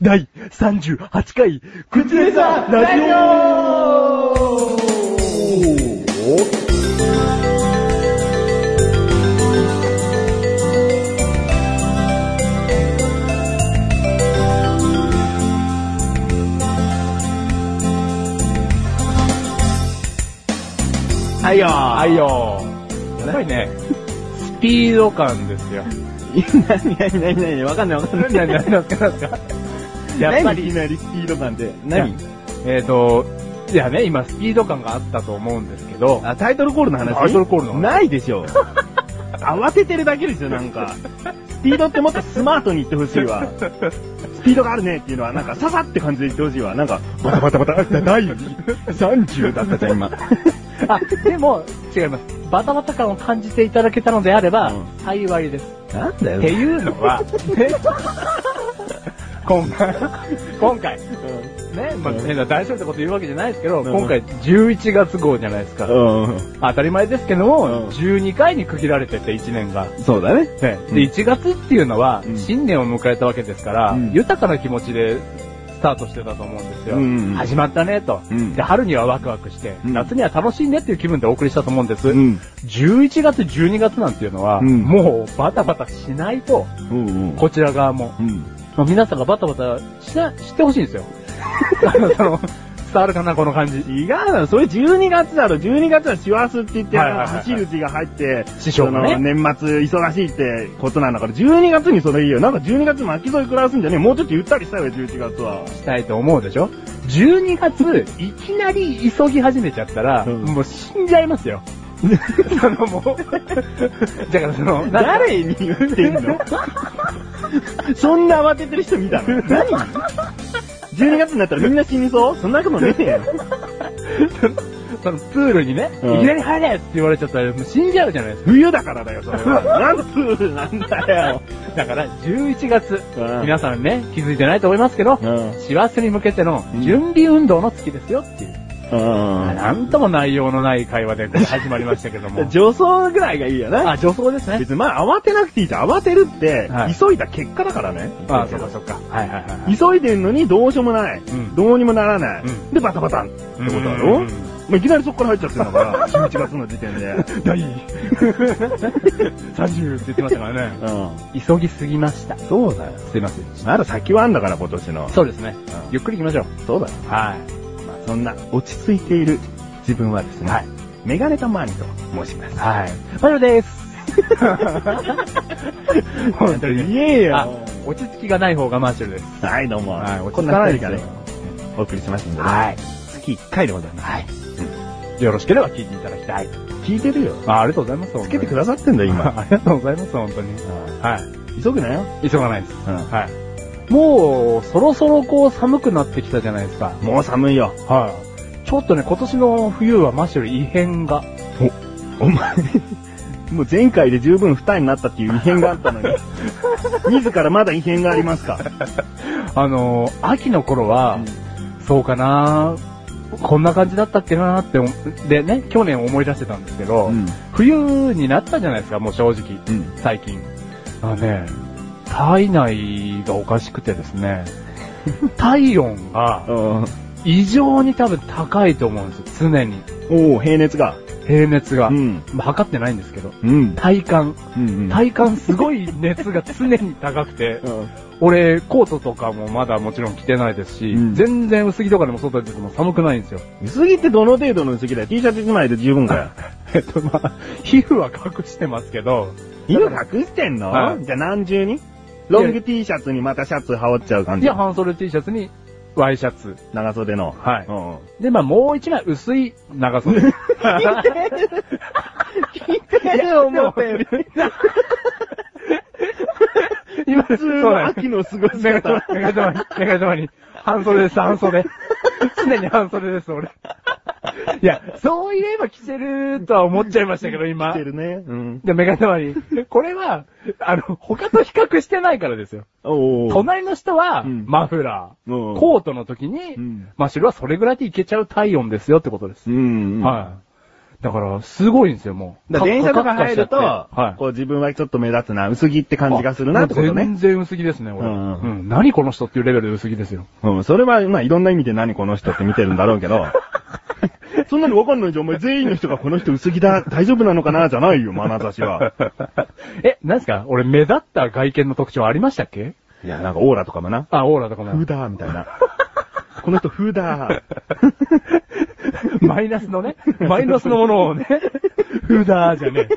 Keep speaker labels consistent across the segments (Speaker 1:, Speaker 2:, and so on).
Speaker 1: 第38回、クチレザラジオ
Speaker 2: はいよは
Speaker 1: はいよやっぱりね、スピード感ですよ。
Speaker 2: 何何何何わかんないわかんない。
Speaker 1: 何何何ですか何ですかやっぱ
Speaker 2: 何い
Speaker 1: り
Speaker 2: き、なりスピード感で。何
Speaker 1: えっ、ー、と、いやね、今スピード感があったと思うんですけど、
Speaker 2: あ、タイトルコールの話
Speaker 1: タイトルコールの話
Speaker 2: ないでしょ。慌ててるだけですよ、なんか。スピードってもっとスマートに言ってほしい わ。スピードがあるねっていうのは、なんか、ささって感じで言ってほしいわ。なんか、バタバタバタってない30だったじゃん、今。
Speaker 3: あ、でも、
Speaker 1: 違います。
Speaker 3: バタバタ感を感じていただけたのであれば、
Speaker 2: うん
Speaker 3: 幸いです。
Speaker 2: なんだよ。
Speaker 1: っていうの は、ね、今回、今回、ね、まあ、変な大丈夫ってこと言うわけじゃないですけど、
Speaker 2: ん
Speaker 1: 今回11月号じゃないですか。
Speaker 2: うん。
Speaker 1: 当たり前ですけど
Speaker 2: うん
Speaker 1: も、12回に区切られてて1年が。
Speaker 2: そうだね。
Speaker 1: ね、
Speaker 2: うん
Speaker 1: で、1月っていうのは
Speaker 2: うん、
Speaker 1: 新年を迎えたわけですから、
Speaker 2: うん
Speaker 1: 豊かな気持ちでスタートしてたと思うんですよ。
Speaker 2: うん
Speaker 1: 始まったね、と、
Speaker 2: うん
Speaker 1: で、春にはワクワクして、
Speaker 2: うん
Speaker 1: 夏には楽しいねっていう気分でお送りしたと思うんです。
Speaker 2: うん。
Speaker 1: 11月、12月なんていうのは、
Speaker 2: うん
Speaker 1: もうバタバタしないと、
Speaker 2: うんうん。
Speaker 1: こちら側も。
Speaker 2: うん。
Speaker 1: もう皆さんがバタバタしな、してほしいん ですよ。あの、その、伝わるかな、この感じ。
Speaker 2: 違うな、それ12月だろ。12月は師走って言って、
Speaker 1: はいはいはいはい
Speaker 2: 走る字が入って、
Speaker 1: 師匠が
Speaker 2: その
Speaker 1: ね。
Speaker 2: 年末忙しいってことなんだから、12月にそれいいよ。なんか12月巻き添え食らわすんじゃねえ。もうちょっとゆったりしたいわよ、11月は。
Speaker 1: したいと思うでしょ ?12 月、いきなり急ぎ始めちゃったら、
Speaker 2: うん
Speaker 1: もう死んじゃいますよ。 あの、もう、だからその、な
Speaker 2: 誰に言ってんの そんな慌ててる人見たの何 ?12 月になったらみんな死にそうそんなことねえよ。
Speaker 1: そのプールにね、
Speaker 2: う
Speaker 1: い
Speaker 2: ん
Speaker 1: きなり入れって言われちゃったら、もう死んじゃうじゃないです
Speaker 2: 冬だからだよ、それは。なんでプールなんだよ。
Speaker 1: か。だから、11月、
Speaker 2: うん
Speaker 1: 皆さんね、気づいてないと思いますけど、
Speaker 2: うん。。
Speaker 1: 師走に向けての準備運動の月ですよっていう。なんとも内容のない会話で始まりましたけども
Speaker 2: 女装ぐらいがいいよな。
Speaker 1: あ、女装ですね。
Speaker 2: 別にまあ慌てなくていいじゃん。慌てるって、
Speaker 1: はい
Speaker 2: 急いだ結果だからね。
Speaker 1: あ、そっかそっか。はいはいはいはい。
Speaker 2: 急いでんのにどうしようもない。
Speaker 1: ん
Speaker 2: どうにもならない。
Speaker 1: うん
Speaker 2: で、バタバタンってことだろ、
Speaker 1: うん
Speaker 2: まあ、いきなりそこから入っちゃってんだ から、11月の時点で。
Speaker 1: 第 30って言ってましたからね。
Speaker 2: う
Speaker 1: 急ぎすぎました。
Speaker 2: ん。そうだよ。
Speaker 1: すいません。
Speaker 2: まだ先はあんだから、今年の。
Speaker 1: そうですね。
Speaker 2: うん
Speaker 1: ゆっくり行きましょう。
Speaker 2: そうだよ。
Speaker 1: はい。
Speaker 2: まあ、そんな、落ち着いている自分はですね、
Speaker 1: はい
Speaker 2: メガネたまわりと申します。
Speaker 1: はい。マジです。 本当に。
Speaker 2: 言え
Speaker 1: あ、 落ち着きがない方がマーシュルです。
Speaker 2: はい、どうも。
Speaker 1: はい、落
Speaker 2: こ
Speaker 1: ち
Speaker 2: ん
Speaker 1: 着
Speaker 2: な
Speaker 1: かない
Speaker 2: 二
Speaker 1: で
Speaker 2: 人
Speaker 1: すよ
Speaker 2: がね。、お送りしますんでね。
Speaker 1: はい。
Speaker 2: 月1回でございます。
Speaker 1: はい。よろしければ聞いていただきたい。
Speaker 2: 聞いてるよ。
Speaker 1: あありがとうございます。
Speaker 2: つけてくださってんだよ、今。
Speaker 1: あありがとうございます、本当に。は
Speaker 2: 急ぐなよ。
Speaker 1: い。急がないです。
Speaker 2: うん
Speaker 1: はい。もう、そろそろこう寒くなってきたじゃないですか。
Speaker 2: もう寒いよ。
Speaker 1: はい。ちょっとね、今年の冬はマシュル異変が。
Speaker 2: お前、もう前回で十分二重になったっていう異変があっ たのに、自らまだ異変がありますか。
Speaker 1: あのー、秋の頃は、そうかなこんな感じだったっけなって思、でね、去年思い出してたんですけど、
Speaker 2: うん
Speaker 1: 冬になったじゃないですか、もう正直、
Speaker 2: うん
Speaker 1: 最近。あのね、体内がおかしくてです ね、体温が
Speaker 2: お
Speaker 1: 異常に多分高いと思うんですよ、常に。
Speaker 2: お平熱が。
Speaker 1: 平熱が。
Speaker 2: ん。
Speaker 1: まあ測ってないんですけど、
Speaker 2: うん。
Speaker 1: 体感、
Speaker 2: うん
Speaker 1: 体感すごい熱が常に高くて、 俺、コートとかもまだもちろん着てないですし、
Speaker 2: うん
Speaker 1: 全然薄着とかでも外出ても寒くないんですよ。
Speaker 2: 薄着ってどの程度の薄着だよ。T シャツ一枚で十分 かよ。
Speaker 1: えっと、 まあ、皮膚は隠してますけど、
Speaker 2: 色隠してんの
Speaker 1: はい
Speaker 2: じゃあ何重にロング T シャツにまたシャツ羽織っちゃう感
Speaker 1: い
Speaker 2: じ
Speaker 1: や、。半袖 T シャツに、ワイシャツ。
Speaker 2: 長袖の。
Speaker 1: はい
Speaker 2: うん
Speaker 1: で、まあ、もう一枚薄い長袖。いや、もう、今、
Speaker 2: 普通の秋の過ごし
Speaker 1: メガ
Speaker 2: 方。
Speaker 1: トメガトマに、メガトマに、半袖です、半袖。常に半袖です、俺。いや、そう言えば着てるとは思っちゃいましたけど、今
Speaker 2: 着て。るね。うん。
Speaker 1: で、メガネマに、これは、あの、他と比較してないからですよ。
Speaker 2: おー
Speaker 1: 隣の人は、
Speaker 2: うん
Speaker 1: マフラー、
Speaker 2: うん
Speaker 1: コートの時に、
Speaker 2: うん
Speaker 1: マシュルはそれぐらいでいけちゃう体温ですよってことです。
Speaker 2: うん。
Speaker 1: はだから、すごいんですよ、もう。
Speaker 2: だから電車とか入ると、
Speaker 1: カッカッカしちゃって
Speaker 2: こう自分はちょっと目立つな、薄着って感じがするなってこと
Speaker 1: あ全
Speaker 2: ね。
Speaker 1: 然薄着ですね、俺。
Speaker 2: うんうん
Speaker 1: うん。何この人っていうレベルで薄着ですよ。
Speaker 2: うん、それは、まあ、いろんな意味で何この人って見てるんだろうけど、 そんなのわかんないじゃん。お前全員の人がこの人薄着だ、大丈夫なのかな、じゃないよ、眼差しは。
Speaker 1: え、何ですか俺目立った外見の特徴ありましたっけ
Speaker 2: いや、なんかオーラとかもな、
Speaker 1: あ、オーラとか
Speaker 2: 風
Speaker 1: も。
Speaker 2: だーみたいな。 この人風だー。
Speaker 1: マイナスのね、マイナスのものをね、フーダーじゃね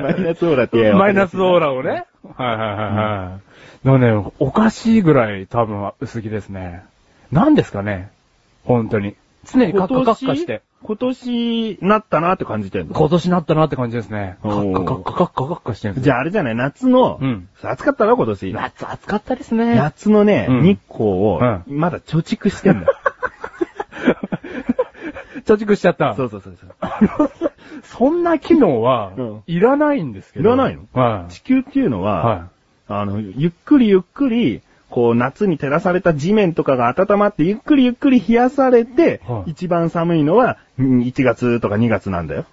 Speaker 2: マイナスオーラって言え
Speaker 1: え。
Speaker 2: よ
Speaker 1: マイナスオーラをね。はいはいはいはい。だからね、おかしいぐらい多分薄着ですね。何ですかね本当に。常にカッカカッカして。
Speaker 2: 今年、今年なったなって感じてんの。
Speaker 1: 今年なったなって感じですね。カッカカッカカッカカッカしてるんです
Speaker 2: じ
Speaker 1: よ。
Speaker 2: ゃああれじゃない、夏の、
Speaker 1: うん
Speaker 2: 暑かったろ、今年。
Speaker 1: 夏暑かったですね。
Speaker 2: 夏のね、
Speaker 1: うん
Speaker 2: 日光を
Speaker 1: うん、
Speaker 2: まだ貯蓄して んだ。
Speaker 1: 貯蓄しちゃった。
Speaker 2: そうそうそうそう。
Speaker 1: そんな機能は
Speaker 2: うん、
Speaker 1: いらないんですけど。
Speaker 2: いらないの
Speaker 1: は
Speaker 2: 地球っていうの
Speaker 1: い。
Speaker 2: は、
Speaker 1: は
Speaker 2: あの、ゆっくりゆっくり、こう、夏に照らされた地面とかが温まって、ゆっくりゆっくり冷やされて、
Speaker 1: はい
Speaker 2: 一番寒いのは、うん1月とか2月なんだよ。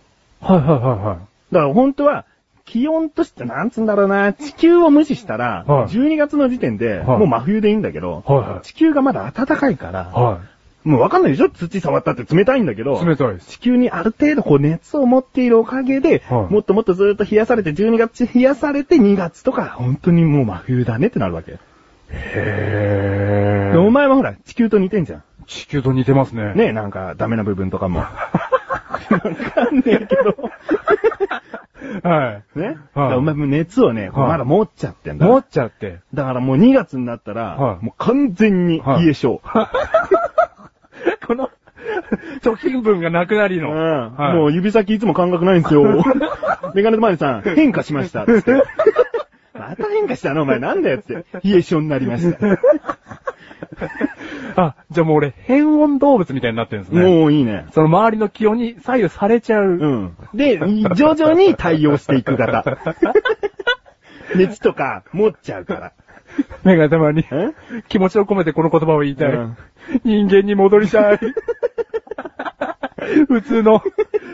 Speaker 1: い。はいはいはいはい。
Speaker 2: だから本当は、気温として、なんつうんだろうな、地球を無視したら、
Speaker 1: はい
Speaker 2: 12月の時点で、
Speaker 1: はい
Speaker 2: もう真冬でいいんだけど、
Speaker 1: はいはい
Speaker 2: 地球がまだ暖かいから、
Speaker 1: は
Speaker 2: もうわかんないでしょ土触ったって冷たいんだけど、
Speaker 1: い。冷たいです。
Speaker 2: 地球にある程度こう熱を持っているおかげで、
Speaker 1: はい
Speaker 2: もっともっとずっと冷やされて、12月冷やされて2月とか、本当にもう真冬だねってなるわけ。
Speaker 1: へ
Speaker 2: でお前はほら、地球と似てんじゃん。
Speaker 1: 地球と似てますね。
Speaker 2: ねえ、なんかダメな部分 とかも。わかんねえけど。
Speaker 1: はい。
Speaker 2: ね、だからお前もう熱をね、こう
Speaker 1: はい
Speaker 2: まだ持っちゃってんだ。
Speaker 1: 持っちゃって。
Speaker 2: だからもう2月になったら、
Speaker 1: はい
Speaker 2: もう完全に家症。
Speaker 1: この、貯金分がなくなり
Speaker 2: う
Speaker 1: の。
Speaker 2: ん
Speaker 1: はい
Speaker 2: もう指先いつも感覚ないんです よ。メガネマネさん、変化しました。つってまた変化したのお前なんだよって。冷え性になりました。
Speaker 1: あ、じゃあもう俺、変温動物みたいになってるんですね。
Speaker 2: もういいね。
Speaker 1: その周りの気温に左右されちゃう。
Speaker 2: うん。で、徐々に対応していく型。 熱とか持っちゃうから。
Speaker 1: 目がたまに
Speaker 2: え
Speaker 1: 気持ちを込めてこの言葉を言いたい。
Speaker 2: うん
Speaker 1: 人間に戻りたい。普通の、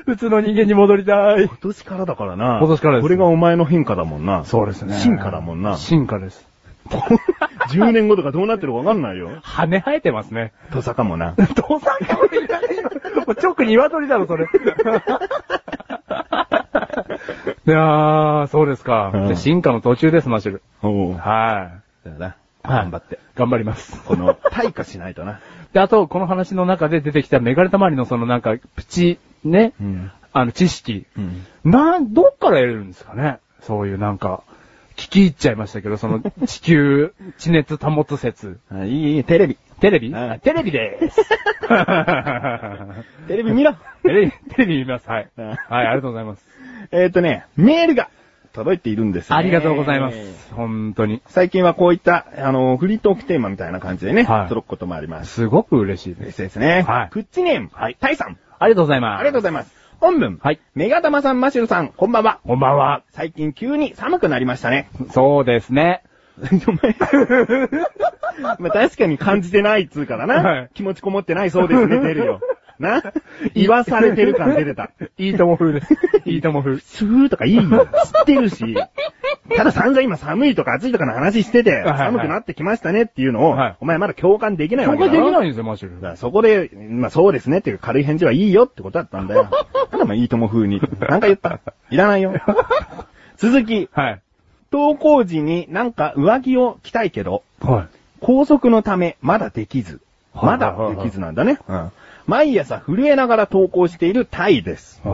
Speaker 1: 普通の人間に戻りたい。
Speaker 2: 今年からだからな。
Speaker 1: 今年からです
Speaker 2: これがお前の変化だもんな。
Speaker 1: そうですね。
Speaker 2: 進化だもんな。
Speaker 1: 進化です。
Speaker 2: 10年後とかどうなってるかわかんないよ。
Speaker 1: 羽生えてますね。
Speaker 2: トサカ もな。
Speaker 1: 父さんかもいらないよ。もう直鶏だろ、 それ。いやー、そうですか。
Speaker 2: うん
Speaker 1: で進化の途中です、マシュル。
Speaker 2: おう。
Speaker 1: は
Speaker 2: だよな。
Speaker 1: はい
Speaker 2: 頑張って。
Speaker 1: い。頑張ります。
Speaker 2: この、退化しないとな。
Speaker 1: で、あと、この話の中で出てきたメガネたまりのそのなんか、プチ、ね、
Speaker 2: うん。
Speaker 1: あの、知識。
Speaker 2: うん。
Speaker 1: なん、どっから得るんですかねそういうなんか、聞き入っちゃいましたけど、その、地球、地熱保つ説。
Speaker 2: あいいいい、テレビ。
Speaker 1: テレビ、
Speaker 2: うん
Speaker 1: あテレビで ーす。
Speaker 2: テレビ見ろ。
Speaker 1: テレビ、テレビ見ます。はい。
Speaker 2: うん
Speaker 1: はい、ありがとうございます。
Speaker 2: えっとね、メールが届いているんですよね
Speaker 1: ありがとうございます。本当に。
Speaker 2: 最近はこういった、あの、フリートークテーマみたいな感じでね、
Speaker 1: はい
Speaker 2: 届くこともあります。
Speaker 1: すごく嬉しいです。
Speaker 2: 嬉しいですね。
Speaker 1: はい
Speaker 2: クッチネーム、はい。タイさん、
Speaker 1: ありがとうございます。
Speaker 2: ありがとうご
Speaker 1: う
Speaker 2: ざいます。本文、
Speaker 1: はい。
Speaker 2: メガタマさん、マシュルさん、こんばんは。
Speaker 1: こんばんは。
Speaker 2: 最近急に寒くなりましたね。
Speaker 1: そうですね。
Speaker 2: お前まあ確かに感じてないっつうからな。
Speaker 1: はい
Speaker 2: 気持ちこもってないそうです ね、出るよ。な言わされてる感出てた。
Speaker 1: いいとも風です。 いいとも風。
Speaker 2: スーとかいいよ。知ってるし。ただ散々今寒いとか暑いとかの話してて、
Speaker 1: いはい
Speaker 2: 寒くなってきましたねっていうのを、
Speaker 1: はい
Speaker 2: お前まだ共感できないわ
Speaker 1: 紹
Speaker 2: けだ
Speaker 1: 介
Speaker 2: ろ
Speaker 1: できないんですよ、マシュ
Speaker 2: だか
Speaker 1: ル。
Speaker 2: らそこで、まあそうですねっていう軽い返事はいいよってことだったんだよ。なんだまあいいとも風に。なんか言ったいらないよ。続き、
Speaker 1: はい。
Speaker 2: 登校時になんか上着を着たいけど、
Speaker 1: はい。
Speaker 2: 高速のためまだできず。
Speaker 1: は
Speaker 2: ま
Speaker 1: い
Speaker 2: だできずなんだね。うん毎朝震えながら登校しているタイです。
Speaker 1: あ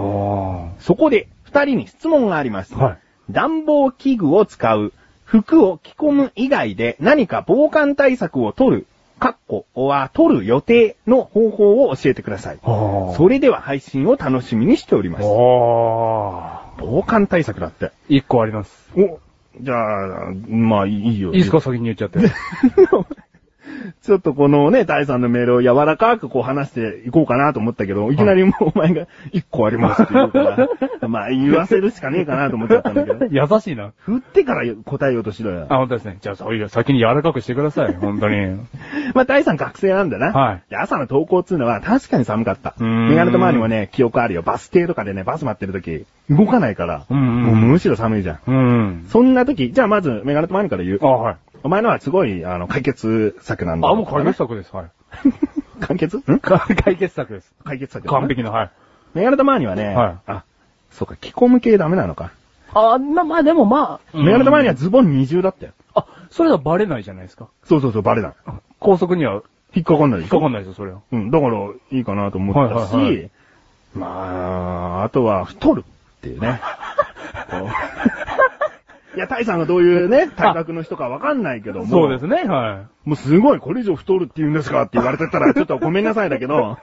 Speaker 1: あ。
Speaker 2: そこで、二人に質問があります。
Speaker 1: はい
Speaker 2: 暖房器具を使う、服を着込む以外で何か防寒対策を取る、かっこは取る予定の方法を教えてください。
Speaker 1: あ
Speaker 2: それでは配信を楽しみにしております。
Speaker 1: ああ。
Speaker 2: 防寒対策だって。
Speaker 1: 一個あります。
Speaker 2: お、じゃあ、まあいいよ。
Speaker 1: いいっすか先に言っちゃって。
Speaker 2: いいよ ちょっとこのね、タイさんのメールを柔らかくこう話していこうかなと思ったけど、いきなりもうお前が1個ありますって言う から、まあ言わせるしかねえかなと思っちゃったんだけど。
Speaker 1: 優しいな。
Speaker 2: 振ってから答えようとしろよ。
Speaker 1: あ、本当ですね。じゃあ、そういう、先に柔らかくしてください。 本当に。
Speaker 2: まあ、大さん学生なんだな。
Speaker 1: はい
Speaker 2: で朝の登校っつうのは確かに寒かった。
Speaker 1: うーん
Speaker 2: メガネと周りもね、記憶あるよ。バス停とかでね、バス待ってる時、動かないから、
Speaker 1: うんうん
Speaker 2: もうむしろ寒いじゃん。
Speaker 1: うん。
Speaker 2: そんな時、じゃあまずメガネと周りから言う
Speaker 1: あ、。はい。
Speaker 2: お前のはすごい、あの、解決策なんだ。
Speaker 1: あ、もう解決策です。はい。
Speaker 2: 解決ん
Speaker 1: 解決策です。
Speaker 2: 解決策。
Speaker 1: 完。璧な、はい。
Speaker 2: メガネと周りはね、
Speaker 1: はい
Speaker 2: あ、そうか、着込む系ダメなのか。
Speaker 3: あ、まあまあでもま
Speaker 2: メガネと周りはズボン二重だったよ。
Speaker 1: あ、それはバレないじゃないですか。
Speaker 2: そうそうそう、バレない。
Speaker 1: 高速には
Speaker 2: 引っかかんな
Speaker 1: 引
Speaker 2: いで
Speaker 1: っ
Speaker 2: しょ
Speaker 1: かかんないですよ、それは。
Speaker 2: うん、だから、いいかなと思ったし、
Speaker 1: はいはいは
Speaker 2: まあ、あとは、太るってい うね。こういや、タイさんがどういうね、体格の人かわかんないけども。
Speaker 1: そうですね、はい。
Speaker 2: もうすごい、これ以上太るって言うんですかって言われてたら、ちょっとごめんなさいだ けど、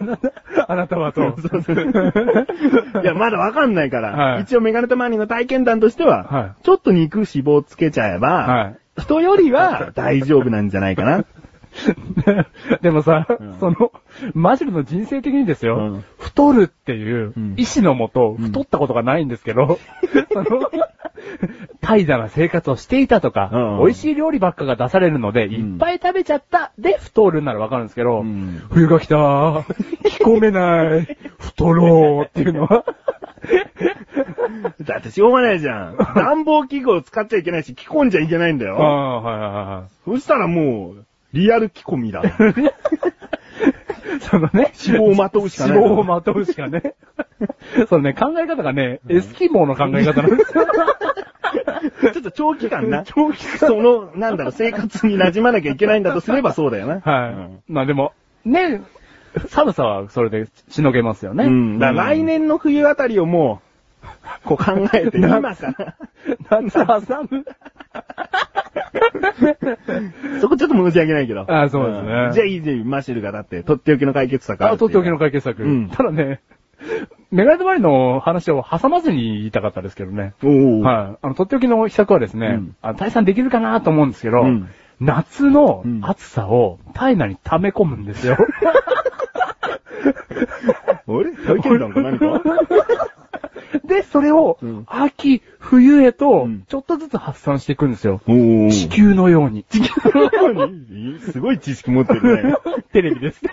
Speaker 1: あなた、あなたは と。
Speaker 2: そうそういや、まだわかんないから、
Speaker 1: はい
Speaker 2: 一応メガネたまにの体験談としては、
Speaker 1: は
Speaker 2: ちょっと肉脂肪つけちゃえば、
Speaker 1: はい。
Speaker 2: 人よりは大丈夫なんじゃないかな。
Speaker 1: でもさ、
Speaker 2: ん
Speaker 1: その、マジルの人生的にですよ、
Speaker 2: うん
Speaker 1: 太るっていう
Speaker 2: うん
Speaker 1: 意志のもと、
Speaker 2: ん
Speaker 1: 太ったことがないんですけ ど、その、怠惰な生活をしていたとか、
Speaker 2: うん
Speaker 1: 美味しい料理ばっかが出されるので、
Speaker 2: ん
Speaker 1: いっぱい食べちゃったで太るならわかるんですけど、
Speaker 2: うん
Speaker 1: 冬が来たー、着込め ない、太ろうっていうのは、
Speaker 2: だってしょうがないじゃん。暖房器具を使っちゃいけないし、着込んじゃいけないんだ
Speaker 1: あ
Speaker 2: よ。
Speaker 1: あ、はいはいはいはい。
Speaker 2: そしたらもう、リアル着込 みだ。
Speaker 1: そのね、
Speaker 2: 脂肪をまとうしかない。
Speaker 1: 脂肪をまとうしか ね。そのね、考え方がね、エスキモーの考え方なんですよ。
Speaker 2: ちょっと長期間 な。長期間。その、なんだろう、生活に馴染まなきゃいけないんだとすればそうだよな。
Speaker 1: はい。まあでも、ね、寒さはそれでしのげますよね。
Speaker 2: うん。だから来
Speaker 1: 年、
Speaker 2: 年の冬あたりをもう、こう考えて、今から。
Speaker 1: 夏 挟む。
Speaker 2: そこちょっと申し訳ないけど。
Speaker 1: あそうですね
Speaker 2: んじゃあいいじゃん、マシルがだって、とっておきの解決策
Speaker 1: あ、とっておき
Speaker 2: の。
Speaker 1: の解決策。
Speaker 2: うん
Speaker 1: ただね、メガネマリの話を挟まずに言いたかったですけどね。
Speaker 2: おー
Speaker 1: はい。あの、とっておきの秘策はですね、
Speaker 2: うん
Speaker 1: あの退散できるかなと思うんですけど、
Speaker 2: うん
Speaker 1: 夏の
Speaker 2: うん
Speaker 1: 暑さを体内に溜め込むん ですよ。
Speaker 2: あれ体験談か何か
Speaker 1: で、それを
Speaker 2: うん
Speaker 1: 秋、冬へと
Speaker 2: うん、
Speaker 1: ちょっとずつ発散していくんですよ。
Speaker 2: おー
Speaker 1: 地球のように。
Speaker 2: 何すごい知識持ってるね。
Speaker 1: テレビですね。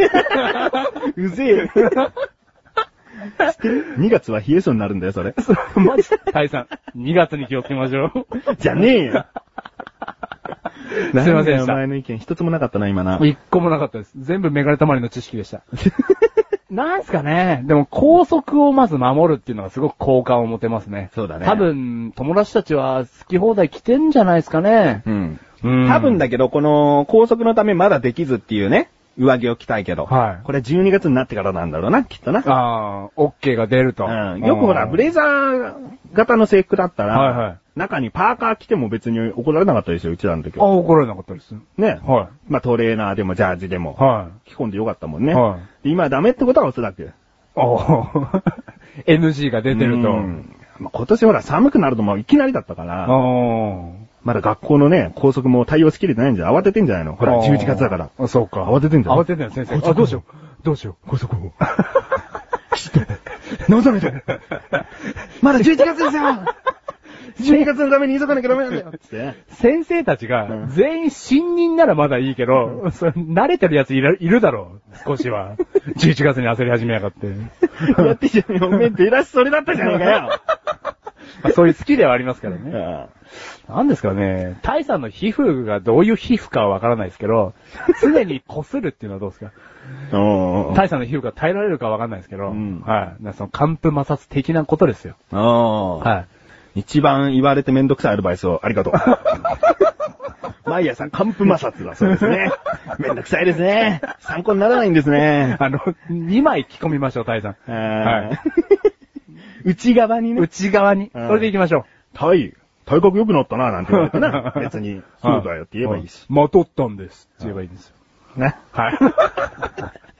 Speaker 2: うぜえ。知ってる ?2 月は冷え性になるんだよ、それ。
Speaker 1: マジタイさん、2月に気をつけましょう。
Speaker 2: じゃねえよ。
Speaker 1: すいませんでした
Speaker 2: なんだよお前の意見一つもなかったな、今な。
Speaker 1: 一個もなかったです。全部メガネたまりの知識でした。 なんすかね。でも、高速をまず守るっていうのがすごく好感を持てますね。
Speaker 2: そうだね
Speaker 1: 多分、友達たちは好き放題来てんじゃないですかね。
Speaker 2: うん。
Speaker 1: うん
Speaker 2: 多分だけど、この、高速のためまだできずっていうね、上着を着たいけど。
Speaker 1: はい
Speaker 2: これ12月になってからなんだろうな、きっとな。
Speaker 1: あー、OK が出ると。
Speaker 2: うん。よくほら、ブレザー型の制服だったら、
Speaker 1: はいはい
Speaker 2: 中にパーカー着ても別に怒られなかったですよ、うちらの時
Speaker 1: あ、
Speaker 2: は。
Speaker 1: 怒られなかったです。
Speaker 2: ね。
Speaker 1: は
Speaker 2: まあ、トレーナーでもジャージでも
Speaker 1: い。、はい。
Speaker 2: 着込んでよかったもんね。
Speaker 1: は
Speaker 2: で今はダメってことはおそらく。
Speaker 1: おー NG が出てると
Speaker 2: う。んまあ今年ほら寒くなるのもいきなりだったから、
Speaker 1: おー
Speaker 2: まだ学校のね、校則も対応しきれてないんじゃん。慌ててんじゃないのほら、
Speaker 1: あー
Speaker 2: 11月だから。
Speaker 1: あ、そうか。
Speaker 2: 慌ててんじゃん
Speaker 1: 慌ててんだよ、先生。あ、どうしよう。どうしよう。
Speaker 2: 校則を。望めてまだ11月ですよ !12 月のために急がなきゃダメなんだよ つって。
Speaker 1: 先生たち
Speaker 2: う
Speaker 1: が
Speaker 2: ん、
Speaker 1: 全員新任ならまだいいけど、それ慣れてるやついるいるだろう。少し は。11月に焦り始めやがって。
Speaker 2: やってじゃねえよ。おめえ出だしそれだったじゃねえかよ
Speaker 1: まあそういう好きではありますからね。
Speaker 2: あ
Speaker 1: なんですかね、タイさんの皮膚がどういう皮膚かはわからないですけど、常に擦るっていうのはどうですか
Speaker 2: あおー
Speaker 1: タイさんの皮膚が耐えられるかわかんないですけど、
Speaker 2: うん
Speaker 1: はい。なんかその寒風摩擦的なことですよ。
Speaker 2: おー
Speaker 1: はい。
Speaker 2: 一番言われてめんどくさいアドバイスをあり がとう。毎朝、寒風摩擦だそうです ね。めんどくさいですね。参考にならないんですね。
Speaker 1: あの、2枚着込みましょう、タイさん。。
Speaker 2: はい内側にね。
Speaker 1: 内側に。
Speaker 2: うん
Speaker 1: それで行きましょう。
Speaker 2: タイ、体格良くなったな、なんて言われて な。別に、そうだよって言えばいいし。
Speaker 1: まとったんです。って言えばいいんですよ。
Speaker 2: ね。
Speaker 1: はい。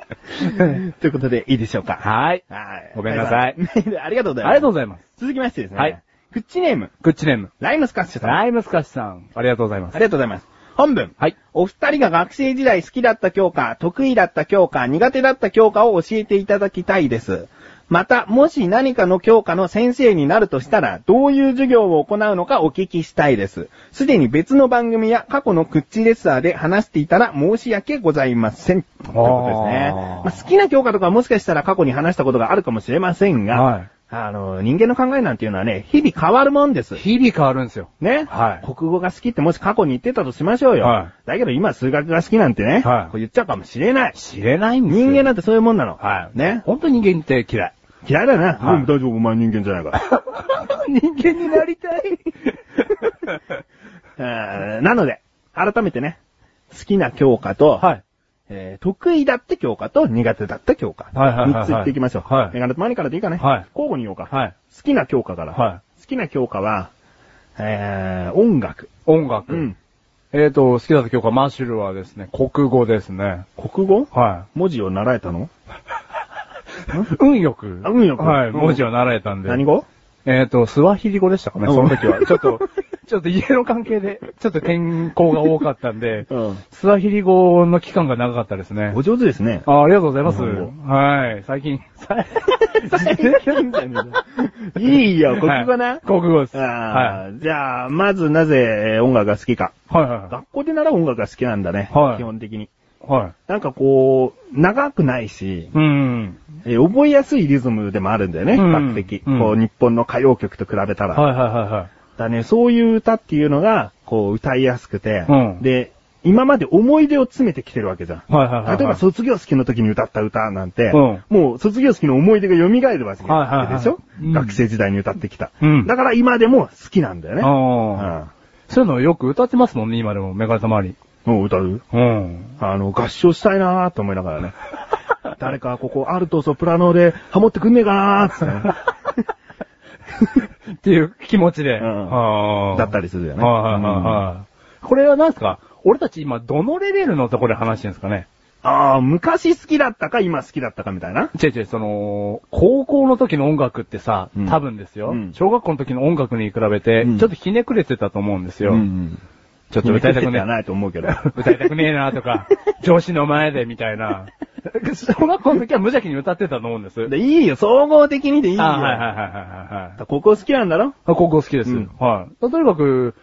Speaker 2: ということで、いいでしょうか。
Speaker 1: はい。
Speaker 2: はい
Speaker 1: ごめんなさい
Speaker 2: メー ルありがとうございます。
Speaker 1: ありがとう
Speaker 2: う
Speaker 1: ございます。
Speaker 2: 続きましてですね。
Speaker 1: はい。
Speaker 2: クッチネーム、
Speaker 1: グッチネーム。
Speaker 2: ライムスカッシュさん。
Speaker 1: ライムスカシさん。ありがとうございます。
Speaker 2: ありがとうございます。本文。
Speaker 1: はい。
Speaker 2: お二人が学生時代好きだった教科、得意だった教科、苦手だった教科を教えていただきたいです。また、もし何かの教科の先生になるとしたら、どういう授業を行うのかお聞きしたいです。すでに別の番組や過去のクッチレッサーで話していたら申し訳ございません。ということですね。まあ、好きな教科とかはもしかしたら過去に話したことがあるかもしれませんが、
Speaker 1: は
Speaker 2: あの、人間の考えなんていうのはね、日々変わるもんです
Speaker 1: い。。日々変わるんですよ。
Speaker 2: ね、
Speaker 1: はい
Speaker 2: 国語が好きってもし過去に言ってたとしましょうよ。
Speaker 1: は
Speaker 2: だけど今数学が好きなんてね、
Speaker 1: はい
Speaker 2: こう言っちゃうかもしれない。
Speaker 1: 知れないんですよ。
Speaker 2: 人間なんてそういうもんなの。
Speaker 1: はい。
Speaker 2: ね。
Speaker 1: 本当に人間って嫌い。
Speaker 2: 嫌いだな。
Speaker 1: はい
Speaker 2: うん大丈夫、お前人間じゃないから。
Speaker 1: 人間になりたい。
Speaker 2: えーなので、改めてね、好きな教科 と、
Speaker 1: はい。
Speaker 2: えー得意だって教科と苦手だった教科。
Speaker 1: はいはいはいはい
Speaker 2: 3つ言っていきましょう。
Speaker 1: はい
Speaker 2: メガネとマニからでいいかね。
Speaker 1: はい
Speaker 2: 交互に言おうか。
Speaker 1: はい。
Speaker 2: 好きな教科から。
Speaker 1: は
Speaker 2: 好きな教科は、えー、音楽。
Speaker 1: 音楽。
Speaker 2: うん。
Speaker 1: えっ、と、好きだった教科、マシュルはですね、国語ですね。
Speaker 2: 国語
Speaker 1: は
Speaker 2: 文字を習えたの
Speaker 1: い。運よく。
Speaker 2: あ運よく
Speaker 1: はい。
Speaker 2: うん
Speaker 1: 文字を習えたんで。
Speaker 2: 何語
Speaker 1: えっ、と、スワヒリ語でしたかね、
Speaker 2: うん
Speaker 1: その時 は。ちょっと、ちょっと家の関係で、ちょっと転校が多かったんで、
Speaker 2: うん。
Speaker 1: スワヒリ語の期間が長かったですね
Speaker 2: お。上手ですね。
Speaker 1: あありがとうございます。
Speaker 2: 日本
Speaker 1: はい。最近。
Speaker 2: いいよ、国語
Speaker 1: は。
Speaker 2: ない
Speaker 1: 国語です。
Speaker 2: あ
Speaker 1: は
Speaker 2: あ、じゃあ、まずなぜえー音楽が好きか。
Speaker 1: い。はいは
Speaker 2: 学校で習う音楽が好きなんだね。
Speaker 1: はい
Speaker 2: 基本的に。
Speaker 1: い。はい。
Speaker 2: なんかこう、長くないし、
Speaker 1: うん。
Speaker 2: えー覚えやすいリズムでもあるんだよね、比
Speaker 1: うん
Speaker 2: 較的。
Speaker 1: うん
Speaker 2: こう、日本の歌謡曲と比べたら。
Speaker 1: はいはいは
Speaker 2: だね、そういう歌っていうのが、こう、歌いやすくて、
Speaker 1: うん
Speaker 2: で、今まで思い出を詰めてきてるわけじゃん。
Speaker 1: いはい。はいはいはいはい。
Speaker 2: 例えば卒業式の時に歌った歌なんて、
Speaker 1: うん
Speaker 2: もう卒業式の思い出が蘇るわけ
Speaker 1: はいはいはい
Speaker 2: でしょ、
Speaker 1: うん
Speaker 2: 学生時代に歌ってきた、
Speaker 1: うん
Speaker 2: だから今でも好きなんだよね。
Speaker 1: ああ。そういうのよく歌ってますもんね、今でも、メガネたまわり。
Speaker 2: うんもう歌う
Speaker 1: うん。
Speaker 2: あの、合唱したいなーと思いなが らね。誰かここアルトソプラノでハモってくんねえかなーっつって ね
Speaker 1: っていう気持ちで。
Speaker 2: うん
Speaker 1: ああ
Speaker 2: だったりするよね。
Speaker 1: はいはいはい
Speaker 2: うん
Speaker 1: はい。これは何ですか俺たち今、どのレベルのところで話してるんですかね
Speaker 2: ああ、昔好きだったか今好きだったかみたいな。
Speaker 1: 違う違う、その、高校の時の音楽ってさ
Speaker 2: うん、
Speaker 1: 多分ですよ、
Speaker 2: うん
Speaker 1: 小学校の時の音楽に比べて、
Speaker 2: うん
Speaker 1: ちょっとひねくれてたと思うんですよ。
Speaker 2: うん
Speaker 1: ちょっと歌いたくね
Speaker 2: はないと思うけ ど。
Speaker 1: え、歌いたくねえなと か、上司の前でみたいな。小学校の時は無邪気に歌ってたと思うんです。
Speaker 2: でいいよ、総合的にでいいよ。
Speaker 1: あはいはいはいはいはいはい。
Speaker 2: ここ好きなんだろ
Speaker 1: あ高校好きです。
Speaker 2: うん
Speaker 1: はい。とにかく、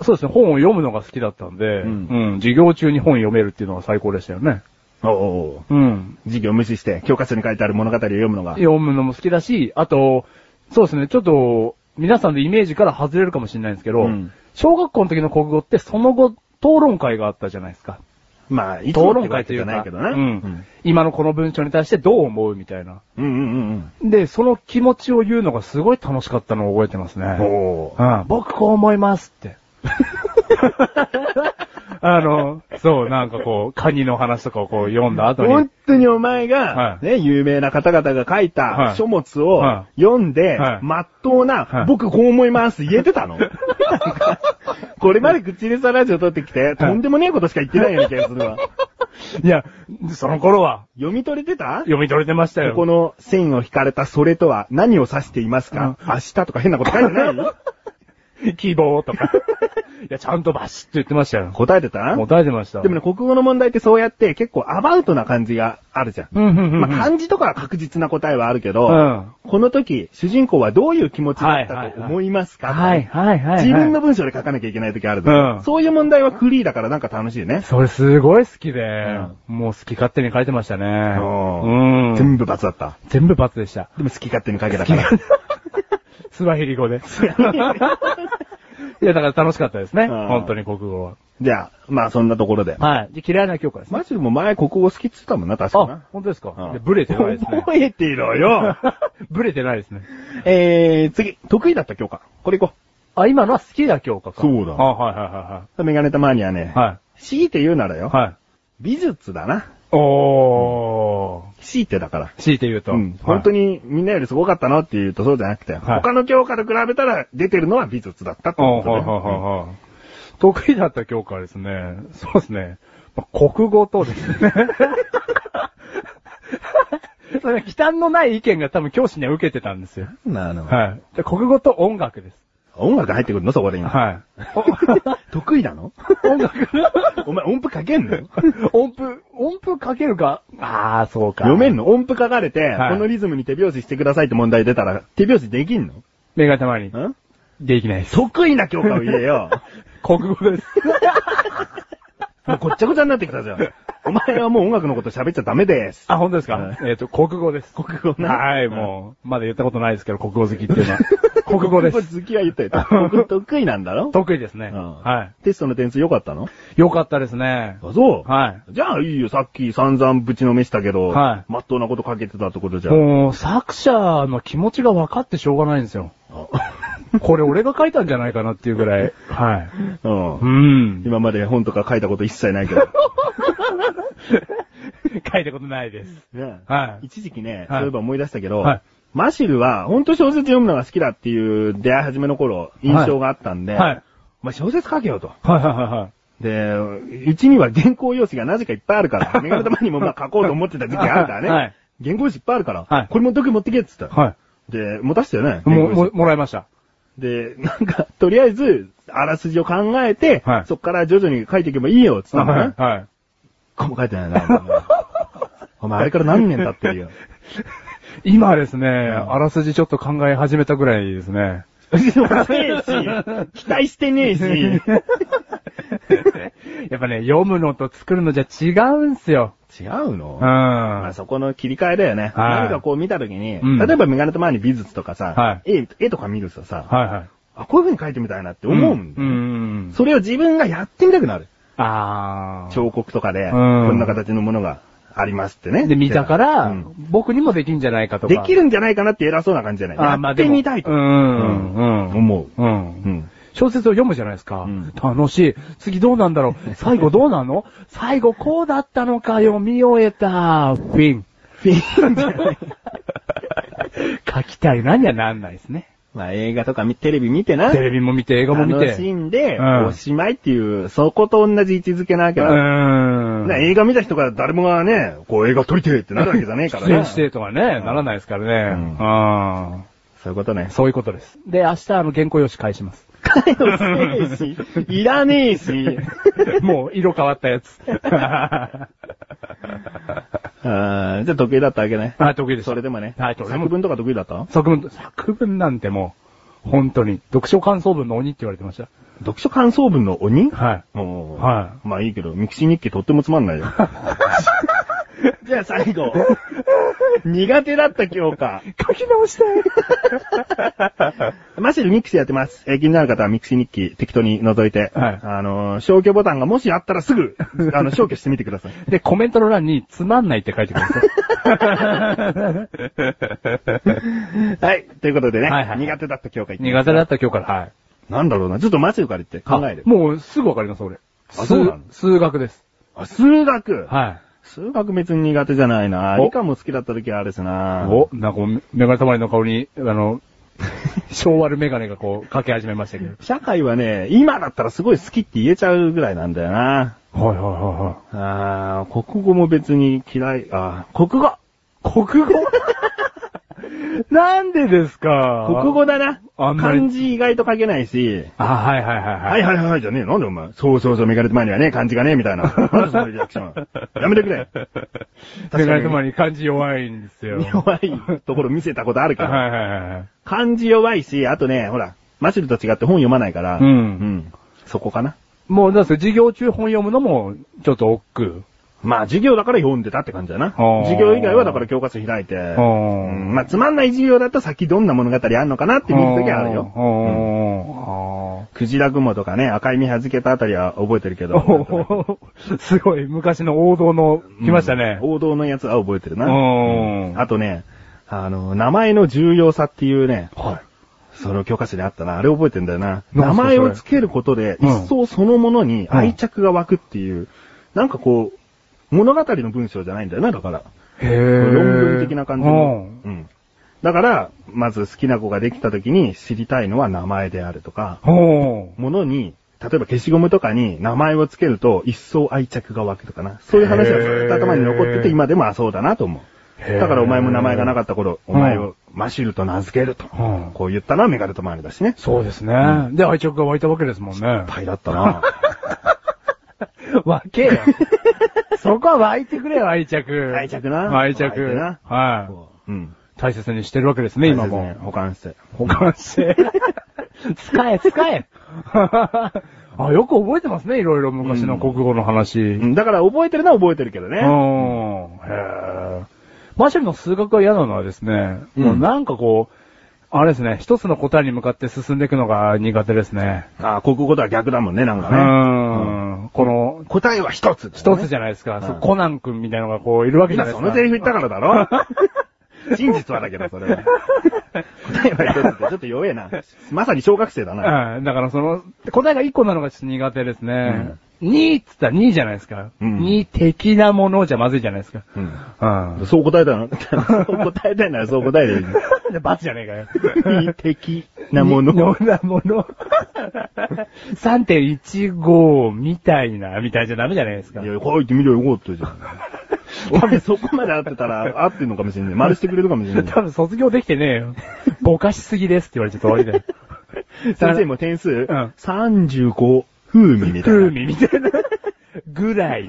Speaker 1: そうですね、本を読むのが好きだったんで、
Speaker 2: う
Speaker 1: うんん、授業中に本読めるっていうのが最高でしたよね。
Speaker 2: おお
Speaker 1: うん。
Speaker 2: 授業無視して、教科書に書いてある物語を読むのが。
Speaker 1: 読むのも好きだし、あと、そうですね、ちょっと、皆さんのイメージから外れるかもしれないんですけど、
Speaker 2: うん
Speaker 1: 小学校の時の国語ってその後、討論会があったじゃないですか。
Speaker 2: まあ、いつも
Speaker 1: 討論
Speaker 2: ってわ
Speaker 1: 会と
Speaker 2: け
Speaker 1: い
Speaker 2: じ
Speaker 1: う
Speaker 2: ゃ
Speaker 1: か、
Speaker 2: ないけどな。
Speaker 1: うん今のこの文章に対してどう思うみたいな。
Speaker 2: うんうん
Speaker 1: で、その気持ちを言うのがすごい楽しかったのを覚えてますね。
Speaker 2: うんうん。おー
Speaker 1: うん、僕こう思いますって。 あの、そう、なんかこう、カニの話とかをこう読んだ後に
Speaker 2: 本、当にお前
Speaker 1: は
Speaker 2: が、
Speaker 1: い
Speaker 2: ね、有名な方々が書い
Speaker 1: は
Speaker 2: た
Speaker 1: い
Speaker 2: 書物を
Speaker 1: は
Speaker 2: 読んで
Speaker 1: は、い
Speaker 2: まっとうな
Speaker 1: は、い
Speaker 2: 僕こう思います言えて たのこれまで口レサラジオ撮ってきて、とんでもねえことしか言ってないような気がす るわ。
Speaker 1: いや、その頃は
Speaker 2: 読み取れてた
Speaker 1: 読み取れてましたよ。
Speaker 2: ここの線を引かれたそれとは何を指していますか明日とか変なこと書いてないの
Speaker 1: 希望と か。いや、ちゃんとバシッと言ってましたよ。
Speaker 2: 答えてた
Speaker 1: 答えてました。
Speaker 2: でもね、国語の問題ってそうやって結構アバウトな感じがあるじゃん。
Speaker 1: うん、うん、うん。
Speaker 2: まあ、漢字とかは確実な答えはあるけど、
Speaker 1: うん
Speaker 2: この時、主人公はどういう気持ちだったと思いますか、
Speaker 1: はい、はい、はい。はい
Speaker 2: 自分の、文章で書かなきゃいけない時あるじゃん
Speaker 1: うん
Speaker 2: そういう問題はクリーだからなんか楽しいね。
Speaker 1: それすごい好きで、
Speaker 2: ん
Speaker 1: もう好き勝手に書いてましたね。
Speaker 2: うん
Speaker 1: うん。
Speaker 2: 全部罰だった。
Speaker 1: 全部罰でした。
Speaker 2: でも好き勝手に書けたから。
Speaker 1: スワヒリ語で。いや、だから楽しかったですね。
Speaker 2: うん
Speaker 1: 本当に国語は。
Speaker 2: じゃあ、まあそんなところで。
Speaker 1: はい。で、嫌いな教科ですね。
Speaker 2: マジでも前国語好きって言ってたもんな、確か
Speaker 1: あ
Speaker 2: な、。
Speaker 1: 本当ですか
Speaker 2: うん
Speaker 1: いやブレてないです ね。
Speaker 2: 覚えて ろよ
Speaker 1: ブレてないですね。
Speaker 2: えー、次、得意だった教科。これ行こ
Speaker 1: あ、今のは好きな教科か。
Speaker 2: そうだ
Speaker 1: あ、はいは
Speaker 2: う。メガネたまにはね、
Speaker 1: いはいはい。
Speaker 2: 強いて言うならよ、
Speaker 1: はい。はい。
Speaker 2: 美術だな。
Speaker 1: おー。
Speaker 2: 強いてだから。
Speaker 1: 強いて言うと。
Speaker 2: うん。本当
Speaker 1: に。
Speaker 2: にみんなよりすごかったのっていうとそうじゃなくて、
Speaker 1: はい
Speaker 2: 他の教科と比べたら出てるのは美術だったって
Speaker 1: あ
Speaker 2: こ
Speaker 1: は
Speaker 2: と
Speaker 1: は
Speaker 2: ね。
Speaker 1: はは。得意だった教科はですね。そうですね。まあ国語とですね。それ、忌憚のない意見が多分教師には受けてたんですよ。
Speaker 2: うんなの。
Speaker 1: はい。で国語と音楽です。
Speaker 2: 音楽入ってくるのそこで今。
Speaker 1: はい。
Speaker 2: 得意なの
Speaker 1: 音楽
Speaker 2: お前音符書けんの
Speaker 1: 音符、音符かけるかああ、そうか。
Speaker 2: 読めんの音符書かれて、
Speaker 1: はい
Speaker 2: このリズムに手拍子してくださいって問題出たら、手拍子できんの
Speaker 1: 目がたまに。
Speaker 2: ん
Speaker 1: できないです。
Speaker 2: 得意な教科を入れよ
Speaker 1: 国語です。
Speaker 2: う。もうごっちゃごちゃになってきたじゃん。お前はもう音楽のこと喋っちゃダメです。
Speaker 1: あ、本当ですか、
Speaker 2: はい
Speaker 1: えっ、と、国語です。
Speaker 2: 国語な
Speaker 1: はい、もう、まだ言ったことないですけど、国語好きって いうのは。国語です。
Speaker 2: 好きは言ったよ。国語得意なんだろ
Speaker 1: 得意ですね。
Speaker 2: うん
Speaker 1: は
Speaker 2: テストの点数良かったの
Speaker 1: い。よかったですね。
Speaker 2: あ、そう
Speaker 1: はい。
Speaker 2: じゃあいいよ、さっき散々ぶちのめしたけど、
Speaker 1: はい
Speaker 2: まっとうなことかけてたってことじゃん。
Speaker 1: もう、作者の気持ちが分かってしょうがないんですよ。これ俺が書いたんじゃないかなっていうぐらい。はい。
Speaker 2: うん
Speaker 1: う。ん。
Speaker 2: 今まで本とか書いたこと一切ないけど。
Speaker 1: 書いたことないです。
Speaker 2: ね
Speaker 1: はい
Speaker 2: 一時期ね、
Speaker 1: はい
Speaker 2: そういえば思い出したけど、
Speaker 1: はい
Speaker 2: マシルは、ほんと小説読むのが好きだっていう出会い始めの頃、印象があったんで、
Speaker 1: はいはい
Speaker 2: お前小説書けよと。
Speaker 1: はいはいはいはい。
Speaker 2: で、うちには原稿用紙がなぜかいっぱいあるから、メガネ玉にもまあ書こうと思ってた時期あるからね。
Speaker 1: はい
Speaker 2: 原稿用紙いっぱいあるから、
Speaker 1: はい
Speaker 2: これも時持ってけって言った。
Speaker 1: は
Speaker 2: で、持たせたよね。
Speaker 1: い。もう、
Speaker 2: 原稿用
Speaker 1: も
Speaker 2: 紙
Speaker 1: うもらいました。
Speaker 2: で、なんか、とりあえず、あらすじを考えて、
Speaker 1: はい
Speaker 2: そっから徐々に書いていけばいいよ、つったのね。
Speaker 1: はい。はい。
Speaker 2: こも書いてないな。お前お前、あれから何年経っ てるよ。
Speaker 1: 今ですね、あらすじちょっと考え始めたぐらいですね。
Speaker 2: 遅えし、期待してねえし。
Speaker 1: やっぱね、読むのと作るのじゃ違うんすよ。
Speaker 2: 違うの
Speaker 1: うん。
Speaker 2: まあ
Speaker 1: は
Speaker 2: そこの切り替えだよね。
Speaker 1: はい
Speaker 2: 何かこう見たときに、
Speaker 1: うん
Speaker 2: 例えばメガネと前に美術とか
Speaker 1: は
Speaker 2: さ、絵絵とか見ると
Speaker 1: い
Speaker 2: さ、
Speaker 1: はい。
Speaker 2: あ、こういう風に描いてみたいなって思うんだ
Speaker 1: う
Speaker 2: よ。
Speaker 1: ん。
Speaker 2: それを自分がやってみたくなる。
Speaker 1: ああ。
Speaker 2: 彫刻とかで、
Speaker 1: ん
Speaker 2: こんな形のものがありますってね。
Speaker 1: で、見たから、
Speaker 2: うん
Speaker 1: 僕にもできんじゃないかとか。
Speaker 2: できるんじゃないかなって偉そうな感じじゃない
Speaker 1: あーま
Speaker 2: や
Speaker 1: あ
Speaker 2: っ
Speaker 1: で
Speaker 2: て
Speaker 1: も
Speaker 2: みたいと。
Speaker 1: うんうんうん
Speaker 2: 思う。
Speaker 1: うん。
Speaker 2: うん。
Speaker 1: 小説を読むじゃないですか。
Speaker 2: うん
Speaker 1: 楽しい。次どうなんだろ う。最後どうなの最後こうだったのか読み終えた。フィ ン。
Speaker 2: フィンじゃない。
Speaker 1: 書きたいなんにはなんないですね。
Speaker 2: まあ映画とかみテレビ見てな。
Speaker 1: テレビも見て、映画も見て。
Speaker 2: 楽し
Speaker 1: うん
Speaker 2: で、
Speaker 1: うん
Speaker 2: おしまいっていう、そこと同じ位置づけなわけだ。
Speaker 1: ーん。
Speaker 2: ね映画見た人が誰もがね、こう映画撮りてえってなるわけじゃねえから
Speaker 1: 出
Speaker 2: ね。
Speaker 1: 演してとかね、ならないですからね。
Speaker 2: う
Speaker 1: あ
Speaker 2: そういうことね
Speaker 1: ー。そういうことです。で、明日あの原稿用紙返し ます。
Speaker 2: 返せえし、いらねえ し。
Speaker 1: もう色変わったや つ。
Speaker 2: あーじゃあ得意だったわけね。
Speaker 1: あ、得意です。
Speaker 2: それでもね。
Speaker 1: はい得意です
Speaker 2: 作文とか得意だった
Speaker 1: 作文、作文なんてもう、本当に、読書感想文の鬼って言われてました。
Speaker 2: 読書感想文の鬼
Speaker 1: はい。
Speaker 2: もう
Speaker 1: は
Speaker 2: まあいいけど、ミクシー日記とってもつまんないよ。じゃあ最 後。苦手だった教科。
Speaker 1: 書き直したい
Speaker 2: マシルミクシーやってます。えー気になる方はミクシー日記適当に覗いて、
Speaker 1: はい
Speaker 2: あのー消去ボタンがもしあったらすぐ、あの、消去してみてください。
Speaker 1: で、コメントの欄に、つまんないって書いてください。
Speaker 2: はい。ということでね、
Speaker 1: はいはい
Speaker 2: 苦手だった教科言ってみま
Speaker 1: 苦
Speaker 2: す
Speaker 1: 手だった今日から、はい。
Speaker 2: なんだろうな、ちょっとマシルから言って考える
Speaker 1: あ。もう、すぐわかります、俺。
Speaker 2: あそうなの
Speaker 1: 数数学です。
Speaker 2: あ数学、
Speaker 1: は
Speaker 2: 数学別に苦手じゃないな。
Speaker 1: お
Speaker 2: 理科も好きだった時はあれです
Speaker 1: い。
Speaker 2: な。
Speaker 1: お、なんかこう、メガネたまりの顔に、あの、 昭和るメガネがこう、かけ始めましたけど。
Speaker 2: 社会はね、今だったらすごい好きって言えちゃうぐらいなんだよな。
Speaker 1: はいはいはいはい。
Speaker 2: あー、国語も別に嫌い、あー、国語
Speaker 1: 国語 なんでですか
Speaker 2: 国語だな。
Speaker 1: あんまり
Speaker 2: 漢字意外と書けないし、
Speaker 1: あ、はいはいはいは。
Speaker 2: はいいはいはいはいじゃねえ。なんでお前。そうそうそう、メガネと前にはね、漢字がねえ、みたいな。なんでそのリアクショ ン。やめてくれ。
Speaker 1: メガネたまり漢字弱いんですよ。
Speaker 2: 弱いところ見せたことあるけど。
Speaker 1: はいはいはいはい。
Speaker 2: 漢字弱いし、あとね、ほら、マシルと違って本読まないから。
Speaker 1: うん
Speaker 2: うん。そこかな。
Speaker 1: もう、なんですか、授業中本読むのも、ちょっと億劫。
Speaker 2: まあ、授業だから読んでたって感じだな。
Speaker 1: ー
Speaker 2: 授業以外はだから教科書開いて。う
Speaker 1: ー
Speaker 2: んまあ、つまんない授業だったら先どんな物語あんのかなって見るときある
Speaker 1: あ
Speaker 2: よ。
Speaker 1: ーあ
Speaker 2: クジラ雲とかね、赤い実は付けたあたりは覚えてるけ
Speaker 1: ー。
Speaker 2: ど。
Speaker 1: おーすごい、昔の王道の、来ましたね。
Speaker 2: 王道のやつは覚えてるな。
Speaker 1: うん
Speaker 2: あとね、あの、名前の重要さっていうね、
Speaker 1: は
Speaker 2: その教科書にあったな。あれ覚えてんだよな。
Speaker 1: なん
Speaker 2: 名
Speaker 1: すか
Speaker 2: 前を付けることで、
Speaker 1: それ
Speaker 2: 一層そのものに愛着が湧くっていう、なんかこう、物語の文章じゃないんだよな、だから。
Speaker 1: い。へえ。
Speaker 2: 論文的な感じの。
Speaker 1: う
Speaker 2: うん。だから、まず好きな子ができた時に知りたいのは名前であるとか、
Speaker 1: んおー
Speaker 2: ものに、例えば消しゴムとかに名前を付けると一層愛着が湧くとかな。そういう話がずっと頭に残って
Speaker 1: へー
Speaker 2: て今でもあそうだなと思う。
Speaker 1: へへー
Speaker 2: だからお前も名前がなかった頃、お前をマシルと名付けると。
Speaker 1: うん
Speaker 2: こう言ったらメガネと周りだしね。
Speaker 1: そうですね。で、愛着が湧いたわけですもんね。
Speaker 2: パイだったな
Speaker 1: わけよ。そこは湧いてくれよ、愛着。
Speaker 2: 愛着な
Speaker 1: 愛着。
Speaker 2: 湧いてな
Speaker 1: は
Speaker 2: こ ううん。
Speaker 1: い。大切にしてるわけですね、今
Speaker 2: 大切
Speaker 1: も
Speaker 2: に。保管して。
Speaker 1: 保管して。使え、使え。 あ、よく覚えてますね、いろいろ昔の国語の話。う
Speaker 2: うんだから覚えてるのは覚えてるけどね。
Speaker 1: ん。へえ。マシュルの数学が嫌なのはですね、
Speaker 2: うん
Speaker 1: もうなんかこう、あれですね、一つの答えに向かって進んでいくのが苦手ですね。
Speaker 2: ああ、国語とは逆だもんね、なん
Speaker 1: う
Speaker 2: かね。
Speaker 1: ん。この、
Speaker 2: 答えは一つだよね。
Speaker 1: 一つじゃないですか。
Speaker 2: うん
Speaker 1: そうコナン君みたいなのがこういるわけじゃないで
Speaker 2: 今そ
Speaker 1: す
Speaker 2: の
Speaker 1: か。
Speaker 2: セリフ言ったからだろ 真実はだけど、それは。答えは一つってちょっと弱えな。まさに小学生だな。
Speaker 1: うん、だからその、答えが1個なのがちょっと苦手ですね。2っつったら2じゃないですか。
Speaker 2: うん
Speaker 1: 2的なものじゃまずいじゃないですか。
Speaker 2: うん
Speaker 1: うん。
Speaker 2: そう答えたの そう答えたいならそう答えでいいの。
Speaker 1: で、罰じゃねえかよ。
Speaker 2: 非的なもの。
Speaker 1: なもの。3.15みたいな、みたいじゃダメじゃないですか
Speaker 2: い。や、書いてみりゃよかったじゃん。お前そこまで合ってたら合ってんのかもしれない。丸してくれるかもし れない。
Speaker 1: 多分卒業できてねえよ。ぼかしすぎですって言われちゃった終わ りだよ。
Speaker 2: 先生も点数、
Speaker 1: ん
Speaker 2: 35風味みたい
Speaker 1: 風
Speaker 2: な。
Speaker 1: 味みたいな。ぐらい。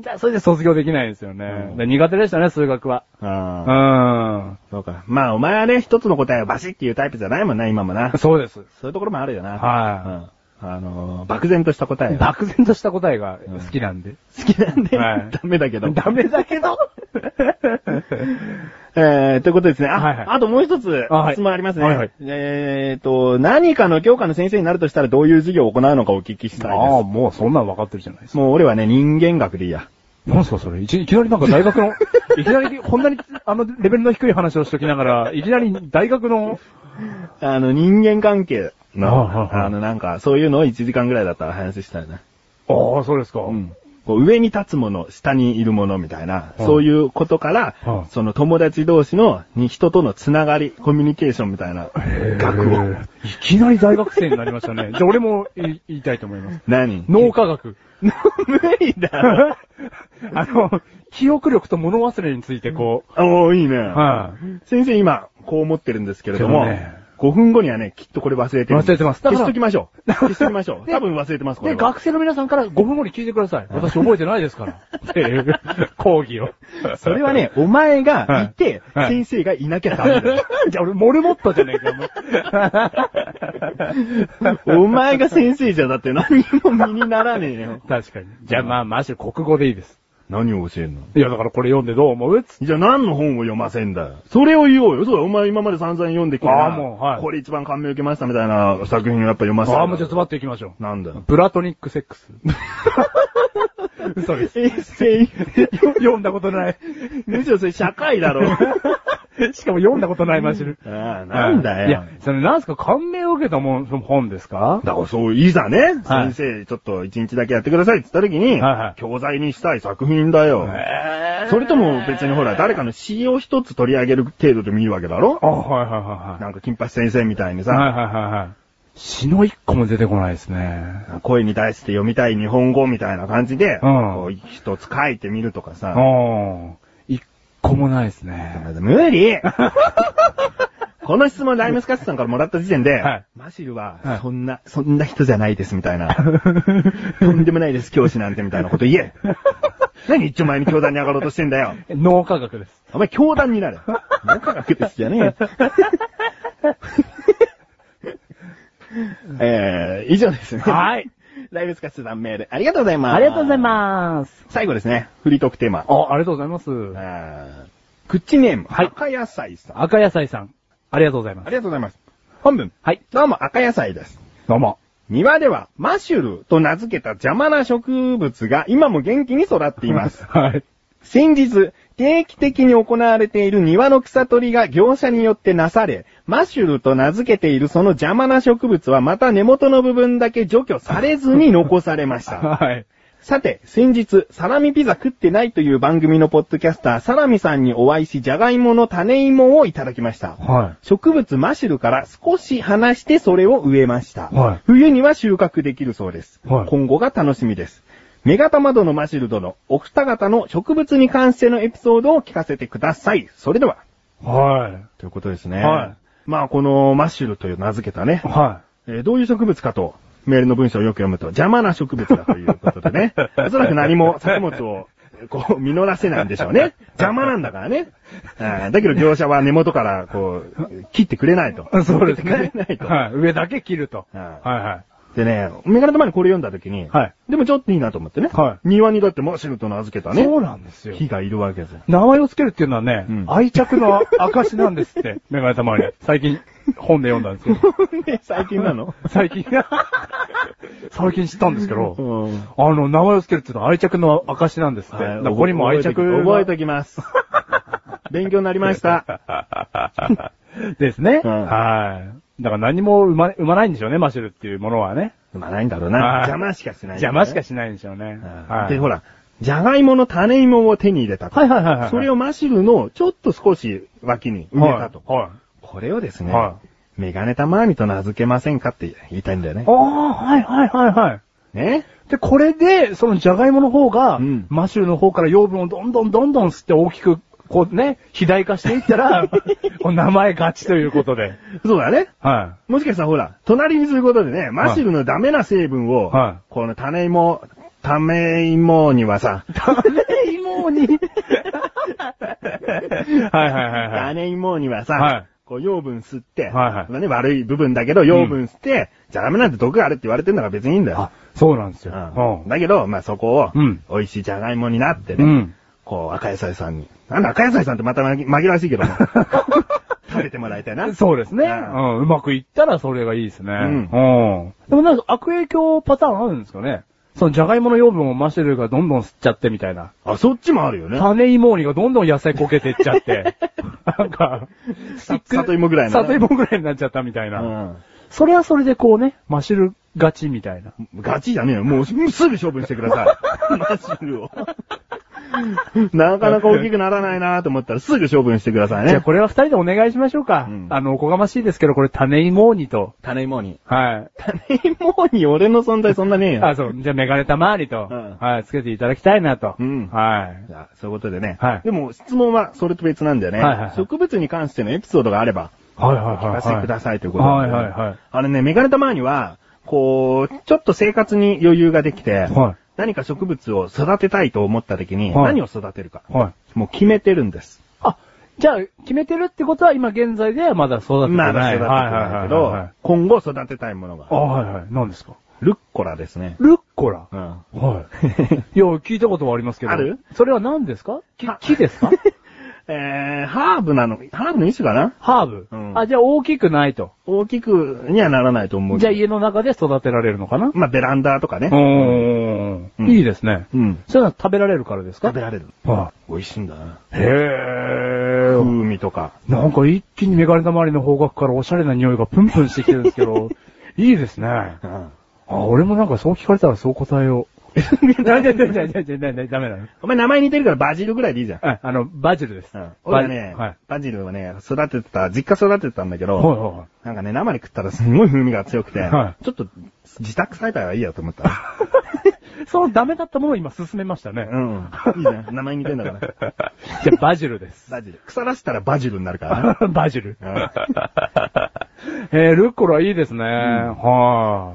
Speaker 1: だそれで卒業できないんですよね。
Speaker 2: うん
Speaker 1: で苦手でしたね、数学は。
Speaker 2: ああ、
Speaker 1: うん。
Speaker 2: そうか。まあお前はね、一つの答えをバシッっていうタイプじゃないもんな、今もな。
Speaker 1: そうです。
Speaker 2: そういうところもあるよな。
Speaker 1: は
Speaker 2: うん。あのー、漠然とした答え。好
Speaker 1: 漠然とした答えが好きなんで。
Speaker 2: きなん で、
Speaker 1: はい
Speaker 2: ダメだけど。
Speaker 1: ダメだけ ど
Speaker 2: えー、ということですね。あ、
Speaker 1: はいはい
Speaker 2: あともう一つ
Speaker 1: あはい
Speaker 2: 質問ありますね。
Speaker 1: はいはい
Speaker 2: えーと、何かの教科の先生になるとしたらどういう授業を行うのかお聞きしたい
Speaker 1: ああ、
Speaker 2: で
Speaker 1: もうそんなん分かってるじゃないです
Speaker 2: す。
Speaker 1: か。
Speaker 2: もう俺はね、人間学でいいや。
Speaker 1: なんすかそれいきいきなりなんか大学 の、いきなりこんなにあのレベルの低い話をしときながら、いきなり大学の、
Speaker 2: あの、人間関係の、
Speaker 1: ああああ
Speaker 2: あの、なんか、そういうのを1時間ぐらいだったら話したいな。
Speaker 1: ああ、そうですか。
Speaker 2: うん。こう上に立つもの、下にいるものみたいな、
Speaker 1: うん
Speaker 2: そういうことから、
Speaker 1: うん
Speaker 2: その友達同士のに人とのつながり、コミュニケーションみたいな
Speaker 1: へえ
Speaker 2: 学を。
Speaker 1: いきなり大学生になりましたね。じゃあ俺もい言いたいと思います。
Speaker 2: 何
Speaker 1: 脳科学。
Speaker 2: 無理だろ。
Speaker 1: あの、記憶力と物忘れについてこ
Speaker 2: おー、いいね。
Speaker 1: う、はい、
Speaker 2: 先生今、こう思ってるんですけれども、
Speaker 1: けどね
Speaker 2: 5分後にはね、きっとこれ忘れてる。
Speaker 1: 忘れてますだか
Speaker 2: 消
Speaker 1: ら
Speaker 2: しときましょう。消しときましょう。
Speaker 1: で
Speaker 2: 多分忘れてます、これ
Speaker 1: で、
Speaker 2: は。
Speaker 1: 学生の皆さんから5分後に聞いてください。私覚えてないですから。 っていう講義を。
Speaker 2: それはね、お前がいて、
Speaker 1: はいはい
Speaker 2: 先生がいなきゃダメだよ。
Speaker 1: じゃあ俺、モルモットじゃねえかよお前、
Speaker 2: お前が先生じゃだって何も身にならねえよ。
Speaker 1: 確かに。じゃあまあ、マジで国語でいいです。
Speaker 2: 何を教えんの
Speaker 1: いや、だからこれ読んでどう思うつ
Speaker 2: じゃあ何の本を読ませんだそれを言おうよ。そうだ、お前今まで散々読んできてな
Speaker 1: ああもうはい
Speaker 2: これ一番感銘受けましたみたいな作品をやっぱ読ませ
Speaker 1: ああ、もうちょっとズ
Speaker 2: と
Speaker 1: バッといきましょ
Speaker 2: なんだ
Speaker 1: う。プラトニックセッ クス。嘘です。
Speaker 2: エッセイ。
Speaker 1: 読んだことない。
Speaker 2: むしろそれ社会だろ。
Speaker 1: しかも読んだことないマシル。
Speaker 2: ああ、なんだよ。
Speaker 1: いや、それなんすか感銘を受けたもん、その本ですか
Speaker 2: だからそう、いざね、
Speaker 1: はい
Speaker 2: 先生、ちょっと一日だけやってくださいって言った時に、
Speaker 1: はいはい
Speaker 2: 教材にしたい作品だよ。
Speaker 1: え
Speaker 2: それとも別にほら、誰かの詩を一つ取り上げる程度で見るわけだろ
Speaker 1: あ、はいはいはいはい。
Speaker 2: なんか金八先生みたいにさ、
Speaker 1: はいはいはいはい。詩の一個も出てこないですね。
Speaker 2: 声に対して読みたい日本語みたいな感じ
Speaker 1: う
Speaker 2: で、
Speaker 1: ん
Speaker 2: こう一つ書いてみるとかさ、
Speaker 1: うん。一個もないですね。
Speaker 2: 無理この質問、ライムスカッシュさんからもらった時点で、
Speaker 1: はい
Speaker 2: マシル
Speaker 1: はい
Speaker 2: は、そんな、そんな人じゃないですみたいな、とんでもないです、教師なんてみたいなこと言え。何一丁前に教団に上がろうとしてんだよ。
Speaker 1: 脳科学です。
Speaker 2: お前教団になれ。なんかけてすじゃね え。えー、以上ですね。
Speaker 1: はい。
Speaker 2: ライブスカッシュさんメール、ありがとうございます。
Speaker 3: ありがとうございます。
Speaker 2: す。最後ですね、フリートークテーマ。
Speaker 1: あ、ありがとうございます。
Speaker 2: あークッチネーム、
Speaker 1: はい
Speaker 2: 赤野菜さん。あ
Speaker 1: 赤野菜さん、ありがとうございます。
Speaker 2: りがとうございます。本文。
Speaker 1: はい。
Speaker 2: どうも赤野菜です。
Speaker 1: どうも。
Speaker 2: 庭ではマシュルと名付けた邪魔な植物が今も元気に育っています。
Speaker 1: はい。
Speaker 2: 先日、定期的に行われている庭の草取りが業者によってなされ、マシュルと名付けているその邪魔な植物はまた根元の部分だけ除去されずに残されました。
Speaker 1: はい。
Speaker 2: さて、先日、サラミピザ食ってないという番組のポッドキャスター、サラミさんにお会いし、ジャガイモの種芋をいただきました。
Speaker 1: は
Speaker 2: 植物マシュルから少し離してそれを植えました。
Speaker 1: はい
Speaker 2: 冬には収穫できるそうです、
Speaker 1: はい
Speaker 2: 今後が楽しみです。メガタマドのマシルドのお二方の植物に関してのエピソードを聞かせてください。それでは、
Speaker 1: は
Speaker 2: ということですね。
Speaker 1: はい
Speaker 2: まあ、このマシルという名付けたね
Speaker 1: い。、は
Speaker 2: えーどういう植物かと、メールの文章をよく読むと、邪魔な植物だということで ね。おそらく何も作物を、こう、実らせないんでしょうね。邪魔なんだからね。あーだけど業者は根元から、こう、切ってくれないと。
Speaker 1: い。そうですね
Speaker 2: 切ってくれない。と。
Speaker 1: はい。上だけ切ると。
Speaker 2: うん
Speaker 1: は
Speaker 2: でね、メガネの前にこれ読んだ時に、
Speaker 1: はい
Speaker 2: でもちょっといいなと思ってね。
Speaker 1: は
Speaker 2: 庭にだってマシルと名付
Speaker 1: い
Speaker 2: けた
Speaker 1: はい。
Speaker 2: ね。
Speaker 1: そうなんですよ。
Speaker 2: 火がいるわけです よ。
Speaker 1: 名前をつけるっていうのはね、
Speaker 2: うん
Speaker 1: 愛着の証なんですって、 メガネたまに。最近、本で読んだんですけ ど。
Speaker 2: ね最近なの
Speaker 1: 最近、 最近知ったんですけ
Speaker 2: う
Speaker 1: ど、
Speaker 2: ん。
Speaker 1: あの、名前をつけるっていうのは愛着の証なんですって。だからここにも愛着が
Speaker 2: 覚えとき ます。勉強になりました。
Speaker 1: ですね。
Speaker 2: うん
Speaker 1: はい。だから何も生ま生まないんでしょうね、マシュルっていうものはね。
Speaker 2: まあないんだろう
Speaker 1: はい
Speaker 2: な。邪魔しかしないんだ
Speaker 1: 邪
Speaker 2: よね、
Speaker 1: 魔しかしないんでしょうね。
Speaker 2: うんで、ほ
Speaker 1: ら。
Speaker 2: ら、じゃがいもの種芋を手に入れたと。
Speaker 1: はいはいはいはい。
Speaker 2: それをマシルのちょっと少し脇に埋めたと。
Speaker 1: はい。はい
Speaker 2: これをですね、
Speaker 1: は
Speaker 2: メガネたまーにと名付けませんかって言いたいんだよね
Speaker 1: あ。あ、はいはいはいはい。
Speaker 2: ね
Speaker 1: で、これで、そのジャガイモの方が、
Speaker 2: うん
Speaker 1: マシュルの方から養分をどんどんどんどん吸って大きく、こうね、肥大化していった ら、こう名前勝ちということで。
Speaker 2: そうだね。
Speaker 1: は
Speaker 2: もしかしたらほら、隣にすることでね、マシルのダメな成分を、
Speaker 1: はい
Speaker 2: この種芋、種芋にはさ、
Speaker 3: え、も うに。
Speaker 1: い。はいはいはいはい。
Speaker 2: 種芋にはさ、
Speaker 1: はい
Speaker 2: こう養分吸って、
Speaker 1: はいはい
Speaker 2: まあね、悪い部分だけど養分吸って、じゃがいもなんて毒があるって言われてんだから別にいいんだよ
Speaker 1: あ。、そうなんですよ。
Speaker 2: うんだけど、まあそこを
Speaker 1: うん、
Speaker 2: 美味しいじゃがいもになって
Speaker 1: う
Speaker 2: ね、
Speaker 1: ん。
Speaker 2: こう赤野菜さんに。なんだ赤野菜さんってまた紛紛らわしいけど も。食べてもらいたいな。
Speaker 1: そうですね。う
Speaker 2: う
Speaker 1: ん。
Speaker 2: ん
Speaker 1: うまくいったらそれがいいですね。
Speaker 2: ん
Speaker 1: うん。でもなんか悪影響パターンあるんですかねそのジャガイモの養分をマシュルがどんどん吸っちゃってみたいな。
Speaker 2: あ、そっちもあるよね。
Speaker 1: 種芋にがどんどん野菜こけてっちゃ って。なんか、
Speaker 2: さ里芋ぐらいのね
Speaker 1: 里芋ぐらいになっちゃったみたいうな。
Speaker 2: ん。
Speaker 1: それはそれでこうね、マシュル勝ちみたいな。
Speaker 2: ガチじゃねえよ。もうすぐ処分してくださ い。マシルを。なかなか大きくならないなと思ったらすぐ処分してください
Speaker 1: じゃあ
Speaker 2: ね。
Speaker 1: これは二人でお願いしましょうか。
Speaker 2: うん
Speaker 1: あの、おこがましいですけど、これ種芋にと。
Speaker 2: 種芋に。
Speaker 1: はい。
Speaker 2: 種芋に俺の存在そんなねえよ。
Speaker 1: あ、そう。じゃあメガネたまわりと、
Speaker 2: うん
Speaker 1: はい、つけていただきたいなと。
Speaker 2: うん
Speaker 1: はい。
Speaker 2: じゃあそういうことでね。
Speaker 1: はい
Speaker 2: でも質問はそれと別なんだよね。
Speaker 1: はいはいはい
Speaker 2: 植物に関してのエピソードがあれば
Speaker 1: はいはい
Speaker 2: 聞かせてくださいということ
Speaker 1: は
Speaker 2: なん
Speaker 1: い
Speaker 2: だよ
Speaker 1: は
Speaker 2: ね
Speaker 1: いはい。
Speaker 2: あのね、メガネたまには、こう、ちょっと生活に余裕ができて、
Speaker 1: はい
Speaker 2: 何か植物を育てたいと思った時に、
Speaker 1: はい
Speaker 2: 何を育てるか、
Speaker 1: はい。
Speaker 2: もう決めてるんです。
Speaker 1: あ、じゃあ、決めてるってことは今現在ではまだ育ててな
Speaker 2: ま
Speaker 1: い。
Speaker 2: だ育ててないけ
Speaker 1: はいはいはいはい
Speaker 2: ど、今後育てたいもの
Speaker 1: あ、
Speaker 2: が、
Speaker 1: はいはい。何ですか
Speaker 2: ルッコラですね。
Speaker 1: ルッコラ。
Speaker 2: うん。
Speaker 1: はい。い や、聞いたことはありますけど。
Speaker 2: ある
Speaker 1: それは何ですかき
Speaker 2: は
Speaker 1: 木ですか
Speaker 2: えー、ハーブなの、ハーブの一種かな
Speaker 1: ハーブ、
Speaker 2: うん
Speaker 1: あ、じゃあ大きくないと。
Speaker 2: 大きくにはならないと思うけ
Speaker 1: じゃ
Speaker 2: ど。
Speaker 1: あ家の中で育てられるのかな
Speaker 2: まあ、ベランダとかね。
Speaker 1: ん
Speaker 2: うん
Speaker 1: いいですね。
Speaker 2: うん。
Speaker 1: それは食べられるからですか
Speaker 2: 食べられる。
Speaker 1: は
Speaker 2: 美味しいんだな。
Speaker 1: い。へえ。
Speaker 2: 風味とか。
Speaker 1: なんか一気にメガネたまわりの方角からおしゃれな匂いがプンプンしてきてるんですけ ど、いいですね。あ、
Speaker 2: うん。
Speaker 1: 俺もなんかそう聞かれたらそう答えよう。ダメダメダメダメダメダメダメなの
Speaker 2: お前名前似てるからバジルぐらいでいいじゃん。
Speaker 1: ああの、バジルです。
Speaker 2: うん。
Speaker 1: バ
Speaker 2: 俺はね、
Speaker 1: はい。
Speaker 2: バジルはね、育ててた、実家育ててたんだけど、
Speaker 1: はいは
Speaker 2: なんかね、生で食ったらすごい風味が強くて、
Speaker 1: は
Speaker 2: ちょっと自宅栽培はいいやと 思った。
Speaker 1: い。そのダメだったものを今進めましたね。
Speaker 2: うん。いいじゃん。名前似てんだから。
Speaker 1: じゃあ、バジル です。
Speaker 2: バジル。腐らしたらバジルになるからね。
Speaker 1: バジル。
Speaker 2: うん
Speaker 1: えー、ルッコラいいですね。は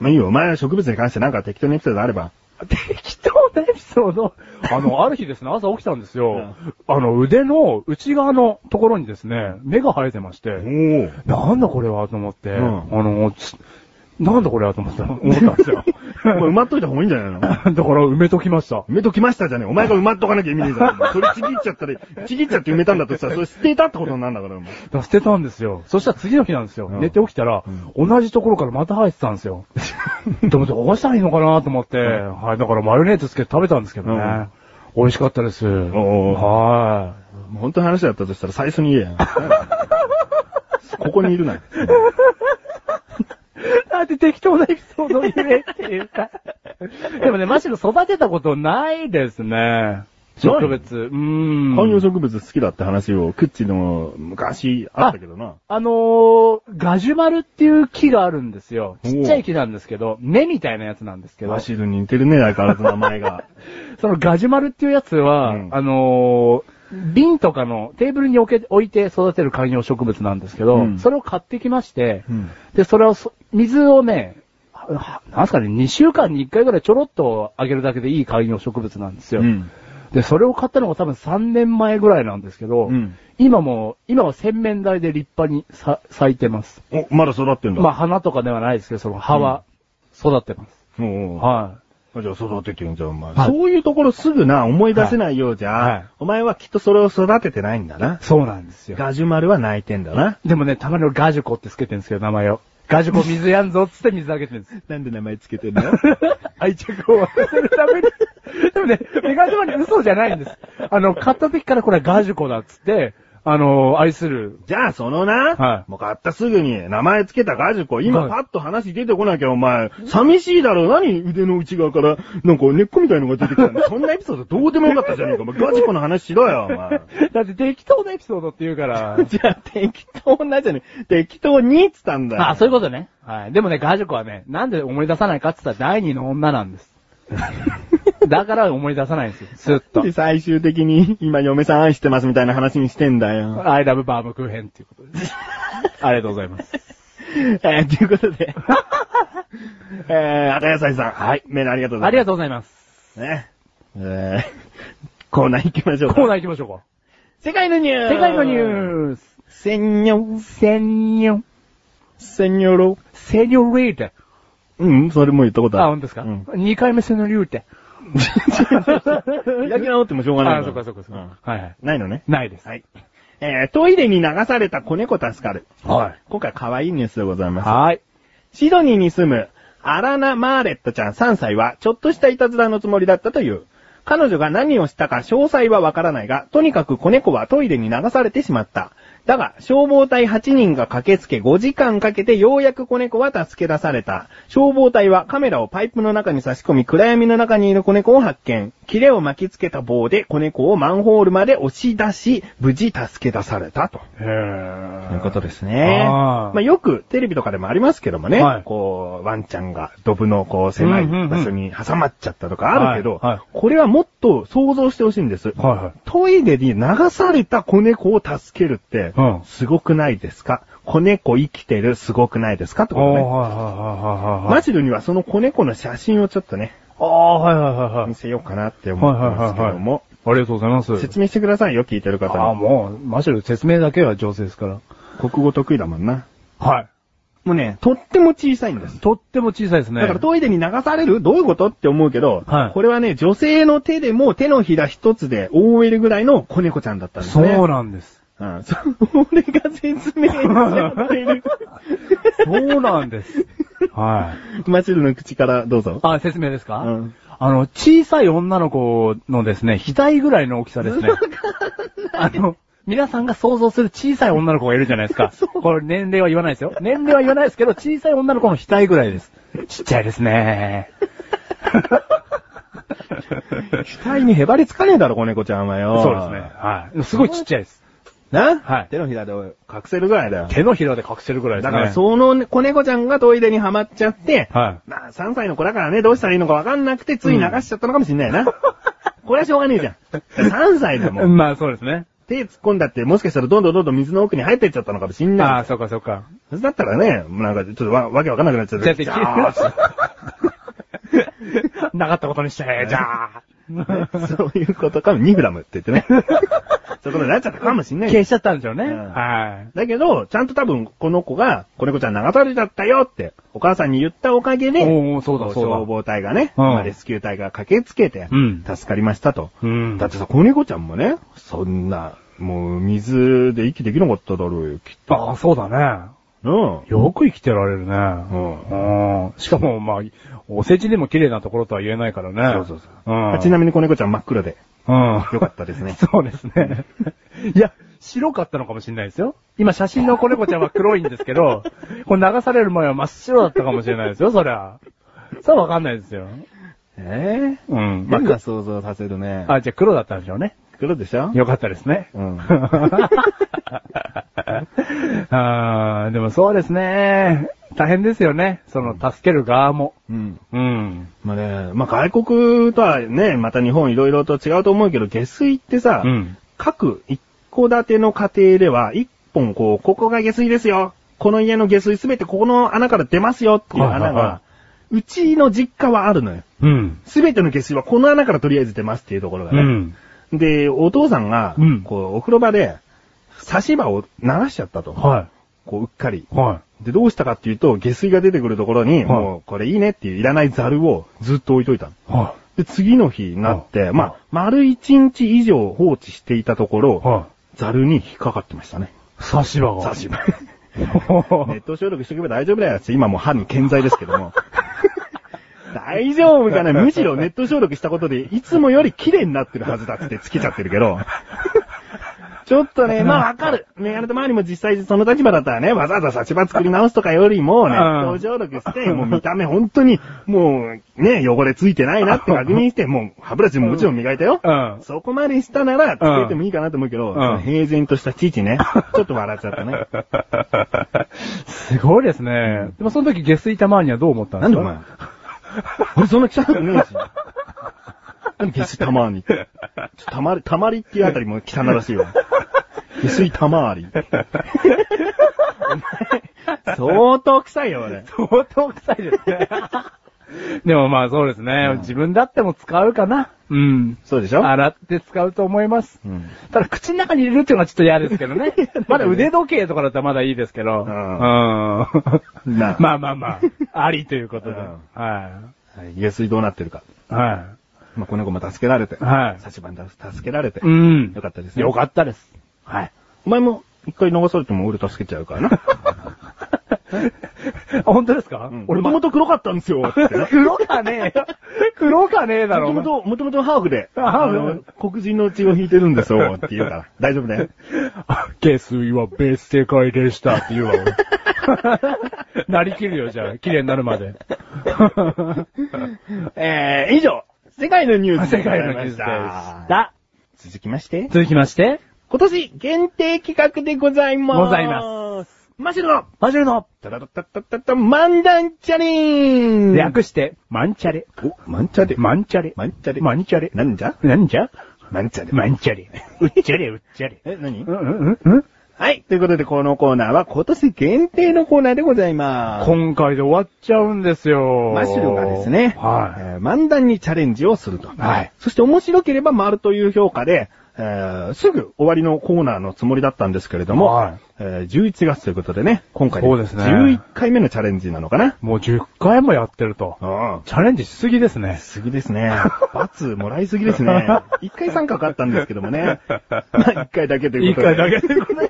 Speaker 2: まあいいよ。お前は植物に関してなんか適当なエピソードあれば。
Speaker 1: い。適当なエピソード。あ の、ある日ですね、朝起きたんです
Speaker 2: う
Speaker 1: よ
Speaker 2: ん。
Speaker 1: あの、腕の内側のところにですね、目が生えてまして。
Speaker 2: お。
Speaker 1: なんだこれはと思って、
Speaker 2: うん
Speaker 1: あの、つなんだこれはと思った、思ったんです よ。
Speaker 2: お前埋まっといた方がいいんじゃないの
Speaker 1: だから埋めときました。
Speaker 2: 埋めときましたじゃねえ。お前が埋まっとかなきゃ意味ねえじ ゃん。それちぎっちゃったら、ちぎっちゃって埋めたんだとしたら、それ捨てたってことになるんだから、お前。
Speaker 1: だから捨てたんですよ。そしたら次の日なんですよ。
Speaker 2: うん
Speaker 1: 寝て起きたら、同じところからまた生えてたんです よ。でもどうしたらいいのかなと思って、はい、だからマヨネーズつけて食べたんですけどね。
Speaker 2: うん
Speaker 1: 美味しかったです。
Speaker 2: おー
Speaker 1: は
Speaker 2: もう本当の話だったとしたら最初に言え よ。ここにいるな。
Speaker 1: い。だって適 当なエピソード 言えっていうか。でもね、マシュル育てたことないですね。植物。うーん。
Speaker 2: 観葉植物好きだって話を、クッチの昔あったけどな。
Speaker 1: あのー、ガジュマルっていう木があるんですよ。
Speaker 2: おう
Speaker 1: ちっちゃい木なんですけど、根みたいなやつなんですけど
Speaker 2: ワ、シードに似てるね、相変わらず名前が。
Speaker 1: そのガジュマルっていうやつは、
Speaker 2: うん
Speaker 1: あのー、瓶とかのテーブルに置け置いて育てる観葉植物なんですけど、
Speaker 2: うん
Speaker 1: それを買ってきまして、
Speaker 2: うん
Speaker 1: で、それをそ、水をね、はなんすかね、2週間に1回ぐらいちょろっとあげるだけでいい観葉植物なんですよ。
Speaker 2: うん。
Speaker 1: で、それを買ったのが多分3年前ぐらいなんですけど、
Speaker 2: うん
Speaker 1: 今も、今は洗面台で立派にさ咲いてます。
Speaker 2: お、まだ育ってんだ。
Speaker 1: まあ花とかではないですけど、その葉は育ってます。
Speaker 2: おうおう
Speaker 1: は
Speaker 2: あじゃあ育ててるんじゃん、お前。
Speaker 1: はい
Speaker 2: そういうところすぐな、思い出せないようじゃ、
Speaker 1: はい
Speaker 2: お前はきっとそれを育ててないんだな。
Speaker 1: い。そうなんですよ。
Speaker 2: ガジュマルは泣いてんだな。
Speaker 1: でもね、たまに俺ガジュコってつけてるんですけど、名前を。ガジュコ水やんぞっつって水あげてるんです。
Speaker 2: なんで名前つけてんの
Speaker 1: 愛着を忘れるために。 でもね、メガジュマに嘘じゃないんです。あの、買った時からこれはガジュコだっつって、あの、愛する。
Speaker 2: じゃあ、そのな、
Speaker 1: はい
Speaker 2: もう買ったすぐに名前つけたガジュコ、今
Speaker 1: はい
Speaker 2: パッと話出てこなきゃお前、寂しいだろう、何腕の内側から、なんか根っこみたいのが出て きたのそんなエピソードどうでもよかったじゃねえか、お前ガジュコの話しろよ、お前。
Speaker 1: だって適当なエピソードって言うから。
Speaker 2: じゃあ、適当なじゃねえ。適当にっつったんだよ。
Speaker 1: あ、そういうことね。はい。でもね、ガジュコはね、なんで思い出さないかって言ったら第二の女なんです。 だから思い出さないんですよ。スッと
Speaker 2: で、。最終的に、今嫁さん愛してますみたいな話にしてん だよ。
Speaker 1: I love バームクーヘンっていうこと です。ありがとうございます。
Speaker 2: えー、ということ で。えー、赤野菜さん。はい。メールありがとうござ
Speaker 1: あ
Speaker 2: い
Speaker 1: り
Speaker 2: ま
Speaker 1: がとうございます。
Speaker 2: す。ね。えー、コーナー行きましょうか。
Speaker 1: コーナー行きましょうか。
Speaker 2: 世界のニュース
Speaker 1: 世界のニ
Speaker 2: ー
Speaker 1: ュース。
Speaker 2: スセニョ、
Speaker 1: セニョ、
Speaker 2: セニョロ。
Speaker 1: セニョリーテ。
Speaker 2: うん、それも言ったことある。
Speaker 1: あ、本当ですか、
Speaker 2: う
Speaker 1: 二
Speaker 2: ん。
Speaker 1: ?2 回目セニョリー テ。
Speaker 2: 開き直ってもしょうがないの。
Speaker 1: あ、そっかそっかそっ
Speaker 2: うん
Speaker 1: か。はいはい。
Speaker 2: ないのね。
Speaker 1: ないです。
Speaker 2: はい。えー、トイレに流された子猫助かる。
Speaker 1: はい。
Speaker 2: 今回可愛いニュースでございます。
Speaker 1: はい。
Speaker 2: シドニーに住むアラナ・マーレットちゃん3歳は、ちょっとしたいたずらのつもりだったという。彼女が何をしたか詳細はわからないが、とにかく子猫はトイレに流されてしまった。だが、消防隊8人が駆けつけ5時間かけてようやく子猫は助け出された。消防隊はカメラをパイプの中に差し込み暗闇の中にいる子猫を発見。キレを巻きつけた棒で子猫をマンホールまで押し出し、無事助け出されたと。
Speaker 1: へー
Speaker 2: ということですね。
Speaker 1: あー
Speaker 2: まあ、よくテレビとかでもありますけどもね、
Speaker 1: はい
Speaker 2: こう、ワンちゃんがドブのこう狭い場所に挟まっちゃったとかあるけど、
Speaker 1: はいはい
Speaker 2: これはもっと想像してほしいんです。
Speaker 1: はいはい。
Speaker 2: トイレに流された子猫を助けるって
Speaker 1: うん、
Speaker 2: すごくないですか、子猫生きてるすごくないですかってことね。
Speaker 1: はいはいはいはいはい。
Speaker 2: マシルにはその子猫の写真をちょっとね、
Speaker 1: ああ、はいはいはいはい
Speaker 2: 見。せようかなって思ってますけども、
Speaker 1: ありがとうございます。
Speaker 2: 説明してくださいよ、聞いてる方
Speaker 1: ああ、
Speaker 2: に。
Speaker 1: もう、マシュル説明だけは上手ですから。
Speaker 2: 国語得意だもんな。
Speaker 1: はい。
Speaker 2: もうね、とっても小さいんです。
Speaker 1: とっても小さいですね。
Speaker 2: だからトイレに流されるどういうことって思うけど、
Speaker 1: はい
Speaker 2: これはね、女性の手でも手のひら一つで覆えるぐらいの子猫ちゃんだったんです
Speaker 1: そ
Speaker 2: ね。
Speaker 1: うなんです。
Speaker 2: うん。それが説明しちゃって る。
Speaker 1: そうなん です。はい。
Speaker 2: マシルの口からどうぞ。
Speaker 1: あ、説明ですか
Speaker 2: うん
Speaker 1: あの、小さい女の子のですね、額ぐらいの大きさですね。あの、皆さんが想像する小さい女の子がいるじゃないです か。これ年齢は言わないですよ。年齢は言わないですけど、小さい女の子の額ぐらいです。ちっちゃいです ね。
Speaker 2: 額にへばりつかねえだろ、子猫ちゃんはよ。
Speaker 1: そうですね。。はい。すごいちっちゃいです。
Speaker 2: な、
Speaker 1: はい
Speaker 2: 手のひらで隠せるぐらいだよ。
Speaker 1: 手のひらで隠せるぐらいです
Speaker 2: だ
Speaker 1: ね。
Speaker 2: から、その子猫ちゃんがトイレにはまっちゃって、
Speaker 1: は
Speaker 2: まあ、3歳の子だからね、どうしたらいいのかわかんなくて、つい流しちゃったのかもしんな いな。これはしょうがねえじゃん。3歳だもん。
Speaker 1: まあそうですね。
Speaker 2: 手突っ込んだって、もしかしたらどんどんどんどん水の奥に入っていっちゃったのかもしん
Speaker 1: あ
Speaker 2: な
Speaker 1: あ、
Speaker 2: い。
Speaker 1: そうかそうか。
Speaker 2: それだったらね、なんかちょっとわわけわかんなくなっちゃっ
Speaker 1: じゃ
Speaker 2: て。
Speaker 1: あでき
Speaker 2: ジャ ー
Speaker 1: なかったことにして、じゃあ。
Speaker 2: ッ そういうことかも、2グラムって言ってね。そういうことになっちゃったかもしんない
Speaker 1: 消
Speaker 2: けど。
Speaker 1: しちゃったんでしょうね。
Speaker 2: うん
Speaker 1: はい。
Speaker 2: だけど、ちゃんと多分、この子が、子猫ちゃん流されちゃったよって、お母さんに言ったおかげで、
Speaker 1: おーそうだそうだ
Speaker 2: 消防隊がね、
Speaker 1: うん
Speaker 2: まあレスキュー隊が駆けつけて
Speaker 1: うん、
Speaker 2: 助かりましたと。
Speaker 1: うん
Speaker 2: だってさ、子猫ちゃんもね、そんな、もう、水で息できなかっただろうよ、きっ
Speaker 1: ああ、そうだね。
Speaker 2: と。
Speaker 1: よく生きてられるね。
Speaker 2: う
Speaker 1: うん。しかも、まあ、お世辞でも綺麗なところとは言えないからね。
Speaker 2: そうそうそ
Speaker 1: う
Speaker 2: う
Speaker 1: ん。
Speaker 2: うん。ちなみに子猫ちゃん真っ黒で、
Speaker 1: うん。。
Speaker 2: よかったですね
Speaker 1: そうですね。いや、白かったのかもしれないですよ。今、写真の子猫ちゃんは黒いんですけど、これ流される前は真っ白だったかもしれないですよ、そりゃ。それはわかんないですよ。
Speaker 2: ええ
Speaker 1: うん。まあ
Speaker 2: まあ、変な想像させるね。
Speaker 1: あ、じゃあ黒だったんでしょうね。
Speaker 2: 黒でしょ
Speaker 1: よかったです ね。
Speaker 2: うん。
Speaker 1: あーでもそうですね。大変ですよね。その、助ける側も。
Speaker 2: うん。
Speaker 1: うん。
Speaker 2: まあね、まあ外国とはね、また日本いろいろと違うと思うけど、下水ってさ、
Speaker 1: うん。
Speaker 2: 各一戸建ての家庭では、一本こう、ここが下水ですよ。この家の下水すべてここの穴から出ますよっていう
Speaker 1: は
Speaker 2: 穴
Speaker 1: いはいは
Speaker 2: が、うちの実家はあるのよ。
Speaker 1: うん。
Speaker 2: すべての下水はこの穴からとりあえず出ますっていうところが
Speaker 1: う
Speaker 2: ね。
Speaker 1: ん。
Speaker 2: で、お父さんが
Speaker 1: うん、
Speaker 2: こう、お風呂場で、差し歯を流しちゃったと。
Speaker 1: は
Speaker 2: こう、うっかり。
Speaker 1: い。は
Speaker 2: で、どうしたかっていうと、下水が出てくるところに、
Speaker 1: い
Speaker 2: もう、これいいねっていういらないザルをずっと置いといたの。
Speaker 1: い。は
Speaker 2: で、次の日になって、
Speaker 1: はい
Speaker 2: まあ、丸一日以上放置していたところ、
Speaker 1: い。は
Speaker 2: ザルに引っかかってましたね。
Speaker 1: い。差し歯が。
Speaker 2: 差し歯。
Speaker 1: 歯
Speaker 2: ネット消毒しておけば大丈夫だよって、今もう歯に健在です けども。大丈夫かなむしろネット消毒したことで、いつもより綺麗になってるはずだっつってつけちゃってる けど。ちょっとね、まあわかる。メガネと周りも実際その立場だったらね、わざわざ差し歯作り直すとかよりも、ネット消毒して、もう見た目本当に、もうね、汚れついてないなって確認して、もう歯ブラシももちろん磨いたよ。
Speaker 1: うん。
Speaker 2: そこまでしたなら、つけてもいいかなと思うけど、
Speaker 1: ん
Speaker 2: その平然とした父ね、ちょっと笑っちゃったね。
Speaker 1: すごいですね。でもその時下水たまにはどう思ったん
Speaker 2: な
Speaker 1: で
Speaker 2: ん
Speaker 1: す
Speaker 2: で
Speaker 1: か
Speaker 2: お前、俺そんな汚くねえし。なんで下水たまーに。ちょっとたまり、たまりっていうあたりも汚らしいわ。下水たまーり。相当臭いよ、俺。
Speaker 1: 相当臭いです ね。でもまあそうですね。自分だっても使うかな。うん。
Speaker 2: そうでしょ
Speaker 1: 洗って使うと思います。
Speaker 2: うん。
Speaker 1: ただ口の中に入れるっていうのはちょっと嫌ですけど ね。まだ腕時計とかだったらまだいいですけど。う
Speaker 2: ん
Speaker 1: ん。 ま
Speaker 2: な
Speaker 1: あまあ まあ、ありということで。
Speaker 2: うん
Speaker 1: は
Speaker 2: はい下水どうなってるか。
Speaker 1: い。は
Speaker 2: まあ、この子も助けられて。
Speaker 1: い。はい。
Speaker 2: 差し番だ助けられて。
Speaker 1: うん。
Speaker 2: よかったですね。
Speaker 1: よかった です。はい。
Speaker 2: お前も一回逃されても俺助けちゃうからな。
Speaker 1: あ本当ですか
Speaker 2: 俺もともと黒かったんです よ。つってね
Speaker 1: 黒かね えよ。黒かねえだろ。お
Speaker 2: も
Speaker 1: 前
Speaker 2: ともと、もともとハーフで、
Speaker 1: ハ
Speaker 2: あ
Speaker 1: ーフ
Speaker 2: の、黒人の血を引いてるんです よ、って言うから。大丈夫だよ。
Speaker 1: あ下水は別世界でしたって言うわ、 俺なりきるよ、じゃあ。綺麗になるま で。
Speaker 2: えー、以上、世界のニュース
Speaker 1: 世
Speaker 2: でござ
Speaker 1: 界
Speaker 2: い
Speaker 1: の
Speaker 2: ま
Speaker 1: ニュースで
Speaker 2: し。
Speaker 1: したた。
Speaker 2: 続きまして、
Speaker 1: 続きまして、
Speaker 2: 今年限定企画でございます。
Speaker 1: ござい
Speaker 2: ます。マシュルの、
Speaker 1: マジュルの、
Speaker 2: タラタタタタタ、漫談チャレンジ
Speaker 1: 略して、マンチャレ。
Speaker 2: お、マンチャで。
Speaker 1: マンチャレ。
Speaker 2: マンチャで。
Speaker 1: マンチャレ。
Speaker 2: なんじゃ
Speaker 1: なんじゃ
Speaker 2: マンチャで。
Speaker 1: マンチャレ。うっちゃれ、うっちゃれ。
Speaker 2: え、何
Speaker 1: うんうんうんうん
Speaker 2: はい。ということで、このコーナーは今年限定のコーナーでございます。
Speaker 1: 今回で終わっちゃうんですよ。
Speaker 2: マシュルがですね、え
Speaker 1: は
Speaker 2: ー漫談にチャレンジをすると。
Speaker 1: はい
Speaker 2: そして面白ければ丸という評価で、えーすぐ終わりのコーナーのつもりだったんですけれども、
Speaker 1: はい
Speaker 2: えー11月ということでね、今回
Speaker 1: そうですね。
Speaker 2: 11回目のチャレンジなのかない
Speaker 1: もう10回もやってると。
Speaker 2: ああ。
Speaker 1: チャレンジしすぎですね。
Speaker 2: すぎですね。罰もらいすぎです ね。一回参加があったんですけどもね。まあ一回だけとい
Speaker 1: 一
Speaker 2: うことで。
Speaker 1: 回だけということ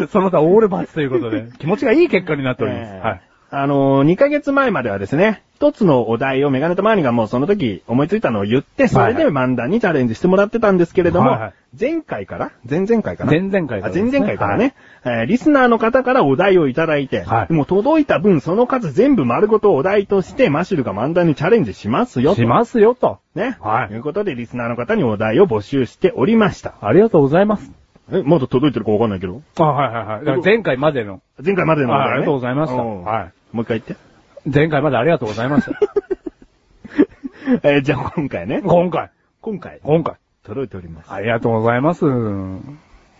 Speaker 1: で。その他オールバツということで、気持ちがいい結果になっております。
Speaker 2: えー
Speaker 1: はい。
Speaker 2: あのー、2ヶ月前まではですね、一つのお題をメガネとマーニがもうその時思いついたのを言って、それで漫談にチャレンジしてもらってたんですけれども、
Speaker 1: はいはい
Speaker 2: 前回から前々回かな
Speaker 1: 前々回
Speaker 2: あ
Speaker 1: からですね
Speaker 2: 前々回からね、えーリスナーの方からお題をいただいて、
Speaker 1: はい
Speaker 2: もう届いた分その数全部丸ごとお題としてマシュルが漫談にチャレンジしますよと。
Speaker 1: しますよと。
Speaker 2: ね。
Speaker 1: はい
Speaker 2: ということでリスナーの方にお題を募集しておりました。
Speaker 1: ありがとうございます。
Speaker 2: え、まだ届いてるかわかんないけど。
Speaker 1: あ、はいはいはい。だから前回までの。
Speaker 2: 前回までのお題、ね、
Speaker 1: あありがとうございました
Speaker 2: ん
Speaker 1: はい
Speaker 2: もう一回言って。
Speaker 1: 前回までありがとうございま した。
Speaker 2: えーじゃあ今回ね。
Speaker 1: 今回。
Speaker 2: 今回、
Speaker 1: 今回。
Speaker 2: 届いております。
Speaker 1: ありがとうございます。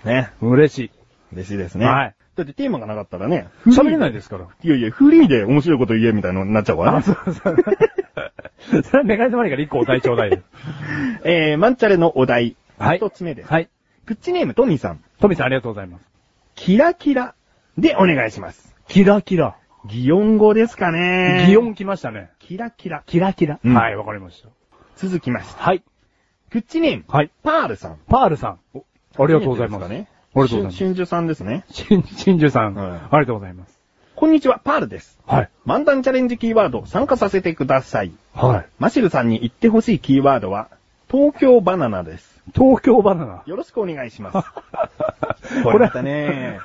Speaker 2: ね。
Speaker 1: 嬉し
Speaker 2: 嬉しいですね。
Speaker 1: はい。
Speaker 2: だってテーマがなかったらね、
Speaker 1: い。喋れないですから。
Speaker 2: いやいや、フリーで面白いこと言えみたいなのになっちゃうからね。
Speaker 1: うそう。それはメガネたまりから一個お題ちょうだいです。
Speaker 2: えー、マンチャレのお題。
Speaker 1: はい
Speaker 2: 一つ目です。
Speaker 1: はい。
Speaker 2: プッチネームトミーさん。
Speaker 1: トミーさんありがとうございます。
Speaker 2: キラキラでお願いします。
Speaker 1: キラキラ。
Speaker 2: 擬音語ですかね。
Speaker 1: 擬。音来ましたね。
Speaker 2: キラキラ。
Speaker 1: キラキラ。
Speaker 2: うん
Speaker 1: はい、わかりました。
Speaker 2: 続きました。
Speaker 1: はい。
Speaker 2: プッチネーム、
Speaker 1: はい。
Speaker 2: パールさん。
Speaker 1: パールさん。ありがとうございます。
Speaker 2: 初めてで
Speaker 1: あ
Speaker 2: す
Speaker 1: り
Speaker 2: かね。
Speaker 1: がとうございます
Speaker 2: しゅんじゅさんですね。
Speaker 1: しん、しんじゅさん、
Speaker 2: はい
Speaker 1: ありがとうございます。
Speaker 2: こんにちは、パールです。
Speaker 1: はい。
Speaker 2: 漫談チャレンジキーワード参加させてください。
Speaker 1: はい。
Speaker 2: マシルさんに言ってほしいキーワードは、東京バナナです。
Speaker 1: 東京バナナ。
Speaker 2: よろしくお願いします。
Speaker 1: こ
Speaker 2: これだっ たね。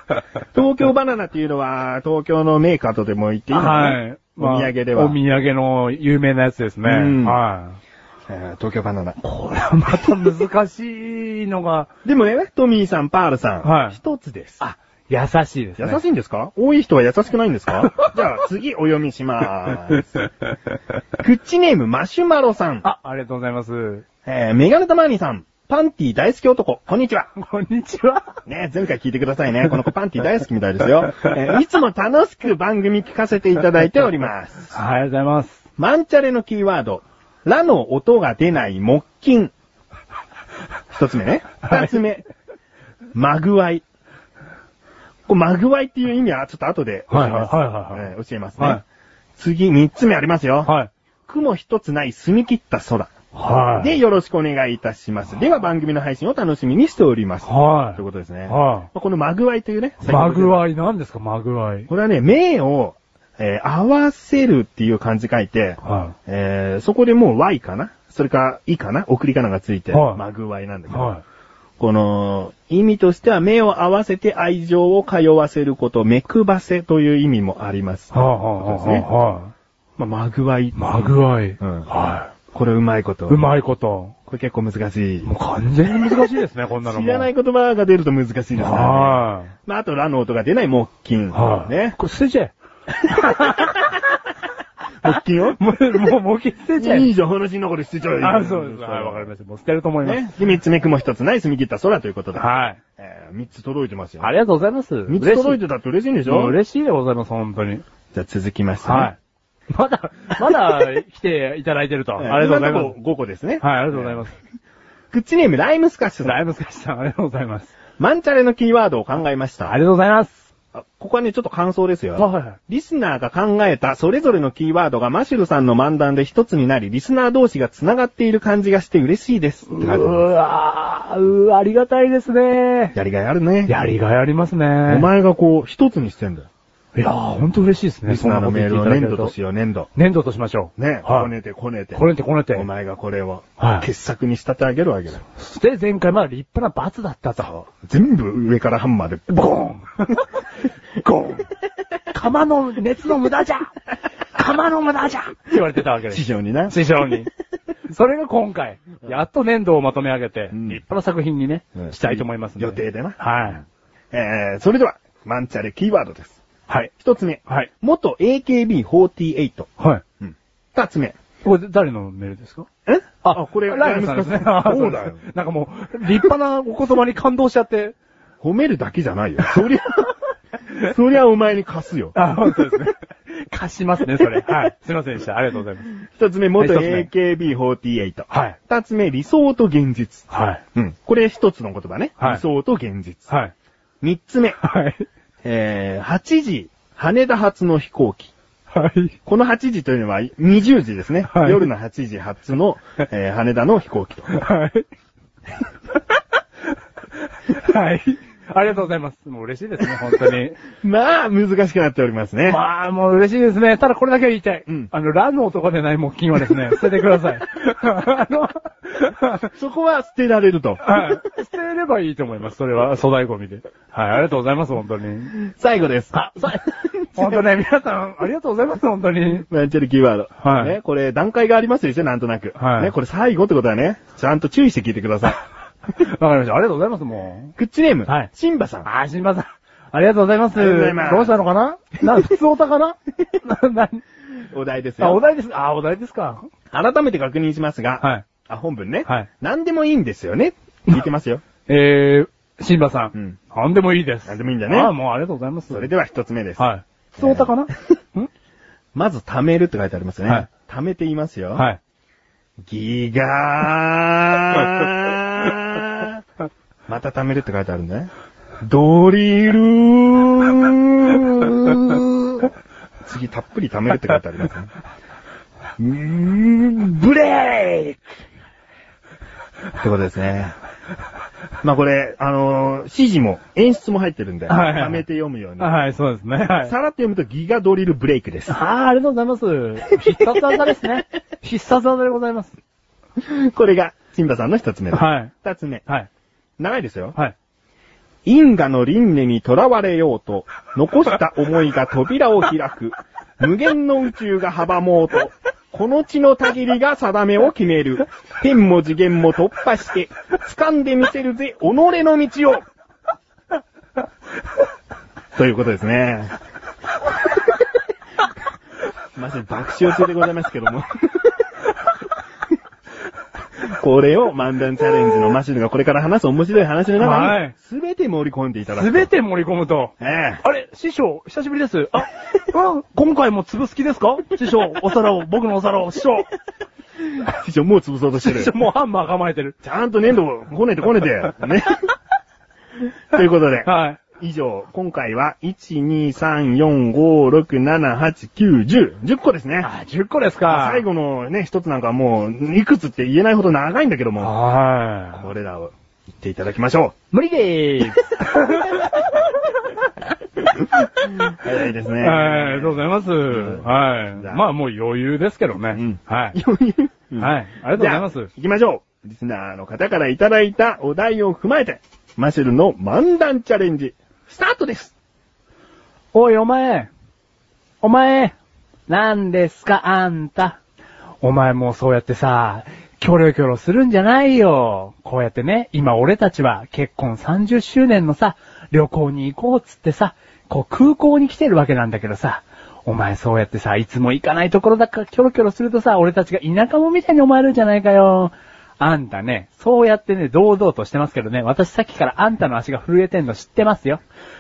Speaker 2: 東京バナナっていうのは、東京のメーカーとでも言っていいのかな
Speaker 1: はい。まあ
Speaker 2: お土産では。
Speaker 1: お土産の有名なやつですね。
Speaker 2: うん
Speaker 1: は
Speaker 2: えー東京バナナ。
Speaker 1: これはまた難しいのが、
Speaker 2: でもね、トミーさん、パールさん。
Speaker 1: はい
Speaker 2: 一つです。
Speaker 1: あ、優しいですね。
Speaker 2: 優しいんですか多い人は優しくないんですか じゃあ次お読みしまーす。 クッチネームマシュマロさん。
Speaker 1: あ、ありがとうございます。
Speaker 2: えー、メガネタマーニーさん。パンティ大好き男、こんにちは。
Speaker 1: こんにちは。
Speaker 2: ね、前回聞いてくださ いね。この子パンティ大好きみたいですよ。えーいつも楽しく番組聞かせていただいております。
Speaker 1: ありがとうございます。
Speaker 2: マンチャレのキーワード。ラの音が出ない木琴。一つ目ね。
Speaker 1: はい
Speaker 2: 二つ目。まぐわい。これまぐわいっていう意味はちょっと後で教えます。
Speaker 1: はいはいはいはい
Speaker 2: えー教えますね。
Speaker 1: はい
Speaker 2: 次、三つ目ありますよ。
Speaker 1: はい。
Speaker 2: 雲一つない澄み切った空。
Speaker 1: は
Speaker 2: で、よろしくお願いいたします。では番組の配信を楽しみにしております。
Speaker 1: はい
Speaker 2: ということです
Speaker 1: は
Speaker 2: ね。まあこのマグワイというね。
Speaker 1: い。マグ
Speaker 2: イ。
Speaker 1: ワイ、何ですか、マグワイ。
Speaker 2: これはね、名を、えー合わせるっていう漢字書いて、
Speaker 1: は
Speaker 2: えーそこでもう Y かなそれか E かな送り仮名がついて、
Speaker 1: はい
Speaker 2: マグワイなんだ
Speaker 1: い。
Speaker 2: けど、
Speaker 1: は
Speaker 2: この、意味としては、目を合わせて愛情を通わせること、目くばせという意味もあります。
Speaker 1: い。はい。はい。は
Speaker 2: まあ、マグワイ。
Speaker 1: い。マグワイ。
Speaker 2: うん
Speaker 1: は
Speaker 2: これうまいこと。
Speaker 1: い。うま
Speaker 2: い。
Speaker 1: いこと。
Speaker 2: これ結構難しい。
Speaker 1: もう完全に難しい ですね、こんなのも。
Speaker 2: 知らないい言葉が出ると難しいですからね。
Speaker 1: は
Speaker 2: まあ、あと、ラの音が出ない木琴。
Speaker 1: い。はい。
Speaker 2: ね。
Speaker 1: これ捨て ちゃえ。
Speaker 2: 木琴を
Speaker 1: もう、もう、もう捨てちゃ
Speaker 2: い
Speaker 1: え。
Speaker 2: いじゃん、話の中で捨てちゃえ。
Speaker 1: あ、そうです。はい、わかりました。もう捨てると思います。
Speaker 2: ね。で、三つ目雲一つない、澄み切った空ということで。
Speaker 1: はい。
Speaker 2: えー三つ届いてますよ。
Speaker 1: ありがとうございます。
Speaker 2: 三つ届い
Speaker 1: て
Speaker 2: てたって嬉しいんでし
Speaker 1: もう
Speaker 2: ょ
Speaker 1: 嬉しいでございます、本当に。
Speaker 2: じゃあ続きましてね。
Speaker 1: はい。まだ、まだ来ていただいてると。
Speaker 2: えー
Speaker 1: ありがとうございま
Speaker 2: 今のとこ5個ですね。
Speaker 1: す。はい、ありがとうございます。
Speaker 2: クッチネーム、ライムスカッシュさん。
Speaker 1: ライブスカシさん、ありがとうございます。
Speaker 2: マンチャレのキーワードを考えまし
Speaker 1: あ
Speaker 2: た。
Speaker 1: りがとうございます。
Speaker 2: あここはね、ちょっと感想ですよ。
Speaker 1: はいはい。
Speaker 2: リスナーが考えたそれぞれのキーワードがマシュルさんの漫談で一つになり、リスナー同士が繋がっている感じがして嬉しいです。って書いうてある
Speaker 1: わー、うー、ありがたいですね。
Speaker 2: やりがいあるね。
Speaker 1: やりがいありますね。
Speaker 2: お前がこう、一つにしてんだよ。
Speaker 1: いやー、ほんと嬉しいですね。
Speaker 2: リスナーのメールを
Speaker 1: こんな
Speaker 2: 粘
Speaker 1: こと言
Speaker 2: 土
Speaker 1: っていただ
Speaker 2: と
Speaker 1: け
Speaker 2: しよう、粘土。
Speaker 1: ると粘土としましょう。
Speaker 2: ね、
Speaker 1: は
Speaker 2: こ
Speaker 1: い。
Speaker 2: ねてこねて。
Speaker 1: こねてこねて。
Speaker 2: お前がこれを、
Speaker 1: はい
Speaker 2: 傑作に仕立て上げるわけだ。
Speaker 1: で、前回まだ立派な罰だったと。
Speaker 2: 全部上からハンマーで、
Speaker 1: ゴ ーンゴーン釜の熱の無駄じゃ釜の無駄じゃって言われてたわけです
Speaker 2: 師。匠にな。
Speaker 1: 師匠に。 それが今回、やっと粘土をまとめ上げて、立
Speaker 2: うん
Speaker 1: 派な作品にね
Speaker 2: う、ん
Speaker 1: したいと思いますね。
Speaker 2: 予定でな
Speaker 1: はい。
Speaker 2: えー、それでは、マンチャレキーワードです。
Speaker 1: はい。
Speaker 2: 一つ目、
Speaker 1: はい。
Speaker 2: 元 AKB48。
Speaker 1: はい。
Speaker 2: うん。二つ目、
Speaker 1: これ誰のメールですか
Speaker 2: え
Speaker 1: あ
Speaker 2: これ、
Speaker 1: ライムさんですね。
Speaker 2: ライムさんそうだよ。
Speaker 1: なんかもう、立派なお言葉に感動しちゃって。
Speaker 2: 褒めるだけじゃないよ。そり ゃ、そりゃお前に貸すよ。
Speaker 1: あ、本当ですね。 貸しますね、それ。はい。すいませんでした。ありがとうございます。
Speaker 2: 一つ目、元
Speaker 1: はい一
Speaker 2: AKB48。
Speaker 1: はい。
Speaker 2: 二つ目、理想と現実。
Speaker 1: はい。
Speaker 2: うん。これ一つの言葉ね。
Speaker 1: はい
Speaker 2: 理想と現実。
Speaker 1: はい。
Speaker 2: 三つ目、
Speaker 1: はい。
Speaker 2: えー、8時、羽田発の飛行機。
Speaker 1: はい。
Speaker 2: この8時というのは20時ですね。
Speaker 1: はい
Speaker 2: 夜の8時発の、えー羽田の飛行機 と。
Speaker 1: はい。はい。ありがとうございます。もう嬉しいですね、本 当に。
Speaker 2: まあ、難しくなっておりますね。
Speaker 1: まあ、もう嬉しいですね。ただこれだけは言いたい。
Speaker 2: うん
Speaker 1: あの、ランの男でない木琴はです ね、捨ててください。あの、
Speaker 2: そこは捨てられると。
Speaker 1: はい。捨てればいいと思います。それは、粗大ゴミで。はい、ありがとうございます、本当に。
Speaker 2: 最後です。
Speaker 1: あ、そ 本当ね、皆さん、ありがとうございます、本当に。
Speaker 2: マンチェルキーワード。
Speaker 1: はい
Speaker 2: ね、これ段階がありますでしょ、なんとなく。
Speaker 1: はい
Speaker 2: ね、これ最後ってことはね、ちゃんと注意して聞いてください。
Speaker 1: わかりました。ありがとうございます、もう。
Speaker 2: クッチネーム、
Speaker 1: はい
Speaker 2: シンバさん。
Speaker 1: あ、すいません。ありがとうございます。
Speaker 2: ありがとうございます
Speaker 1: どうしたのかなな、普通オタか なな、
Speaker 2: お題です
Speaker 1: な、あ、お
Speaker 2: よ。
Speaker 1: 題です。あ、お題ですか。
Speaker 2: 改めて確認しますが、
Speaker 1: はい。
Speaker 2: あ、本文ね。
Speaker 1: はい
Speaker 2: 何でもいいんですよね。聞い てますよ。
Speaker 1: えー、シンバさん。
Speaker 2: うん
Speaker 1: 何でもいいです。
Speaker 2: 何でもいいんだね
Speaker 1: あ、もうありがとうございます。
Speaker 2: それでは一つ目です。
Speaker 1: はい。普通オタかな、ん
Speaker 2: まず、貯めるって書いてありますね。
Speaker 1: はい
Speaker 2: 貯めていますよ。
Speaker 1: はい。
Speaker 2: ギガー。 また貯めるって書いてあるんだね。ドリルー。 次、たっぷり貯めるって書いてありますね。うーんブレーキってことですね。まあこれ、あのー指示も演出も入ってるんで、
Speaker 1: はいはい
Speaker 2: 貯めて読むように。
Speaker 1: あはい、そうですね。はい。
Speaker 2: さらって読むとギガドリルブレイクです。
Speaker 1: あー、ありがとうございます。必殺技です ね。必殺技でございます。
Speaker 2: これが、チンバさんの一つ目です。
Speaker 1: はい。
Speaker 2: 二つ目。
Speaker 1: はい。
Speaker 2: 長いですよ。
Speaker 1: はい。
Speaker 2: 因果の輪廻に囚われようと、残した思いが扉を開く。無限の宇宙が阻もうと、この血のたぎりが定めを決める。天も次元も突破して、掴んでみせるぜ、己の道をということですね。まず爆笑中でございますけども。これを漫談チャレンジのマシュルがこれから話す面白い話の
Speaker 1: は
Speaker 2: 中に
Speaker 1: い、
Speaker 2: すべて盛り込んでいただく。
Speaker 1: すべて盛り込むと。
Speaker 2: ええ。
Speaker 1: あれ、師匠、久しぶりです。あ、うん今回も潰す気ですか師匠、お皿を、僕のお皿を、師匠。
Speaker 2: 師匠もう潰そうとして
Speaker 1: 師匠、
Speaker 2: る。
Speaker 1: もうハンマー構えてる。
Speaker 2: ちゃんと粘土をこねてこねて。 ね。ということで、
Speaker 1: はい。
Speaker 2: 以上、今回は、1、2、3、4、5、6、7、8、9、10。10個ですね。
Speaker 1: あ、10個です
Speaker 2: ま
Speaker 1: か
Speaker 2: あ。最。後のね、一つなんかもう、いくつって言えないほど長いんだけども、
Speaker 1: は
Speaker 2: これらを言っていただきましょ
Speaker 1: い。無理でーす。
Speaker 2: う。早いですね。
Speaker 1: はい、ありがとうございます。
Speaker 2: ん
Speaker 1: はい。
Speaker 2: じゃあ
Speaker 1: まあもう余裕ですけどね。
Speaker 2: ん
Speaker 1: はい。
Speaker 2: 余裕。
Speaker 1: はい。ありがとうございます
Speaker 2: じゃあ。行きましょう。リスナーの方からいただいたお題を踏まえて、マシュルの漫談チャレンジ、スタートです
Speaker 1: おい、お前。お前。
Speaker 3: 何ですか、あんた。
Speaker 1: お前もうそうやってさ、キョロキョロするんじゃないよ。こうやってね、今俺たちは結婚30周年のさ、旅行に行こうっつってさ、こう空港に来てるわけなんだけどさ、お前そうやってさ、いつも行かないところだからキョロキョロするとさ、俺たちが田舎者みたいに思われるじゃないかよ。あんたね、そうやってね、堂々としてますけどね、私さっきからあんたの足が震えてんの知ってますよ。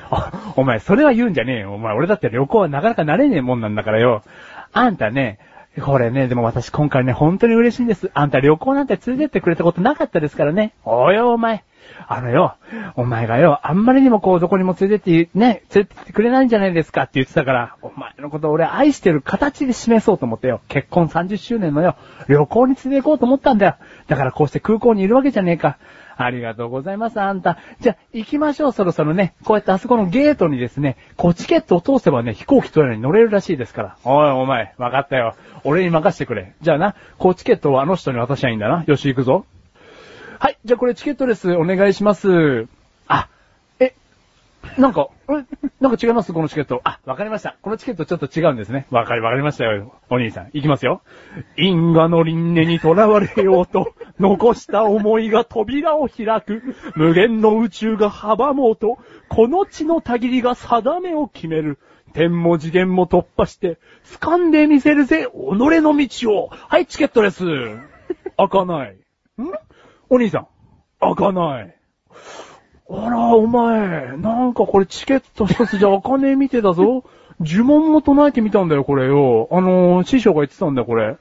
Speaker 1: あお前、それは言うんじゃねえよ。お前、俺だって旅行はなかなか慣れねえもんなんだからよ。あんたね、これね、でも私今回ね、本当に嬉しいんです。あんた旅行なんて連れてってくれたことなかったですからね。おいよ、お前。あのよ、お前がよ、あんまりにもこう、どこにも連れてって、ね、連れてってくれないんじゃないですかって言ってたから、お前のこと俺愛してる形で示そうと思ってよ、結婚30周年のよ、旅行に連れて行こうと思ったんだよ。だからこうして空港にいるわけじゃねえか。ありがとうございます、あんた。じゃあ、行きましょう、そろそろね。こうやってあそこのゲートにですね、こうチケットを通せばね、飛行機とやらに乗れるらしいですから。おい、お前、わかったよ。俺に任せてくれ。じゃあな、こうチケットをあの人に渡しゃいいんだな。よし、行くぞ。はい、じゃあこれチケットです。お願いします。あ、え、なんか、えなんか違いますこのチケット。あ、わかりました。このチケットちょっと違うんですね。わかり、わかりましたよ。お兄さん。いきますよ。因果の輪廻に囚われよう と、残した思いが扉を開く。無限の宇宙が阻もうと、この地のたぎりが定めを決める。天も次元も突破して、掴んでみせるぜ、己の道を。はい、チケット です。開かない。んお兄さん。開かない。あら、お前、なんかこれチケット一つじゃあかねえ見てだぞ。呪文も唱えてみたんだよ、これよ。あのー、師匠が言ってたんだよ、これ。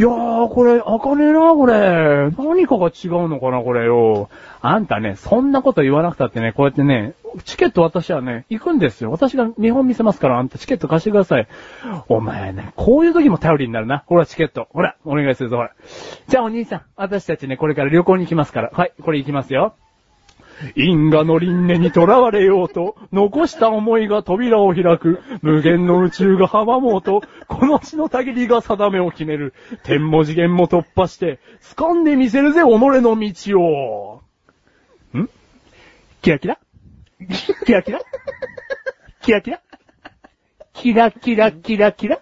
Speaker 1: いやー、これ、あかねえな、これ。何かが違うのかな、これよ。あんたね、そんなこと言わなくたってね、こうやってね、チケット私はね、行くんですよ。私が見本見せますから、あんたチケット貸してください。お前ね、こういう時も頼りになるな。ほら、チケット。ほら、お願いするぞ、ほら。じゃあお兄さん、私たちね、これから旅行に行きますから。はい、これ行きますよ。因果の輪廻に囚われようと、残した思いが扉を開く、無限の宇宙が阻もうと、この地のたぎりが定めを決める、天も次元も突破して、掴んでみせるぜ、己の道を。んキラキラキラキラキラキラキラキラキラキラ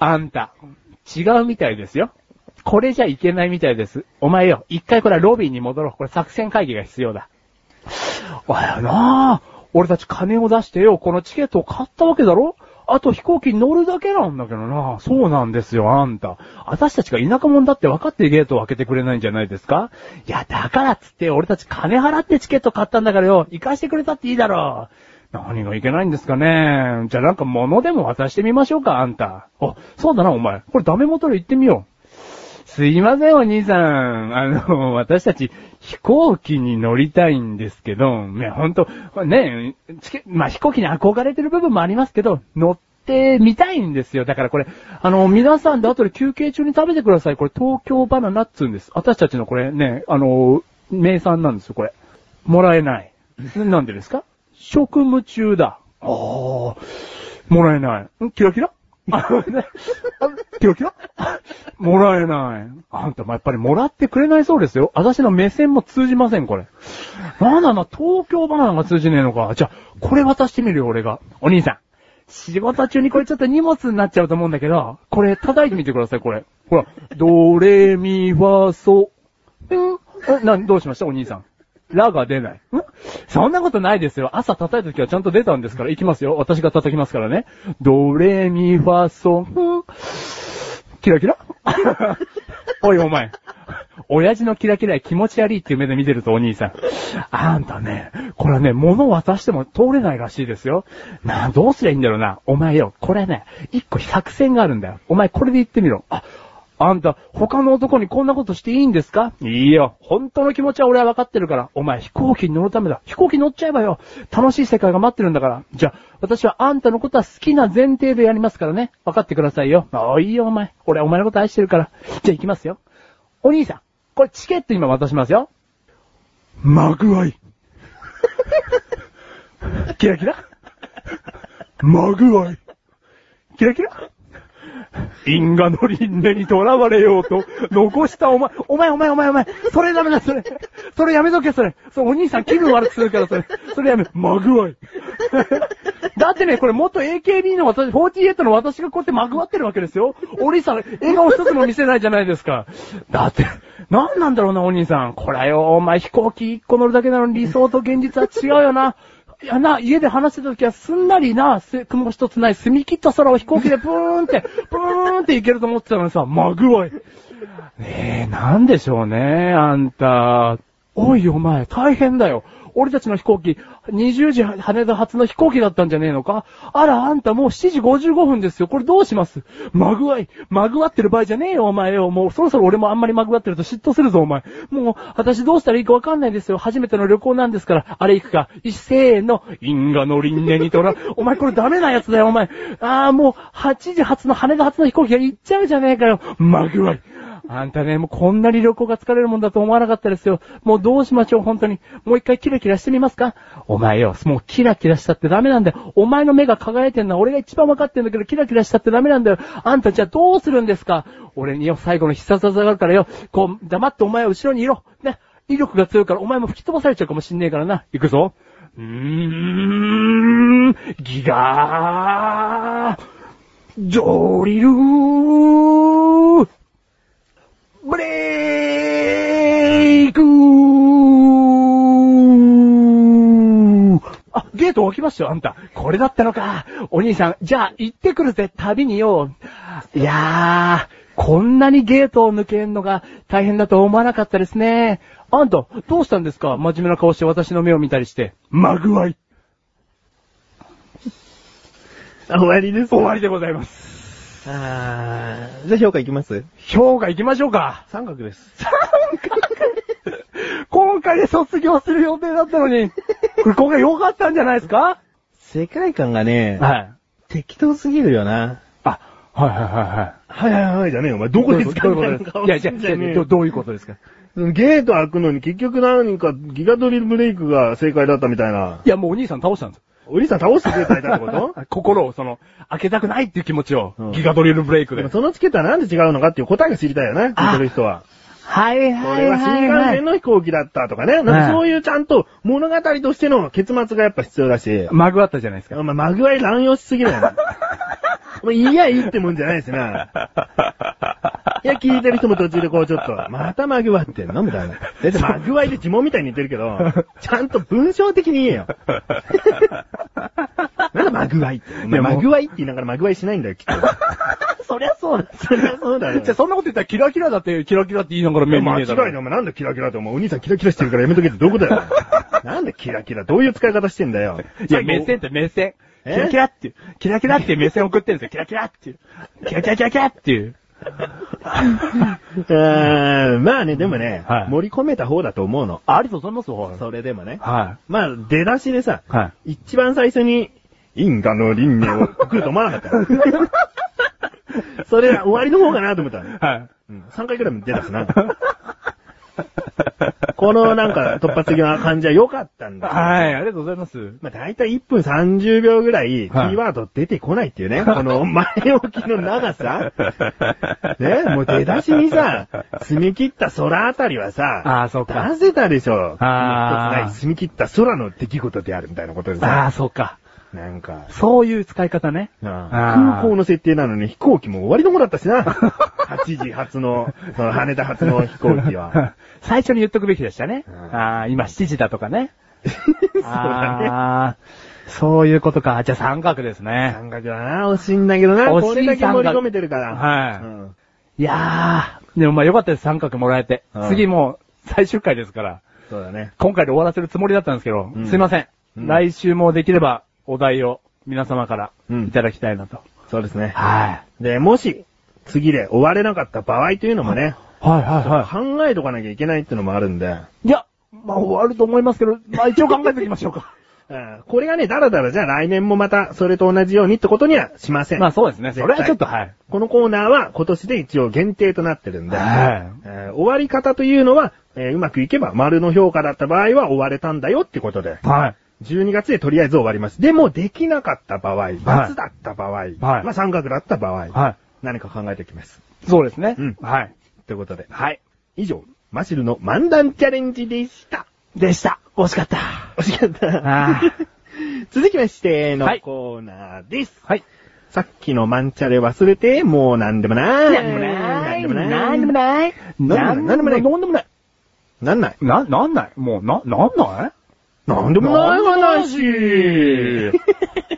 Speaker 1: あんた、違うみたいですよ。これじゃいけないみたいです。お前よ、一回これはロビーに戻ろう。これ作戦会議が必要だ。おやなあ俺たち金を出してよ、このチケットを買ったわけだろあと飛行機に乗るだけなんだけどなそうなんですよ、あんた。私たちが田舎者だって分かってゲートを開けてくれないんじゃないですかいや、だからっつって、俺たち金払ってチケット買ったんだからよ、行かしてくれたっていいだろ何がいけないんですかねじゃあなんか物でも渡してみましょうか、あんた。あ、そうだな、お前。これダメ元で行ってみよう。すいません、お兄さん。あの、私たち、飛行機に乗りたいんですけど、ね、ほんと、ね、チケまあ、飛行機に憧れてる部分もありますけど、乗ってみたいんですよ。だからこれ、あの、皆さんで後で休憩中に食べてください。これ、東京バナナっつうんです。私たちのこれね、あの、名産なんですよ、これ。もらえ ない。なんでですか職務中だ。ああ、もらえない。んキラキラあねあキラキラもらえない。あんたもやっぱりもらってくれないそうですよ。私の目線も通じません、これ。なんだな、東京バナナが通じねえのか。じゃあ、これ渡してみるよ、俺が。お兄さん。仕事中にこれちょっと荷物になっちゃうと思うんだけど、これ叩いてみてください、これ。ほら、ドレミファソ。んんなん、どうしましたお兄さん。ラが出ない。んそんなことないですよ。朝叩いた時はちゃんと出たんですから、いきますよ。私が叩きますからね。ドレミファソ。んキラキ ラおいお前。親父のキラキラ気持ち悪いっていう目で見てるとお兄さん。あんたね、これね、物渡しても通れないらしいですよ。なあ、どうすりゃいいんだろうな。お前よ、これね、一個作戦があるんだよ。お前これで言ってみろ。あ、あんた、他の男にこんなことしていいんですかいいよ。本当の気持ちは俺は分かってるから。お前飛行機に乗るためだ。飛行機乗っちゃえばよ。楽しい世界が待ってるんだから。じゃあ、私はあんたのことは好きな前提でやりますからね。分かってくださいよ。ああ、いいよお前。俺はお前のこと愛してるから。じゃあ行きますよ。お兄さん、これチケット今渡しますよ。
Speaker 2: まぐわい。
Speaker 1: キラキラ
Speaker 2: まぐわい。
Speaker 1: キラキラ因果の輪廻に囚われようと、残したお前、お前お前お前お前、それダメだそれ、それやめとけそれ、それお兄さん気分悪くするからそれ、それやめ、
Speaker 2: まぐわい。
Speaker 1: だってね、これ元 AKB の私、48の私がこうやってまぐわってるわけですよ。お兄さん、笑顔一つも見せないじゃないですか。だって、なんなんだろうな、お兄さん。こらよ、お前飛行機一個乗るだけなのに理想と現実は違うよな。いやな、家で話してた時はすんなりな、す雲一つない、澄み切った空を飛行機でブーンって、ブーンって行けると思ってたのにさ、まぐわい。ねえ、なんでしょうね、あんた。おいお前、大変だよ。俺たちの飛行機、20時羽田発の飛行機だったんじゃねえのかあら、あんたもう7時55分ですよ。これどうしますまぐわい。まぐわってる場合じゃねえよ、お前よ。もうそろそろ俺もあんまりまぐわってると嫉妬するぞ、お前。もう、私どうしたらいいかわかんないですよ。初めての旅行なんですから。あれ行くか。一せーの、因果の輪廻にとら。 お前これダメなやつだよ、お前。あーもう、8時発の羽田発の飛行機が行っちゃうじゃねえかよ。まぐわい。あんたね、もうこんなに旅行が疲れるもんだと思わなかったですよ。もうどうしましょう、本当に。もう一回キラキラしてみますかお前よ、もうキラキラしたってダメなんだよ。お前の目が輝いてんのは俺が一番わかってんだけど、キラキラしたってダメなんだよ。あんたじゃあどうするんですか俺によ、最後の必殺技があるからよ、こう、黙ってお前は後ろにいろ。ね、威力が強いからお前も吹き飛ばされちゃうかもしんねえからな。行くぞ。うーん、ギガー、ジョリルー、ブレイクあ、ゲート開きましたよ、あんた。これだったのか。お兄さん、じゃあ行ってくるぜ、旅によ。いやー、こんなにゲートを抜けんのが大変だと思わなかったですね。あんた、どうしたんですか真面目な顔して私の目を見たりして。
Speaker 2: まぐわい。あ終わりです。
Speaker 1: 終わりでございます。
Speaker 2: あーじゃあ評価いきます
Speaker 1: 評価行きましょうか。
Speaker 2: 三角です。
Speaker 1: 今回で卒業する予定だったのに、これ今回良かったんじゃないですか
Speaker 2: 世界観がね、
Speaker 1: はい。
Speaker 2: 適当すぎるよな。
Speaker 1: あ、はいはいはいはい。
Speaker 2: はいはいはいじゃねえよ、お前。どこですか
Speaker 1: どういうことですかいやいや、いやいやどういうことですか
Speaker 2: ゲート開くのに結局何かギガドリルブレイクが正解だったみたいな。
Speaker 1: いや、もうお兄さん倒したんですよ。
Speaker 2: おじさん倒してくれたみたいな こと
Speaker 1: 心を、その、開けたくないっていう気持ちを、
Speaker 2: うん
Speaker 1: ギガドリルブレイク
Speaker 2: で
Speaker 1: で
Speaker 2: も。そのチケットはなんで違うのかっていう答えが知りたいよね、聞いてる人は。
Speaker 3: はい
Speaker 2: こ
Speaker 3: は
Speaker 2: れ
Speaker 3: いは
Speaker 2: は新
Speaker 3: い、
Speaker 2: 幹
Speaker 3: は
Speaker 2: 線
Speaker 3: い。
Speaker 2: の飛行機だったとかね。なんかそういうちゃんと物語としての結末がやっぱ必要だし。
Speaker 1: まぐわったじゃないです
Speaker 2: お
Speaker 1: か。
Speaker 2: 前、まぐわい乱用しす ぎだよ。お前、いいや、いいってもんじゃないですな。いや、聞いてる人も途中でこうちょっと、またまぐわってんのみたいな。だってまぐわいで呪文みたいに言ってるけど、ちゃんと文章的に 言えよ。なんだまぐわいって。お前、
Speaker 1: いやもう
Speaker 2: まぐわいって言いながらまぐわいしないん だよ、きっと。
Speaker 1: そりゃそうだ。
Speaker 2: そりゃそうだよ。
Speaker 1: じゃ、そんなこと言ったらキラキラだって、キラキラって言いながら目見
Speaker 2: 間
Speaker 1: ねえだろ
Speaker 2: 違いなお前なんだキラキラって、お前お兄さんキラキラしてるからやめとけってどういうこと だよ。なんだキラキラ、どういう使い方してんだよ。
Speaker 1: いや、目線って目線。キ
Speaker 2: え
Speaker 1: ラキラっていう。キラキラっていう目線送ってるんですよ。キラキラっていう。キラキラキラキラっていう。
Speaker 2: うーんまあね、でもね、
Speaker 1: はい
Speaker 2: 盛り込めた方だと思うの。
Speaker 1: ありがとうございますよ、
Speaker 2: それでもね。
Speaker 1: は
Speaker 2: まあ、出だしでさ、
Speaker 1: い。はい。
Speaker 2: 一番最初に、因果の輪廻を来ると思わなかった よ。それは終わりの方かなと思ったの。
Speaker 1: はい。
Speaker 2: うん、3回くらい出たし な。このなんか突発的な感じは良かったんだ。
Speaker 1: はい、ありがとうございます。
Speaker 2: まあ、だいたい1分30秒ぐらい、キーワード出てこないっていう ね、この前置きの長さ。ね、もう出だしにさ、澄み切った空あたりはさ、
Speaker 1: あー、そうか。
Speaker 2: 出せたでしょ。
Speaker 1: あー
Speaker 2: 一つない澄み切った空の出来事であるみたいなことで
Speaker 1: あ
Speaker 2: さ。
Speaker 1: あ、そうか。
Speaker 2: なんか、
Speaker 1: そういう使い方ね。
Speaker 2: なあ
Speaker 1: あー
Speaker 2: 空港の設定なのに飛行機も終わりの方だっ たしな。8時発の、その羽田発の飛行機は。
Speaker 1: 最初に言っとくべきでしたね。
Speaker 2: うん
Speaker 1: ああ、今7時だとか ね。
Speaker 2: そうだね。
Speaker 1: ああ、そういうことか。じゃあ三角です ね。
Speaker 2: 三角だな、惜しいんだけどな。
Speaker 1: 惜しい
Speaker 2: これだけ盛り込めてるから。
Speaker 1: はい
Speaker 2: うん
Speaker 1: いやー、でもまあよかったです、三角もらえて。
Speaker 2: うん
Speaker 1: 次もう最終回ですから、
Speaker 2: そうだね。
Speaker 1: 今回で終わらせるつもりだったんですけど、
Speaker 2: うん
Speaker 1: すいません,、
Speaker 2: うん
Speaker 1: 来週もできればお題を皆様から
Speaker 2: うん
Speaker 1: いただきたいなと。
Speaker 2: そうですね。
Speaker 1: はい。
Speaker 2: で、もし、次で終われなかった場合というのもね、
Speaker 1: はいはいは
Speaker 2: 考えとかなきゃいけないっていうのもあるんで、
Speaker 1: い。いや、まあ終わると思いますけど、まあ一応考えておきましょうか。
Speaker 2: うんこれがね、だらだらじゃあ来年もまたそれと同じようにってことにはしません。
Speaker 1: まあそうです ね。
Speaker 2: 絶
Speaker 1: そ
Speaker 2: 対
Speaker 1: れはちょっとはい。
Speaker 2: このコーナーは今年で一応限定となってるんで、
Speaker 1: は
Speaker 2: えー終わり方というのは、えーうまくいけば丸の評価だった場合は終われたんだよってことで、
Speaker 1: はい。
Speaker 2: 12月でとりあえず終わります。でもできなかった場合、×だった場合、まあ三角だった場合、
Speaker 1: は
Speaker 2: 何か考えておきます。
Speaker 1: い。そうですね。
Speaker 2: うん
Speaker 1: はい。
Speaker 2: ということで、
Speaker 1: はい。
Speaker 2: 以上、マシルの漫談チャレンジでした。
Speaker 1: でした。惜しかった。
Speaker 2: 惜しかった
Speaker 1: あ。
Speaker 2: 続きましての
Speaker 1: はい
Speaker 2: コーナーです。
Speaker 1: はい。
Speaker 2: さっきのマンチャレ忘れて、もう何でもない。
Speaker 3: な
Speaker 2: 何
Speaker 3: ん
Speaker 2: で
Speaker 3: でも
Speaker 2: もな
Speaker 3: ない。
Speaker 2: い。
Speaker 3: なんでも
Speaker 2: い。
Speaker 3: ない。
Speaker 2: なんでもない。
Speaker 1: なんでもない。
Speaker 2: なんない。
Speaker 1: な、なんない。もう、な、なんない
Speaker 2: なんでもない話。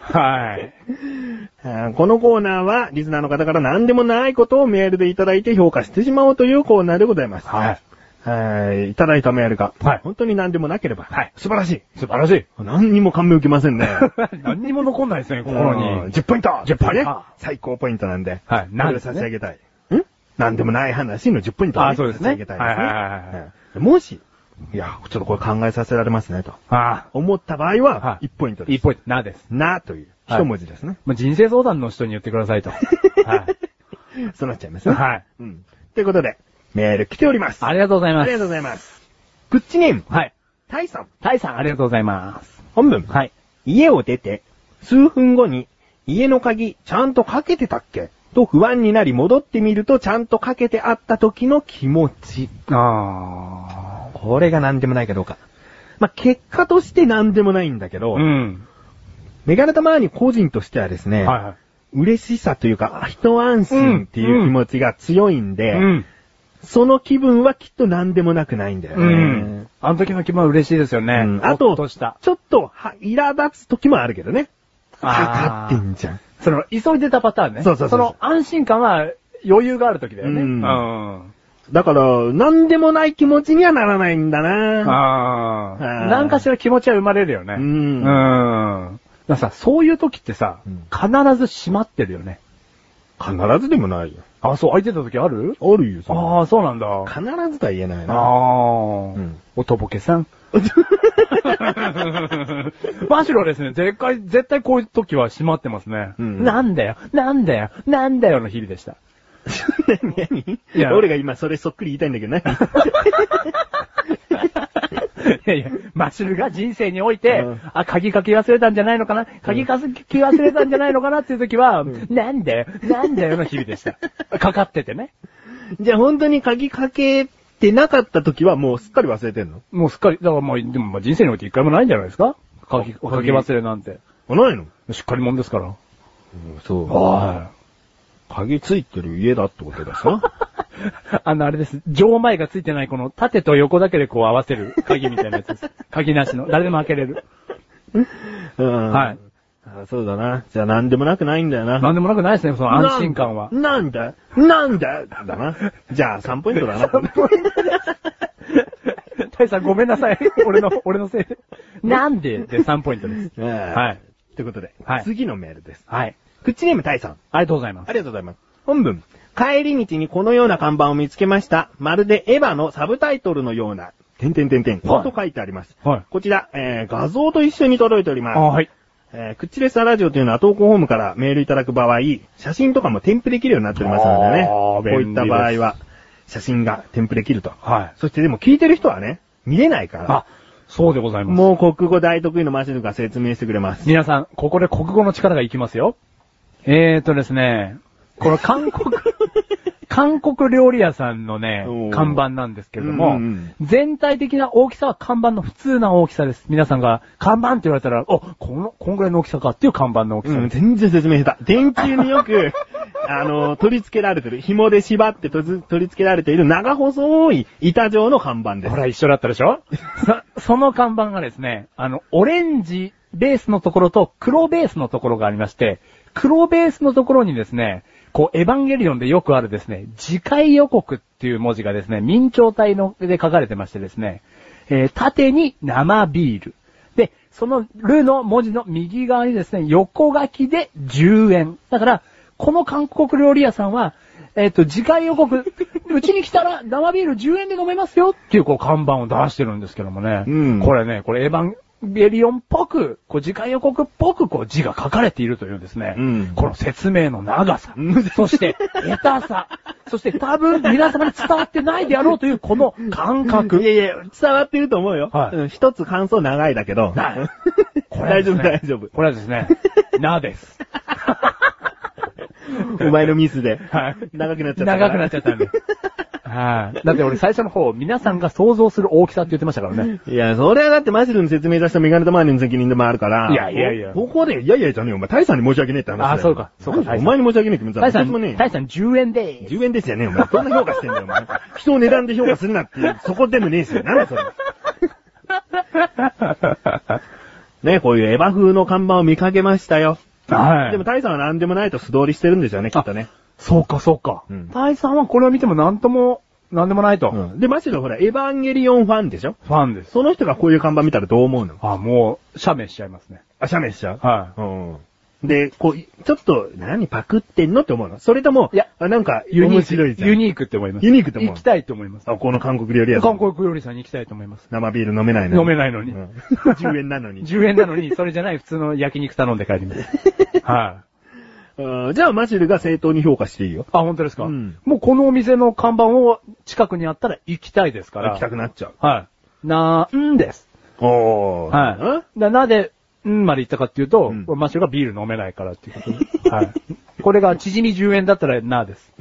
Speaker 1: はい。
Speaker 2: あーこのコーナーは、リスナーの方から何でもないことをメールでいただいて評価してしまおうというコーナーでございます。
Speaker 1: はい。
Speaker 2: はい。いただいたメールが、
Speaker 1: はい
Speaker 2: 本当に何でもなければ、
Speaker 1: はい
Speaker 2: 素晴らしい。
Speaker 1: 素晴らしい。
Speaker 2: 何にも感銘を受けませんね。
Speaker 1: 何にも残んないですね、
Speaker 2: うん。10ポイント
Speaker 1: 10ポイント
Speaker 2: ね最高ポイントなんで。
Speaker 1: はいな
Speaker 2: な
Speaker 1: んん
Speaker 2: で
Speaker 1: です
Speaker 2: 差
Speaker 1: ね
Speaker 2: し上げたい。んなんでもない話の10ポイントをね
Speaker 1: あそうですね
Speaker 2: 差し上げたいですね。
Speaker 1: はいはいはいは
Speaker 2: うんもし、いや、ちょっとこれ考えさせられますね、と。
Speaker 1: あ
Speaker 2: 思った場合
Speaker 1: は
Speaker 2: は、
Speaker 1: い
Speaker 2: 1ポイント
Speaker 1: あ。い
Speaker 2: で
Speaker 1: い
Speaker 2: す。
Speaker 1: ポイント。なです。
Speaker 2: なという、一文字ですね。
Speaker 1: まあ、人生相談の人に言ってください と。はい。
Speaker 2: そうなっちゃいますね。
Speaker 1: はい。
Speaker 2: うん。ということで、メール来ております。
Speaker 1: ありがとうござい
Speaker 2: あ
Speaker 1: ま
Speaker 2: り
Speaker 1: す。
Speaker 2: がとうございます。グッチネーム、
Speaker 1: はい。
Speaker 2: タイさん。
Speaker 1: タイさん、ありがとうございます。
Speaker 2: 本文。
Speaker 1: はい。
Speaker 2: 家を出て、数分後に、家の鍵、ちゃんとかけてたっけと不安になり戻ってみると、ちゃんとかけてあった時の気持ち。
Speaker 1: あ
Speaker 2: これが何でもないかどうか。まあ、結果として何でもないんだけど、
Speaker 1: うん。
Speaker 2: メガネたまに個人としてはですね、
Speaker 1: はいはい。
Speaker 2: 嬉しさというか、あ一安心っていう気持ちが強いんで、
Speaker 1: うん。
Speaker 2: その気分はきっと何でもなくないんだよ
Speaker 1: う
Speaker 2: ね。
Speaker 1: ん。あの時の気分は嬉しいですよね。
Speaker 2: うんあ
Speaker 1: ほ
Speaker 2: と、
Speaker 1: っとした。
Speaker 2: ちょっとは、苛立つ時もあるけどね。か
Speaker 1: あ
Speaker 2: か
Speaker 1: ー
Speaker 2: ってんじゃん。
Speaker 1: その、急いでたパターンね。
Speaker 2: そうそうそ
Speaker 1: そ
Speaker 2: う
Speaker 1: の安心感は余裕がある時だよね。
Speaker 2: うん
Speaker 1: うん
Speaker 2: だから、何でもない気持ちにはならないんだな
Speaker 1: あ
Speaker 2: うん
Speaker 1: あ。何かしら気持ちは生まれるよね。
Speaker 2: うん
Speaker 1: うん。だからさ、そういう時ってさ
Speaker 2: うん、
Speaker 1: 必ず閉まってるよね。
Speaker 2: 必ずでもないよ。
Speaker 1: あ、そう、開いてた時ある
Speaker 2: あるよ、そんな
Speaker 1: ああ、そうなんだ。あ
Speaker 2: 必ずとは言えない
Speaker 1: あ
Speaker 2: な。
Speaker 1: ー
Speaker 2: ん。
Speaker 1: おとぼけ さん。マシロですね、絶対、絶対こういう時は閉まってますね。
Speaker 2: うん
Speaker 1: なんだよ、なんだよ、なんだよの日々で した。
Speaker 2: 何い
Speaker 1: いや
Speaker 2: 俺が今それそっくり言いたいんだけどね。
Speaker 1: いやいや、マシュルが人生において、
Speaker 2: うん
Speaker 1: あ、鍵かけ忘れたんじゃないのかな鍵かけ忘れたんじゃないのかなっていう時は、なんだよ、なんだよの日々でした。かかっててね。
Speaker 2: じゃあ本当に鍵かけてなかった時はもうすっかり忘れてんの
Speaker 1: もうすっかり、だからまあ、でもまあ人生において一回もないんじゃないですか鍵、かけ忘れなんて。
Speaker 2: あ、ないの
Speaker 1: しっかり者ですから。
Speaker 2: そう
Speaker 1: は
Speaker 2: 鍵ついてる家だってことだしな。
Speaker 1: い。 あの、あれです。錠前がついてない、この縦と横だけでこう合わせる鍵みたいなやつ です。鍵なしの。誰でも開けれる。
Speaker 2: うん。
Speaker 1: はい。
Speaker 2: あそうだな。じゃあ何でもなくないんだよな。
Speaker 1: なんでもなくないですね、その安心感は。
Speaker 2: なんだなんだだな。じゃあ3ポイントだ な。
Speaker 1: タイさんごめんなさい。俺の、俺のせいで。なんでで3ポイントです。
Speaker 2: は
Speaker 1: はいい。
Speaker 2: ということで、
Speaker 1: はい
Speaker 2: 次のメールです。
Speaker 1: はい。
Speaker 2: クッチネームタイさん。
Speaker 1: ありがとうございます
Speaker 2: あ。りがとうございます。本文。帰り道にこのような看板を見つけました。まるでエヴァのサブタイトルのような。てんてんてんてん。
Speaker 1: はい
Speaker 2: と書いてあります。
Speaker 1: はい
Speaker 2: こちら、えー、画像と一緒に届いております。
Speaker 1: はい。
Speaker 2: えー、クッチレスラジオというのは投稿フォームからメールいただく場合、写真とかも添付できるようになっておりますのでね。
Speaker 1: あ
Speaker 2: こ
Speaker 1: ー
Speaker 2: ういった場合は、写真が添付できると。
Speaker 1: はい。
Speaker 2: そしてでも聞いてる人はね、見れないから。
Speaker 1: あ、そうでございます。
Speaker 2: もう国語大得意のマシルが説明してくれます。
Speaker 1: 皆さん、ここで 国語の力がいきますよ。えーとですね、この韓国、韓国料理屋さんのね
Speaker 2: おー、
Speaker 1: 看板なんですけれど
Speaker 2: う
Speaker 1: も
Speaker 2: んうん、
Speaker 1: 全体的な大きさは看板の普通な大きさです。皆さんが、看板って言われたら、お、この、こんぐらいの大きさかっていう看板の大きさ
Speaker 2: うん、
Speaker 1: です。
Speaker 2: 全然説明下手。電柱によ く、あの、取り付けられてる、紐で縛ってとず取り付けられている長細い板状の看板です。
Speaker 1: ほら、一緒だったでしょそその看板がですね、あの、オレンジベースのところと黒ベースのところがありまして、黒ベースのところにですね、こう、エヴァンゲリオンでよくあるですね、次回予告っていう文字がですね、明朝体ので書かれてましてですね、えー縦に生ビール。で、そのルの文字の右側にですね、横書きで10円。だから、この韓国料理屋さんは、えっ、と、次回予告、 うちに来たら生ビール10円で飲めますよっていうこう看板を出してるんですけどもね。
Speaker 2: うん
Speaker 1: これね、これエヴァンゲリオンっぽく、こう次回予告っぽくこう字が書かれているというですね。
Speaker 2: うん
Speaker 1: この説明の長さ
Speaker 2: うん。
Speaker 1: そして、下手さ。そして多分皆様に伝わってないであろうというこの感覚。
Speaker 2: いやいや、伝わってると思うよ。
Speaker 1: はい
Speaker 2: うん一つ感想長いだけど。
Speaker 1: な
Speaker 2: 大丈夫、大丈夫。
Speaker 1: これはですね、なです。
Speaker 2: お前のミスで。
Speaker 1: はい
Speaker 2: 長くなっちゃった。
Speaker 1: 長くなっちゃったんで。はい。だって俺最初の方、皆さんが想像する大きさって言ってましたからね。
Speaker 2: いや、それはだってマジルの説明出したメガネとマーニの責任でもあるから。
Speaker 1: いやいやいや
Speaker 2: ここで、いやいやじゃねえよ。お前、大さんに申し訳ねえって話だよ。
Speaker 1: あそうかそうか
Speaker 2: なんで
Speaker 1: 大
Speaker 2: お
Speaker 1: さん
Speaker 2: 前に申し訳ねえって言うんだ
Speaker 1: 大さ
Speaker 2: 私もね
Speaker 1: ん、大さん10円でーす。
Speaker 2: 10円ですよね、お前。そんな評価してんだよ、お前。人を値段で評価するなっていう、そこでもねえし、なんだそれ。 ね、こういうエヴァ風の看板を見かけましたよ。
Speaker 1: はい
Speaker 2: でも、大さんは何でもないと素通りしてるんですよね、きっとね。
Speaker 1: そうかそうか
Speaker 2: うん
Speaker 1: 大さんはこれを見てもなんとも、なんでもないと。
Speaker 2: うん。で、マシルほら、エヴァンゲリオンファンでしょ
Speaker 1: ファンです。
Speaker 2: その人がこういう看板見たらどう思うの
Speaker 1: あ、もう、写メしちゃいますね。
Speaker 2: あ、シャメしちゃう
Speaker 1: は
Speaker 2: うん。で、こう、ちょっと、何パクってんのって思うのそれとも、
Speaker 1: いや
Speaker 2: あなんか、
Speaker 1: ユニ
Speaker 2: 面白
Speaker 1: ーク。
Speaker 2: いじゃん。
Speaker 1: ユニークって思います。
Speaker 2: ユニークって思う
Speaker 1: 行きたいと思います。
Speaker 2: あ、この韓国料理屋さ
Speaker 1: 韓
Speaker 2: ん。
Speaker 1: 国料理さんに行きたいと思います。
Speaker 2: 生ビール飲めないのに。
Speaker 1: 飲めないのに。
Speaker 2: うん 10円なのに。
Speaker 1: 10円なのに、それじゃない普通の焼肉頼んで帰ります。 はい。
Speaker 2: うんじゃあ、マシルが正当に評価していいよ。
Speaker 1: あ、本当ですか、
Speaker 2: うん
Speaker 1: もうこのお店の看板を近くにあったら行きたいですから。
Speaker 2: 行きたくなっちゃう。
Speaker 1: はい。なんです。
Speaker 2: おー。
Speaker 1: はい。だなぜ、んまで言ったかっていうと、
Speaker 2: うん
Speaker 1: マシュがビール飲めないからっていうことで。はい。これが縮み10円だったらな です。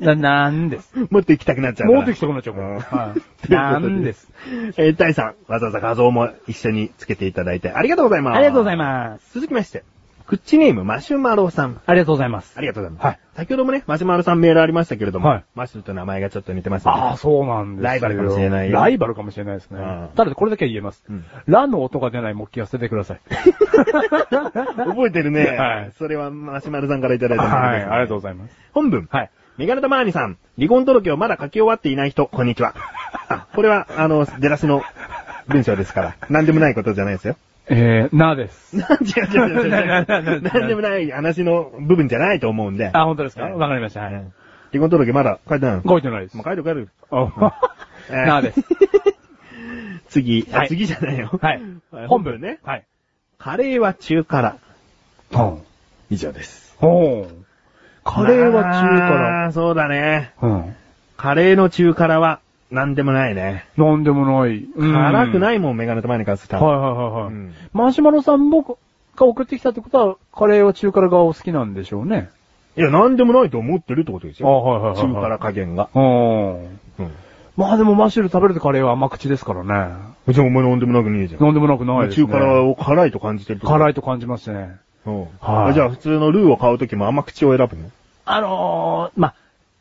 Speaker 1: な、なんです。
Speaker 2: んもっと行きたくなっちゃうから。
Speaker 1: もうできたくなっちゃうか
Speaker 2: うん
Speaker 1: ら。は
Speaker 2: と
Speaker 1: い。
Speaker 2: いうこと
Speaker 1: なんです。。
Speaker 2: えー、タイさん、わざわざ画像も一緒につけていただいて、ありがとうございます。
Speaker 1: ありがとうございます。
Speaker 2: す。続きまして、クッチネームマシュマロさん。
Speaker 1: ありがとうございます
Speaker 2: あ。りがとうございます。
Speaker 1: はい
Speaker 2: 先ほどもね、マシュマロさんメールありましたけれども、
Speaker 1: はい
Speaker 2: マシュルと名前がちょっと似てますね。
Speaker 1: ああ、そうなんですよ
Speaker 2: ライバルかもしれないよ
Speaker 1: ライバルかもしれないですね
Speaker 2: うん。
Speaker 1: ただこれだけは言えます
Speaker 2: うん。
Speaker 1: ラの音が出ない木器は捨ててください。
Speaker 2: 覚えてるね。
Speaker 1: はい
Speaker 2: それはマシュマロさんからいただいたメール
Speaker 1: は
Speaker 2: で
Speaker 1: い。
Speaker 2: す
Speaker 1: ありがとうございます。
Speaker 2: 本文。
Speaker 1: はい。
Speaker 2: メガネタマーニさん、離婚届をまだ書き終わっていない人、こん にちは。あ、これは、あの、出だしの文章ですから、何でもないことじゃないですよ。
Speaker 1: えー、 なです。
Speaker 2: 違う違う違う違う。
Speaker 1: なななな
Speaker 2: 何でもない話の部分じゃないと思うんで。
Speaker 1: あ、本当ですか
Speaker 2: はい
Speaker 1: わかりました。は
Speaker 2: う
Speaker 1: い
Speaker 2: ん離婚届まだ書いてないの
Speaker 1: 動いてないです
Speaker 2: もう。書いてる書いてる。
Speaker 1: あ
Speaker 2: えー
Speaker 1: なです。
Speaker 2: 次、あ
Speaker 1: はい
Speaker 2: 次じゃないよ。
Speaker 1: はい
Speaker 2: はい。
Speaker 1: 本文
Speaker 2: ね
Speaker 1: はい。
Speaker 2: カレーは中辛。
Speaker 1: ほん。
Speaker 2: 以上です。
Speaker 1: ほん。カレーは中
Speaker 2: あー。そうだね。
Speaker 1: 辛。うん。
Speaker 2: カレーの中辛は、なんでもないね。
Speaker 1: なんでもない。
Speaker 2: 辛くないいもん、メガネと前に関して
Speaker 1: は
Speaker 2: た
Speaker 1: いはいはいは
Speaker 2: う
Speaker 1: い
Speaker 2: ん。
Speaker 1: マシュマロさん僕が送ってきたってことは、カレーは中辛がお好きなんでしょうね。
Speaker 2: いや、なんでもないと思ってるってことです
Speaker 1: あ
Speaker 2: よ。
Speaker 1: はいはいはい。
Speaker 2: 中辛。加減が。
Speaker 1: うん。
Speaker 2: うん。
Speaker 1: まあでもマッシュル食べるとカレーは甘口ですからね。
Speaker 2: じゃあお前なんでもなくねえじゃん。
Speaker 1: なんでもなくないです、ね。
Speaker 2: 中辛を辛いと感じてるってこと
Speaker 1: 辛いと感じますね。
Speaker 2: うん。
Speaker 1: はい
Speaker 2: じゃあ普通のルーを買うときも甘口を選ぶの
Speaker 1: あのー、まあ、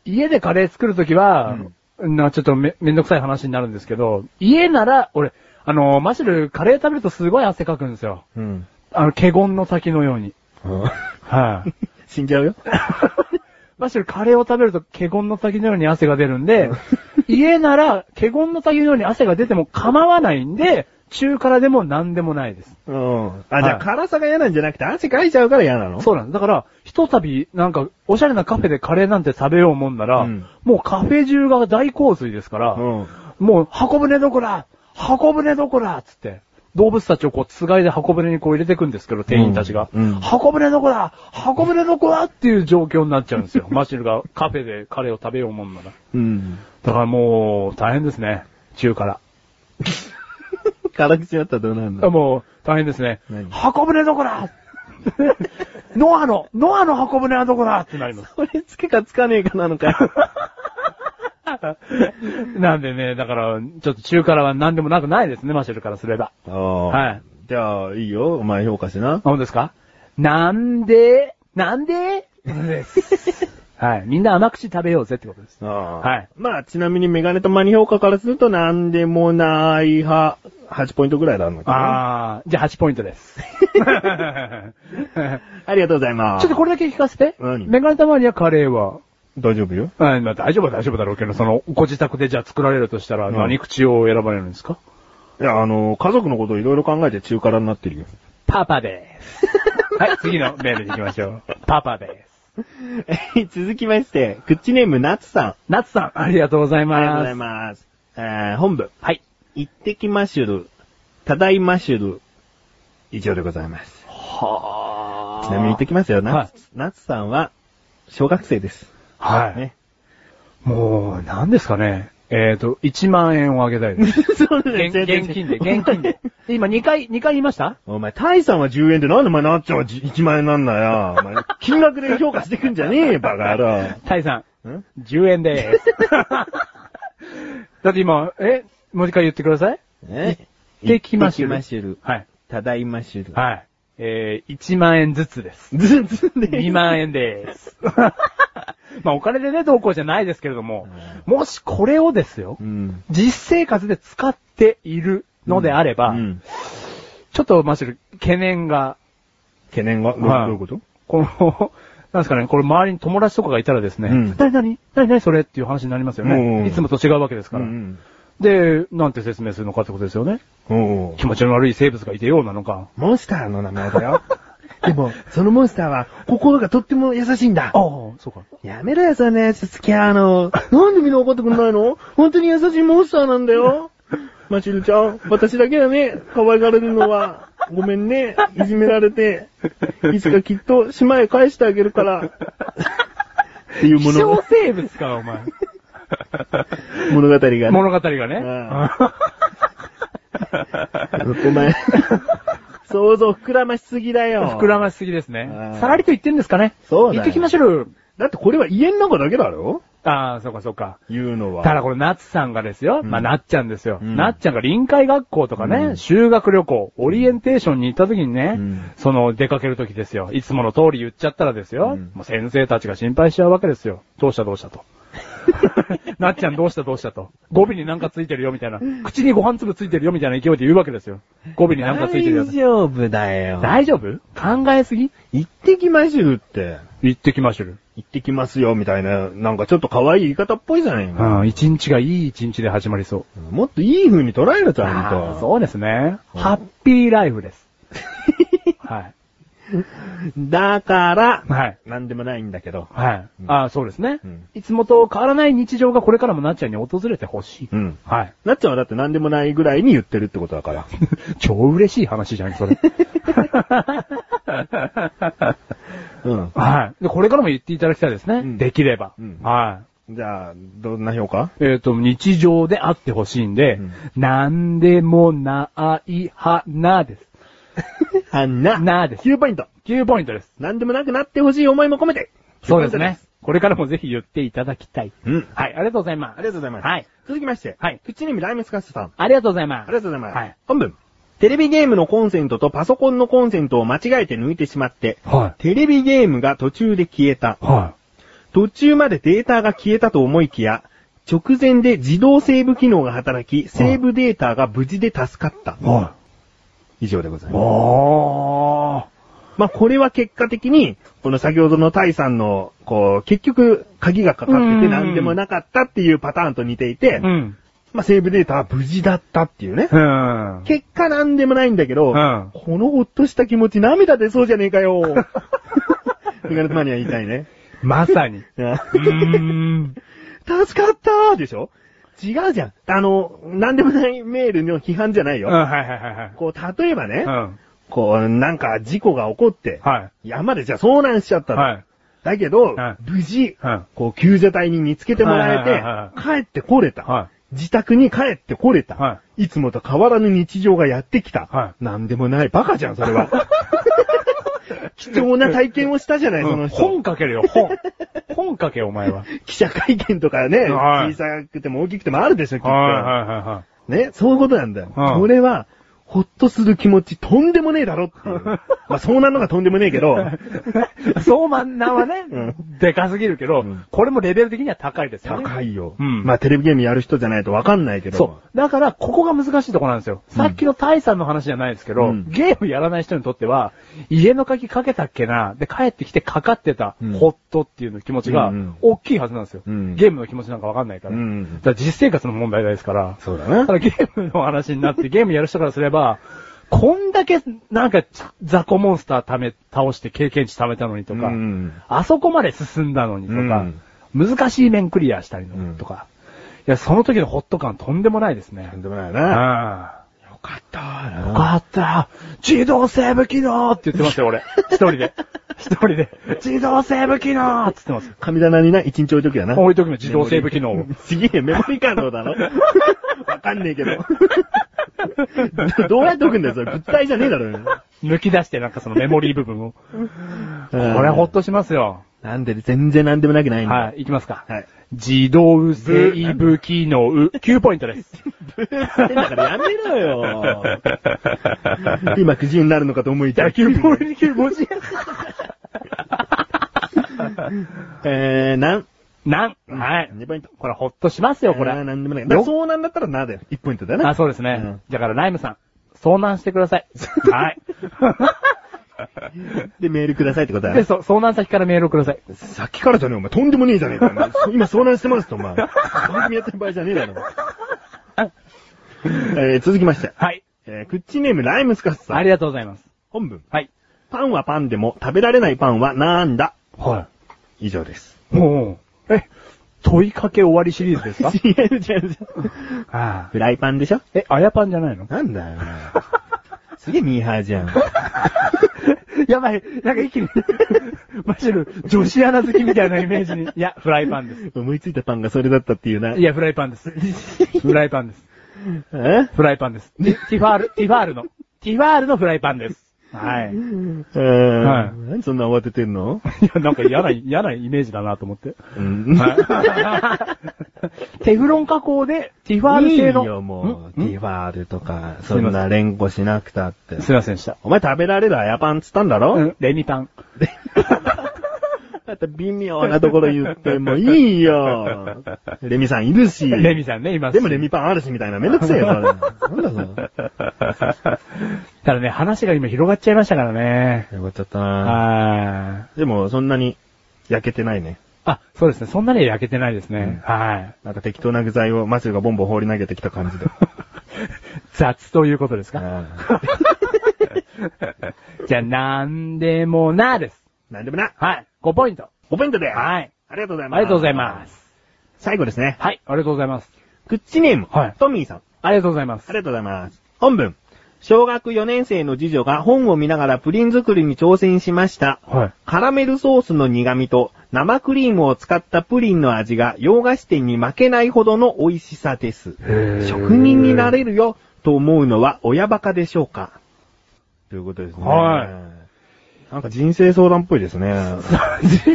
Speaker 1: 家でカレー作るときは、な、ちょっとめ、めんどくさい話になるんですけど、家なら、俺、あのー、マシル、カレー食べるとすごい汗かくんですよ。
Speaker 2: うん。
Speaker 1: あの、華厳の先のように。はい、
Speaker 2: 死んじゃ うよ。
Speaker 1: マシル、カレーを食べると華厳の先のように汗が出るんで、家なら、華厳の先のように汗が出ても構わないんで、中辛でも何でもないです。
Speaker 2: うん。あ、じゃあ
Speaker 1: はい
Speaker 2: 辛さが嫌なんじゃなくて汗かいちゃうから嫌なの
Speaker 1: そうなんです。だから、ひとたび、なんか、おしゃれなカフェでカレーなんて食べようもんなら、
Speaker 2: うん
Speaker 1: もうカフェ中が大洪水ですから、
Speaker 2: うん。
Speaker 1: もう、箱舟どこら箱舟どこらつって、動物たちをこう、つがいで箱舟にこう入れていくんですけど、店員たちが。
Speaker 2: うんうん
Speaker 1: 箱舟どこら箱舟どこらっていう状況になっちゃうんですよ。マシルがカフェでカレーを食べようもんなら。
Speaker 2: うん。
Speaker 1: だからもう、大変ですね。中辛。
Speaker 2: 辛口だったらどうなるの
Speaker 1: あ もう、大変ですね
Speaker 2: 何。
Speaker 1: 箱舟どこら ノアの、ノアの箱舟はどこだってなります。
Speaker 2: それつけかつかねえかなの かよ。
Speaker 1: なんでね、だから、ちょっと中辛は何でもなくないですね、マシェルからすれば。
Speaker 2: ああ。
Speaker 1: はい。
Speaker 2: じゃあ、いいよ。お前評価しな。
Speaker 1: 何ですかなんで、なんでです。 はい。みんな甘口食べようぜってことです。
Speaker 2: ああ
Speaker 1: はい。
Speaker 2: まあ、ちなみにメガネとマニ評価からすると、なんでもない派、8ポイントぐらいなんだけど。
Speaker 1: あー、じゃあ8ポイント です。
Speaker 2: ありがとうございます。
Speaker 1: ちょっとこれだけ聞かせて。
Speaker 2: 何
Speaker 1: メガネたまにはカレーは。
Speaker 2: 大丈夫よ。
Speaker 1: はい、まあ大丈夫は大丈夫だろうけど、その、ご自宅でじゃあ作られるとしたら、
Speaker 2: うん
Speaker 1: 何口を選ばれるんですか、
Speaker 2: いや、あの、家族のことをいろいろ考えて中辛になって るよ。
Speaker 1: パパです。 はい、次のメールに行きましょう。パパです。
Speaker 2: 続きまして、クッチネームナツさ
Speaker 1: ナツさん、ありがとうござい
Speaker 2: ん。ありがとう
Speaker 1: ます。
Speaker 2: ございます。えー、本部、
Speaker 1: はい。
Speaker 2: 行ってきましゅる、ただいましゅる、以上でございます。
Speaker 1: は
Speaker 2: ちなみに言ってきますよ。ナ
Speaker 1: はい
Speaker 2: ツ、ナツさんは、小学生です。
Speaker 1: はい。
Speaker 2: ね。
Speaker 1: もう、何ですかね。えっ、と、1万円をあげたいです。
Speaker 2: そう
Speaker 1: 現現金で、現金で。今2回、2回言いました
Speaker 2: お前、タイさんは10円でなんでお前なっちゃんは1万円なんだよ。お前、金額で評価してくんじゃ ねえよ、バカ野郎。
Speaker 1: タイさ
Speaker 2: ん
Speaker 1: ん、10円 でーす。だって今、えもう一回言ってください。
Speaker 2: え
Speaker 1: 行ってきましゅ
Speaker 2: 行
Speaker 1: る
Speaker 2: ってきゅる。
Speaker 1: はい。
Speaker 2: ただいましゅ る。
Speaker 1: はい。えー、1万円ずつです。
Speaker 2: ずんずんで。
Speaker 1: 2万円 です。まあお金でね、どうこうじゃないですけれども、もしこれをですよ
Speaker 2: う、ん。
Speaker 1: 実生活で使っているのであれば、
Speaker 2: うん
Speaker 1: ちょっとマシュル、懸念が、
Speaker 2: 懸念が、どう
Speaker 1: はい
Speaker 2: どういうこと
Speaker 1: この、なんですかね、これ周りに友達とかがいたらですね、
Speaker 2: うん
Speaker 1: 何何何何それっていう話になりますよ
Speaker 2: うんうん
Speaker 1: ね。いつもと違うわけですから。
Speaker 2: うん
Speaker 1: で、なんて説明するのかってことですよね。
Speaker 2: うん。 おう
Speaker 1: 気持ちの悪い生物がいてようなのか。
Speaker 2: モンスターの名前だよ。でも、そのモンスターは、心がとっても優しいんだ
Speaker 1: あ。あ、そうか。
Speaker 2: やめろよ、そんなやつ付き合うの。なんでみんな怒ってくんないの本当に優しいモンスターなんだよ。マチルちゃん、私だけだね、可愛がられるのは。ごめんね、いじめられて。いつかきっと島へ返してあげるから。っていう
Speaker 1: 希
Speaker 2: 物
Speaker 1: 少
Speaker 2: 語
Speaker 1: 生物か、お前。
Speaker 2: 物語がね。
Speaker 1: 物語がね。
Speaker 2: お前、想像膨らましすぎだよ。
Speaker 1: 膨らましすぎですね
Speaker 2: うん。
Speaker 1: さらりと言ってんですかね。
Speaker 2: そうだよ
Speaker 1: 言ってきましょう。
Speaker 2: だってこれは家の中だけだろ
Speaker 1: ああ、そうかそうか。
Speaker 2: 言うのは。
Speaker 1: ただこれ、ナツさんがですよ。
Speaker 2: うん
Speaker 1: まあ、なっちゃんですよ。
Speaker 2: うん
Speaker 1: なっちゃんが臨海学校とかね、
Speaker 2: うん
Speaker 1: 修学旅行、オリエンテーションに行った時にね、
Speaker 2: うん
Speaker 1: その、出かける時ですよ。いつもの通り言っちゃったらですよ。
Speaker 2: うん
Speaker 1: もう先生たちが心配しちゃうわけですよ。どうしたどうした と。なっちゃんどうしたどうしたと。語尾になんかついてるよみたいな。口にご飯粒ついてるよみたいな勢いで言うわけですよ。語尾になんかついてるよ。
Speaker 2: 大丈夫だよ。
Speaker 1: 大丈夫考えすぎ
Speaker 2: 行ってきましゅって。
Speaker 1: 言ってきましょう。
Speaker 2: 行ってきますよ、みたいな、なんかちょっと可愛い言い方っぽいじゃないの、
Speaker 1: うん、一日がいい一日で始まりそう。
Speaker 2: もっといい風に捉える、ちゃん
Speaker 1: あー
Speaker 2: と。
Speaker 1: そうですね。
Speaker 2: うん
Speaker 1: ハッピーライフ です。はい。
Speaker 2: だから、
Speaker 1: はい。
Speaker 2: なんでもないんだけど。
Speaker 1: はい。
Speaker 2: うん
Speaker 1: あーそうですね、
Speaker 2: うん
Speaker 1: いつもと変わらない日常がこれからもなっちゃんに訪れてほしい。
Speaker 2: うん
Speaker 1: はい。
Speaker 2: なっちゃんはだってなんでもないぐらいに言ってるってことだから。
Speaker 1: 超嬉しい話じゃん、そ れ。
Speaker 2: うん。
Speaker 1: はい。で、これからも言っていただきたいですね。
Speaker 2: うん
Speaker 1: できれば。
Speaker 2: うん
Speaker 1: は
Speaker 2: じゃあ、どんな評価
Speaker 1: い。えっ、と、日常であってほしいんで、
Speaker 2: うん
Speaker 1: なんでもない花です。
Speaker 2: あんな
Speaker 1: な です。
Speaker 2: 9ポイント。
Speaker 1: 9ポイントです。
Speaker 2: なんでもなくなってほしい思いも込めて。
Speaker 1: そうですね
Speaker 2: 9。
Speaker 1: これからもぜひ言っていただきたい。
Speaker 2: ポイントです。うん。
Speaker 1: はい、ありがとうございま
Speaker 2: あ
Speaker 1: す
Speaker 2: り。がとうございます。
Speaker 1: はい。
Speaker 2: 続きまして。
Speaker 1: はい
Speaker 2: 口にみライムスカッシュさん。
Speaker 1: ありがとうございま
Speaker 2: あ
Speaker 1: す。
Speaker 2: りがとうございます。
Speaker 1: はい。
Speaker 2: 本文。テレビゲームのコンセントとパソコンのコンセントを間違えて抜いてしまって、
Speaker 1: は
Speaker 2: テレビゲームが途中で消えた
Speaker 1: い。。は
Speaker 2: 途中までデータが消えたと思いきや、直前で自動セーブ機能が働き、セーブデータが無事で助かった
Speaker 1: い。。は
Speaker 2: 以上でござい
Speaker 1: い。
Speaker 2: ます。
Speaker 1: おー。
Speaker 2: まあ、これは結果的に、この先ほどのタイさんの、こう、結局、鍵がかかってて
Speaker 1: うん
Speaker 2: 何でもなかったっていうパターンと似ていて、
Speaker 1: うん。
Speaker 2: まあ、セーブデータは無事だったっていうね。
Speaker 1: うん。
Speaker 2: 結果なんでもないんだけど、
Speaker 1: うん
Speaker 2: このほっとした気持ち涙出そうじゃねえ かよ。 メガネマニア言いたいね。
Speaker 1: まさに。うーん。
Speaker 2: 助かったーでしょ違うじゃん。あの、なんでもないメールの批判じゃない
Speaker 1: うん、
Speaker 2: よ。
Speaker 1: はいはいはいはい。
Speaker 2: こう、例えばね、
Speaker 1: うん。
Speaker 2: こう、なんか事故が起こって、
Speaker 1: は
Speaker 2: 山でじゃあ遭難しちゃ
Speaker 1: い。
Speaker 2: ったの。
Speaker 1: はい。
Speaker 2: だけど、
Speaker 1: はい
Speaker 2: 無事、
Speaker 1: はい
Speaker 2: こう、救助隊に見つけてもら
Speaker 1: はいはい
Speaker 2: えて、帰ってこれた。
Speaker 1: は
Speaker 2: 自宅に帰ってこれた、。
Speaker 1: はい
Speaker 2: つもと変わらぬ日常がやってきた。
Speaker 1: は
Speaker 2: なんでもない。バカじゃん、それは。貴重な体験をしたじゃない、その人。
Speaker 1: 本かけるよ、本。本かけよ、お前は。
Speaker 2: 記者会見とかね、
Speaker 1: はい
Speaker 2: 小さくても大きくてもあるでしょ、きっと。
Speaker 1: はいはいは
Speaker 2: ね、そういうことなんだよ。
Speaker 1: うん
Speaker 2: これは、ほっとする気持ち、とんでもねえだろって いう。まあ、そうなんのがとんでもねえけ
Speaker 1: い
Speaker 2: ど、
Speaker 1: はい。 そうまんなはね、
Speaker 2: うん
Speaker 1: でかすぎるけど、これもレベル的には高いですよね。
Speaker 2: 高いよ。
Speaker 1: うん
Speaker 2: まあ、テレビゲームやる人じゃないとわかんないけど。
Speaker 1: そう。だから、ここが難しいとこなんですよ。さっきのタイさんの話じゃないですけど、
Speaker 2: うん
Speaker 1: ゲームやらない人にとっては、家の鍵かけたっけな、で帰ってきてかかってた、
Speaker 2: うん
Speaker 1: ホットっていうの気持ちが
Speaker 2: うんうん、
Speaker 1: 大きいはずなんですよ、
Speaker 2: うん
Speaker 1: ゲームの気持ちなんかわかんないから。
Speaker 2: うん
Speaker 1: だから実生活の問題ですから。
Speaker 2: そうだ
Speaker 1: だ
Speaker 2: な
Speaker 1: か。らゲームの話になって、ゲームやる人からすれば、こんだけ、なんか、雑魚モンスターため、倒して経験値貯めたのにとか、
Speaker 2: うん
Speaker 1: あそこまで進んだのにとか、難しい面クリアしたりのとか、いや、その時のホット感とんでもないですね
Speaker 2: と。んでもない
Speaker 1: うん。
Speaker 2: な。
Speaker 1: よ
Speaker 2: よかった
Speaker 1: かった。自動セーブ機能って言ってましたよ、 俺。一人で。一人で。自動セーブ機能って言ってます。
Speaker 2: 神棚にな、一日置いときだな。
Speaker 1: 俺の時も自動セーブ機能を。
Speaker 2: すげえ、メモリーカー ドだろわかんねえけ ど。どうやって置くんだよ、それ。物体じゃねえだろ。
Speaker 1: 抜き出してなんかそのメモリー部分を。こ
Speaker 2: こ
Speaker 1: れほっとしますよ。
Speaker 2: なんで、全然なんでもなくないんだ。
Speaker 1: はい、いきますか。
Speaker 2: はい。
Speaker 1: 自動セーブ機能、9ポイントです。
Speaker 2: だからやめろよ。 今9時になるのかと思い たい。
Speaker 1: 9ポイント、9文字。
Speaker 2: えー、なん。
Speaker 1: なんはい。
Speaker 2: 2ポイント。
Speaker 1: これほっとしますよ、これ。
Speaker 2: あーなんでもない。だからそうなんだったらなだよ。1ポイントだよ
Speaker 1: あ、
Speaker 2: な。
Speaker 1: そうですね。
Speaker 2: うん
Speaker 1: だから、ライムさん、遭難してください。 はい。
Speaker 2: で、メールくださいってことだ
Speaker 1: で、
Speaker 2: よ。
Speaker 1: そ、遭難先からメールをください。
Speaker 2: さっきからじゃねえ、お前。とんでもねえじゃねえか、お前。今遭難してますって、お前。番組やってる場合じゃねえだろ。 えー、続きまして。
Speaker 1: はい。
Speaker 2: えー、クッチネームライムスカスさ
Speaker 1: あ
Speaker 2: ん。
Speaker 1: りがとうございます。
Speaker 2: 本文。
Speaker 1: はい。
Speaker 2: パンはパンでも食べられないパンはなんだ
Speaker 1: は
Speaker 2: 以上です。
Speaker 1: い。もう、え、問いかけ終わりシリーズ ですか
Speaker 2: 違う違う違う。
Speaker 1: ああ
Speaker 2: フライパンでしょ
Speaker 1: え、あやパンじゃないの
Speaker 2: なんだよ。 すげえミーハーじゃん。
Speaker 1: やばい、なんか一 気に、マシル、女子アナ好きみたいなイメージに。いや、フライパンです。
Speaker 2: 思いついたパンがそれだったっていうな。
Speaker 1: いや、フライパン です。フライパンです。
Speaker 2: え
Speaker 1: フライパンです。ティティファール、ティファールの、ティファールのフライパンです。はい。い
Speaker 2: えー、
Speaker 1: はい
Speaker 2: 何そんな慌ててんの
Speaker 1: や、なんか嫌な、嫌なイメージだなと思って。
Speaker 2: うん。
Speaker 1: テフロン加工で、ティファール製の。
Speaker 2: いいよ、もう。
Speaker 1: ん
Speaker 2: テ
Speaker 1: ん
Speaker 2: ィファールとか、
Speaker 1: すいま
Speaker 2: そ
Speaker 1: せん
Speaker 2: んな連呼しなくたって。
Speaker 1: すいませんでした。
Speaker 2: お前食べられるあやパンっつったんだろ、
Speaker 1: うん、レミパン。
Speaker 2: だって微妙なところ言って、もういい よ。レミさんいるし。
Speaker 1: レミさんね、今。
Speaker 2: でもレミパンあるしみ たいな。めんどくせえよ、それ。なんだそれ。
Speaker 1: ただね、話が今広がっちゃいましたからね。
Speaker 2: よかっちゃったな
Speaker 1: はい。
Speaker 2: でも、そんなに焼けてないね。
Speaker 1: あ、そうですね。そんなに焼けてないですね。はい。
Speaker 2: なんか適当な具材をマシュがボンボン放り投げてきた感じで。
Speaker 1: 雑ということですか
Speaker 2: うん
Speaker 1: じゃあ、なんでもなです。
Speaker 2: なんでもな。
Speaker 1: はい。5ポイント。
Speaker 2: 5ポイントで。
Speaker 1: はい。
Speaker 2: ありがとうござ
Speaker 1: あ
Speaker 2: い
Speaker 1: り
Speaker 2: ます。。
Speaker 1: がとうございますす。
Speaker 2: 最後ですね。
Speaker 1: はい。ありがとうございます。
Speaker 2: クッチネーム。
Speaker 1: はい
Speaker 2: トミーさん。
Speaker 1: ありがとうございます
Speaker 2: あ。りがとうございます。本文。小学4年生の次女が本を見ながらプリン作りに挑戦しました。
Speaker 1: はい。
Speaker 2: カラメルソースの苦味と生クリームを使ったプリンの味が洋菓子店に負けないほどの美味しさです。職人になれるよと思うのは親バカでしょうかということですね。
Speaker 1: はい
Speaker 2: なんか人生相談っぽいですね。
Speaker 1: え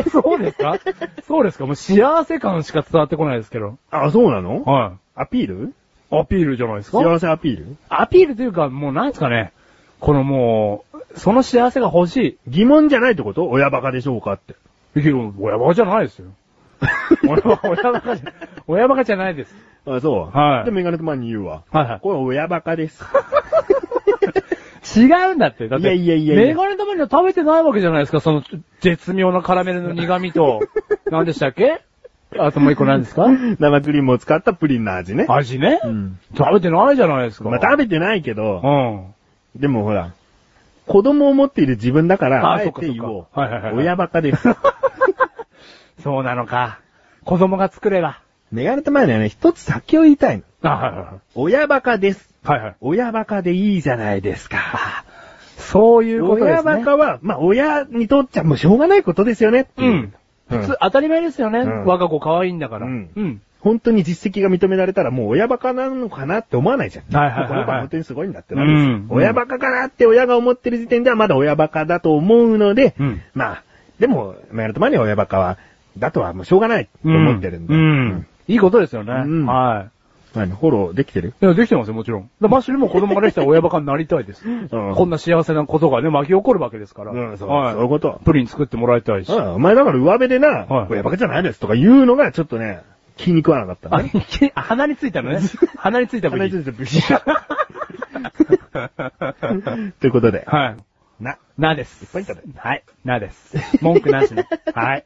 Speaker 1: そうですかそうですかもう幸せ感しか伝わってこないですけど。
Speaker 2: あ、そうなの
Speaker 1: は
Speaker 2: アピール
Speaker 1: い。アピールじゃないですか
Speaker 2: 幸せアピール
Speaker 1: アピールというか、もうなんですかね。このもう、その幸せが欲し
Speaker 2: 疑問じゃないってこと親バカでしょうかって。
Speaker 1: い。けど、親バカじゃないです よ。俺は親バカじゃ、親バカじゃないです。
Speaker 2: あ、そう。
Speaker 1: はい
Speaker 2: で、メガネとマンに言うわ。
Speaker 1: はいは
Speaker 2: これ親バカです。
Speaker 1: い。違うんだって。だって、
Speaker 2: いやいやいやいや
Speaker 1: メガネ玉には食べてないわけじゃないですか、その絶妙なカラメルの苦味 と。何でしたっけあともう一個何ですか
Speaker 2: 生クリームを使ったプリンの味ね。
Speaker 1: 味ね、
Speaker 2: うん
Speaker 1: 食べてないじゃないですか。
Speaker 2: まあ、食べてないけど、
Speaker 1: うん。
Speaker 2: でもほら、子供を持っている自分だから、
Speaker 1: あ
Speaker 2: あえ
Speaker 1: そっか
Speaker 2: て言おう
Speaker 1: そっ。かはいはいはい
Speaker 2: 親バ カです。
Speaker 1: そうなのか。子供が作れば。
Speaker 2: メガネと前にはね、一つ先を言いたいの。
Speaker 1: あ、はいはいはい。
Speaker 2: 親バカです。
Speaker 1: はいはい。
Speaker 2: 親バカでいいじゃないですか。
Speaker 1: そういうことですね。
Speaker 2: 親バカは、まあ、親にとっちゃもうしょうがないことですよね。
Speaker 1: うん。
Speaker 2: うん
Speaker 1: 普通、当たり前ですよね。
Speaker 2: うん
Speaker 1: 我が子可愛いんだから。
Speaker 2: うん
Speaker 1: うん。
Speaker 2: 本当に実績が認められたらもう親バカなのかなって思わないじゃん。
Speaker 1: はいはいはいはい
Speaker 2: もうこの子は本当にすごいんだってなるんですよ
Speaker 1: うん
Speaker 2: 親バカかなって親が思ってる時点ではまだ親バカだと思うので、
Speaker 1: うん
Speaker 2: まあ、でも、メールとマニア親バカは、だとはもうしょうがないと思ってるんで。
Speaker 1: う
Speaker 2: うんん。
Speaker 1: いいことですよね。
Speaker 2: うん
Speaker 1: は
Speaker 2: 何フォローできてる
Speaker 1: い。いや、できてますよ、もちろん。だからマッシュルも子供ができたら親バカになりたい です。こんな幸せなことがね、巻き起こるわけですから。
Speaker 2: うん、そう、
Speaker 1: はい。
Speaker 2: そういうこと。
Speaker 1: プリン作ってもらいたいし。
Speaker 2: うん、お前だから上辺でな、
Speaker 1: はい
Speaker 2: これやばけじゃないですとか言うのがちょっとね、気に食わなかった
Speaker 1: あ
Speaker 2: ね。、
Speaker 1: あ鼻についたのね。鼻についた部
Speaker 2: 鼻につ
Speaker 1: 品。
Speaker 2: いてブシ ッということで、
Speaker 1: はい。
Speaker 2: な、
Speaker 1: なです。
Speaker 2: いっぱいいたね
Speaker 1: はい。なです。文句なし ね。はい。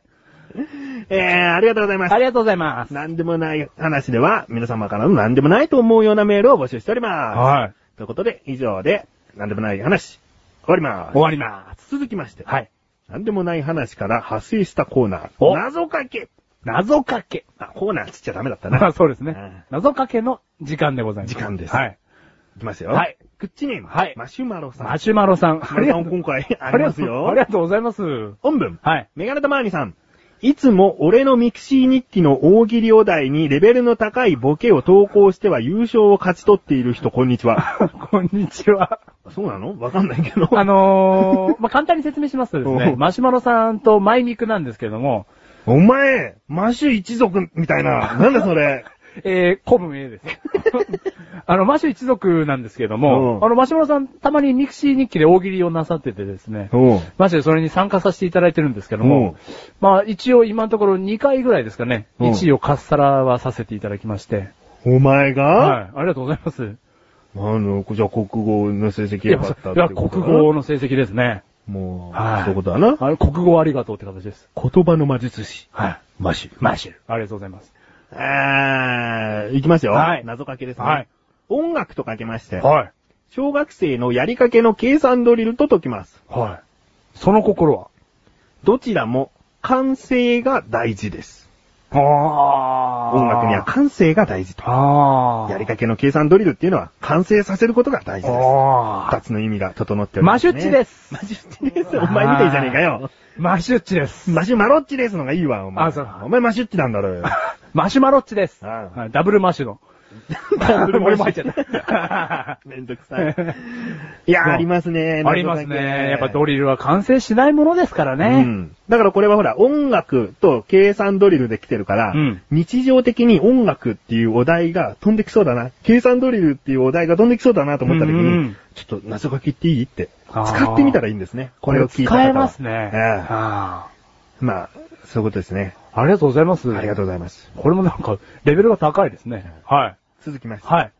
Speaker 2: えー、ありがとうございます
Speaker 1: あ。りがとうございます。
Speaker 2: なんでもない話では、皆様からのなんでもないと思うようなメールを募集しております。
Speaker 1: はい。
Speaker 2: ということで、以上で、なんでもない話、終わります。
Speaker 1: 終わります。
Speaker 2: 続きまして、
Speaker 1: はい。
Speaker 2: なんでもない話から派生したコーナー、
Speaker 1: お
Speaker 2: 謎かけ。
Speaker 1: 謎かけ。
Speaker 2: あ、コーナーつっちゃダメだったな。
Speaker 1: あ そうです
Speaker 2: う
Speaker 1: ね
Speaker 2: ん。
Speaker 1: 謎かけの時間でございます。
Speaker 2: 時間です
Speaker 1: はい。
Speaker 2: いきますよ。
Speaker 1: はい。
Speaker 2: クッチネーム、
Speaker 1: はい
Speaker 2: マシュマロさん。
Speaker 1: マシュマロさん。
Speaker 2: マシュマロさん今回ありますよ。
Speaker 1: ありがとうございます。
Speaker 2: 本文。
Speaker 1: はい。
Speaker 2: メガネタマーニさん。いつも俺のミクシー日記の大喜利お題にレベルの高いボケを投稿しては優勝を勝ち取っている人、こんにちは。
Speaker 1: こんにちは。
Speaker 2: そうなのわかんないけど。
Speaker 1: あの ー、まあ、簡単に説明しますとです
Speaker 2: お
Speaker 1: ね、
Speaker 2: う
Speaker 1: マシュマロさんとマイミクなんですけれども、
Speaker 2: お前、マシュ一族みたいな。なんだそれ。
Speaker 1: えー、古文 A です。 あの、マシュ一族なんですけれども、
Speaker 2: うん
Speaker 1: あの、マシュマロさん、たまにミクシー日記で大喜利をなさっててですね、
Speaker 2: おう。
Speaker 1: マジでそれに参加させていただいてるんですけど
Speaker 2: うん
Speaker 1: も、まあ一応今のところ2回ぐらいですかね、
Speaker 2: うん
Speaker 1: 1位をかっさらはさせていただきまして、
Speaker 2: お前が、
Speaker 1: はい、ありがとうございます。
Speaker 2: あの、じゃあ国語の成績
Speaker 1: いや、
Speaker 2: 良かったって
Speaker 1: いや
Speaker 2: こと
Speaker 1: 国
Speaker 2: だな
Speaker 1: 語。の成績ですね。
Speaker 2: もう、
Speaker 1: はい
Speaker 2: そういうことだな。
Speaker 1: あの国語ありがとうって形です。
Speaker 2: 言葉の魔術師、
Speaker 1: はい。
Speaker 2: マシュ。
Speaker 1: マシュル。ありがとうございます。
Speaker 2: えー、いきますよ。
Speaker 1: はい
Speaker 2: 謎かけですね。
Speaker 1: はい。
Speaker 2: 音楽とかけまして、
Speaker 1: はい。
Speaker 2: 小学生のやりかけの計算ドリルと解きます。
Speaker 1: はい。その心
Speaker 2: どちらも感性が大事です。
Speaker 1: はあ
Speaker 2: 音楽には感性が大事と。
Speaker 1: ああ。
Speaker 2: やりかけの計算ドリルっていうのは完成させることが大事です。
Speaker 1: あ
Speaker 2: 二つの意味が整っており
Speaker 1: マ
Speaker 2: ます、
Speaker 1: シ
Speaker 2: ね。。
Speaker 1: ュッチですす。
Speaker 2: マシュッチです。 お前みたいじゃねえかよ。
Speaker 1: マシュッチです。
Speaker 2: マシュマロッチですのがいいわ、お前。
Speaker 1: あそう
Speaker 2: お前マシュッチなんだ ろうよ。
Speaker 1: マシュマロッチです。
Speaker 2: ああ
Speaker 1: はいダブルマッシュの。
Speaker 2: ダブルマッ
Speaker 1: 俺
Speaker 2: シュ
Speaker 1: も入っ ちゃった。
Speaker 2: めんどく さい。いやー、ありますね。
Speaker 1: あります
Speaker 2: 謎かけ
Speaker 1: ね。やっぱドリルは完成しないものですから
Speaker 2: う
Speaker 1: ね。
Speaker 2: ん。だからこれはほら、音楽と計算ドリルで来てるから、
Speaker 1: うん
Speaker 2: 日常的に音楽っていうお題が飛んできそうだな、計算ドリルっていうお題が飛んできそうだなと思った時に、
Speaker 1: うんうん
Speaker 2: ちょっと謎書きっていいって、
Speaker 1: あー
Speaker 2: 使ってみたらいいんですね。これを聞いた方は
Speaker 1: 使えますね。
Speaker 2: ええ
Speaker 1: あ
Speaker 2: まあ、そういうことですね。
Speaker 1: あありがとうございます。
Speaker 2: ありがとうございます。
Speaker 1: これもなんか、レベルが高いですね。はい。
Speaker 2: 続きまして。
Speaker 1: はい。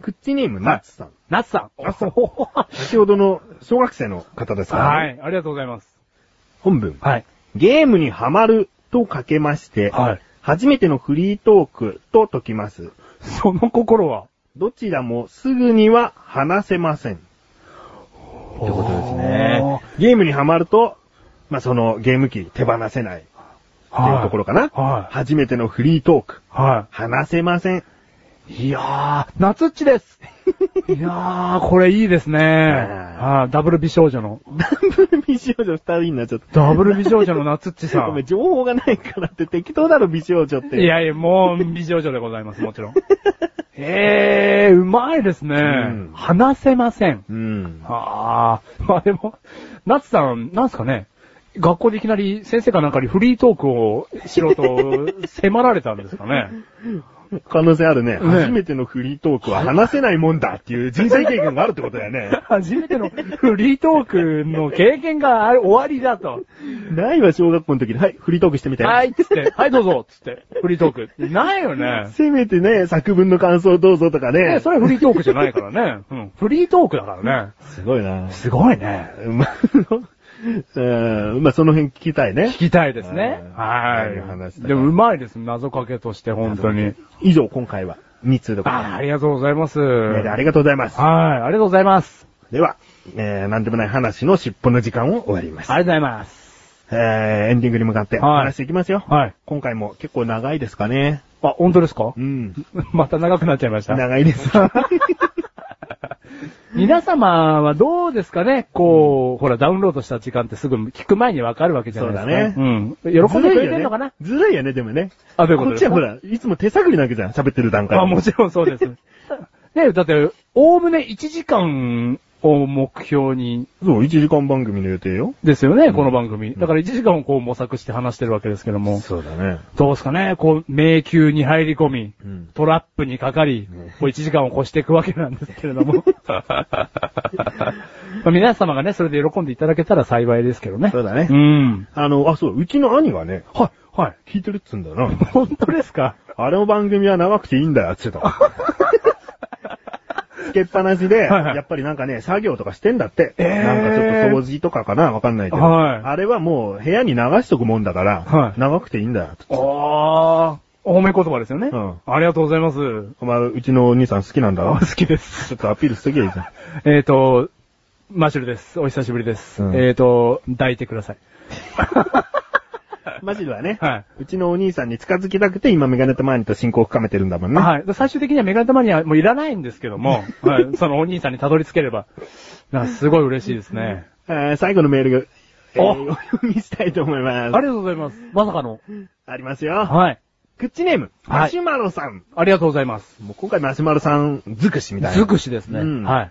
Speaker 2: クッチネーム、ナッツさん。
Speaker 1: ナツさん。
Speaker 2: ナ ツさん
Speaker 1: おほほほ
Speaker 2: 先ほどの小学生の方ですから、
Speaker 1: はい。ありがとうございます。
Speaker 2: 本文。
Speaker 1: はい。
Speaker 2: ゲームにハマるとかけまして、
Speaker 1: はい
Speaker 2: 初めてのフリートークと解きます。
Speaker 1: その心は
Speaker 2: どちらもすぐには話せません。ってことですね。ゲームにハマると、まあ、そのゲーム機手放せないっていうところかな。
Speaker 1: はい。
Speaker 2: 初めてのフリートーク。
Speaker 1: は
Speaker 2: 話せません。
Speaker 1: い。いやー、夏っち です。いやー、これいいですね。はい。ダブル美少女の。
Speaker 2: ダブル美少女二人になっちゃった。
Speaker 1: ダブル美少女の夏っち さ
Speaker 2: ごめん、
Speaker 1: ん。
Speaker 2: 情報がないからって適当だろ、美少女って。
Speaker 1: い、やいや、もう美少女でございます、もち ろん。えー、うまいですね
Speaker 2: うん。
Speaker 1: 話せません。
Speaker 2: うん。
Speaker 1: あー、まあでも、夏さん、なんすかね。学校でいきなり先生かなんかにフリートークをしろと迫られたんですかね。
Speaker 2: 可能性あるね。
Speaker 1: ね
Speaker 2: 初めてのフリートークは話せないもんだっていう人生経験があるってことだよね。
Speaker 1: 初めてのフリートークの経験があ終わりだと。
Speaker 2: ないわ、小学校の時に。はい、フリートークしてみて。
Speaker 1: はい、つって、はい、どうぞ、つって、フリートーク。ないよね。
Speaker 2: せめてね、作文の感想どうぞとかね。
Speaker 1: ね、それはフリートークじゃないからね。うん。フリートークだからね。
Speaker 2: すごいな。
Speaker 1: すごいね。
Speaker 2: まあ、うん まあ、その辺聞きたい
Speaker 1: 聞
Speaker 2: ね。
Speaker 1: きたいですね。
Speaker 2: あ
Speaker 1: は
Speaker 2: ーそういう話だ
Speaker 1: い。
Speaker 2: ね
Speaker 1: でもうまいです、謎かけとして、本当に。
Speaker 2: 以上、今回は、2通でござい
Speaker 1: あー
Speaker 2: ま
Speaker 1: あ
Speaker 2: す。
Speaker 1: りがとうございます。
Speaker 2: メールあ
Speaker 1: はい、
Speaker 2: りがとうございます。
Speaker 1: ありがとうございます。
Speaker 2: では、えー、なんでもない話の尻尾の時間を終わります。
Speaker 1: ありがとうございます。
Speaker 2: えー、エンディングに向かって、
Speaker 1: はい
Speaker 2: 話していきますよ。
Speaker 1: はい。
Speaker 2: 今回も結構長いですかね。
Speaker 1: あ、本当ですか
Speaker 2: うん。
Speaker 1: また長くなっちゃいました。
Speaker 2: 長いです。
Speaker 1: 皆様はどうですかねこう、ほら、ダウンロードした時間ってすぐ聞く前にわかるわけじゃないですか。
Speaker 2: そう
Speaker 1: うん。 喜んでくれてんのかな、
Speaker 2: ずるいよね、でもね。
Speaker 1: あ、どういうこ
Speaker 2: こと
Speaker 1: で
Speaker 2: っ
Speaker 1: す
Speaker 2: ちは
Speaker 1: か
Speaker 2: ほら、いつも手探りなわけじゃん、喋ってる段階
Speaker 1: あ、もちろんそうです。 ねだって、おおむね1時間を目標に、
Speaker 2: そう、1時間番組の予定よ。
Speaker 1: ですよね、この番組。だから1時間をこう模索して話してるわけですけども。
Speaker 2: そうだね。
Speaker 1: どうですかねこう、迷宮に入り込み、
Speaker 2: うん
Speaker 1: トラップにかかり、こう1時間を越していくわけなんですけれども。 まあ皆様がね、それで喜んでいただけたら幸いですけどね。
Speaker 2: そうだね
Speaker 1: うん。
Speaker 2: あの、あ、そう、うちの兄がね、
Speaker 1: はい、はい。
Speaker 2: 聞いてるっつうんだよな。
Speaker 1: 本当ですか
Speaker 2: あれの番組は長くていいんだよ、って言 ってた。つけっぱなしで、
Speaker 1: はいはい
Speaker 2: やっぱりなんかね、作業とかしてんだって。
Speaker 1: えー
Speaker 2: なんかちょっと掃除とかかなわかんないけど。
Speaker 1: はい
Speaker 2: あれはもう部屋に流しとくもんだから、
Speaker 1: はい
Speaker 2: 長くていいんだよ。
Speaker 1: ああ、お褒め言葉ですよね。
Speaker 2: うん
Speaker 1: ありがとうございます。
Speaker 2: お前、うちのお兄さん好きなんだろ
Speaker 1: 好きです。
Speaker 2: ちょっとアピールしときゃいいじゃん。
Speaker 1: えっ、と、マシュルです。お久しぶりです。
Speaker 2: うん
Speaker 1: えっ、と、抱いてください。
Speaker 2: マジではね、
Speaker 1: はいう
Speaker 2: ちのお兄さんに近づきたくて今メガネとマーニと親交を深めてるんだもんね。
Speaker 1: はい。最終的にはメガネ玉にはもういらないんですけど も、はい、そのお兄さんにたどり着ければ、なんかすごい嬉しいですね。
Speaker 2: えー最後のメールが、えー
Speaker 1: お
Speaker 2: お読みしたいと思いま
Speaker 1: あ
Speaker 2: す。
Speaker 1: りがとうございます。まさかの。
Speaker 2: ありますよ。
Speaker 1: はい。
Speaker 2: クッチネーム、
Speaker 1: はい
Speaker 2: マシュマロさん。
Speaker 1: ありがとうございます。
Speaker 2: もう今回マシュマロさん尽くしみたいな。
Speaker 1: 尽くしですね。
Speaker 2: うん
Speaker 1: はい。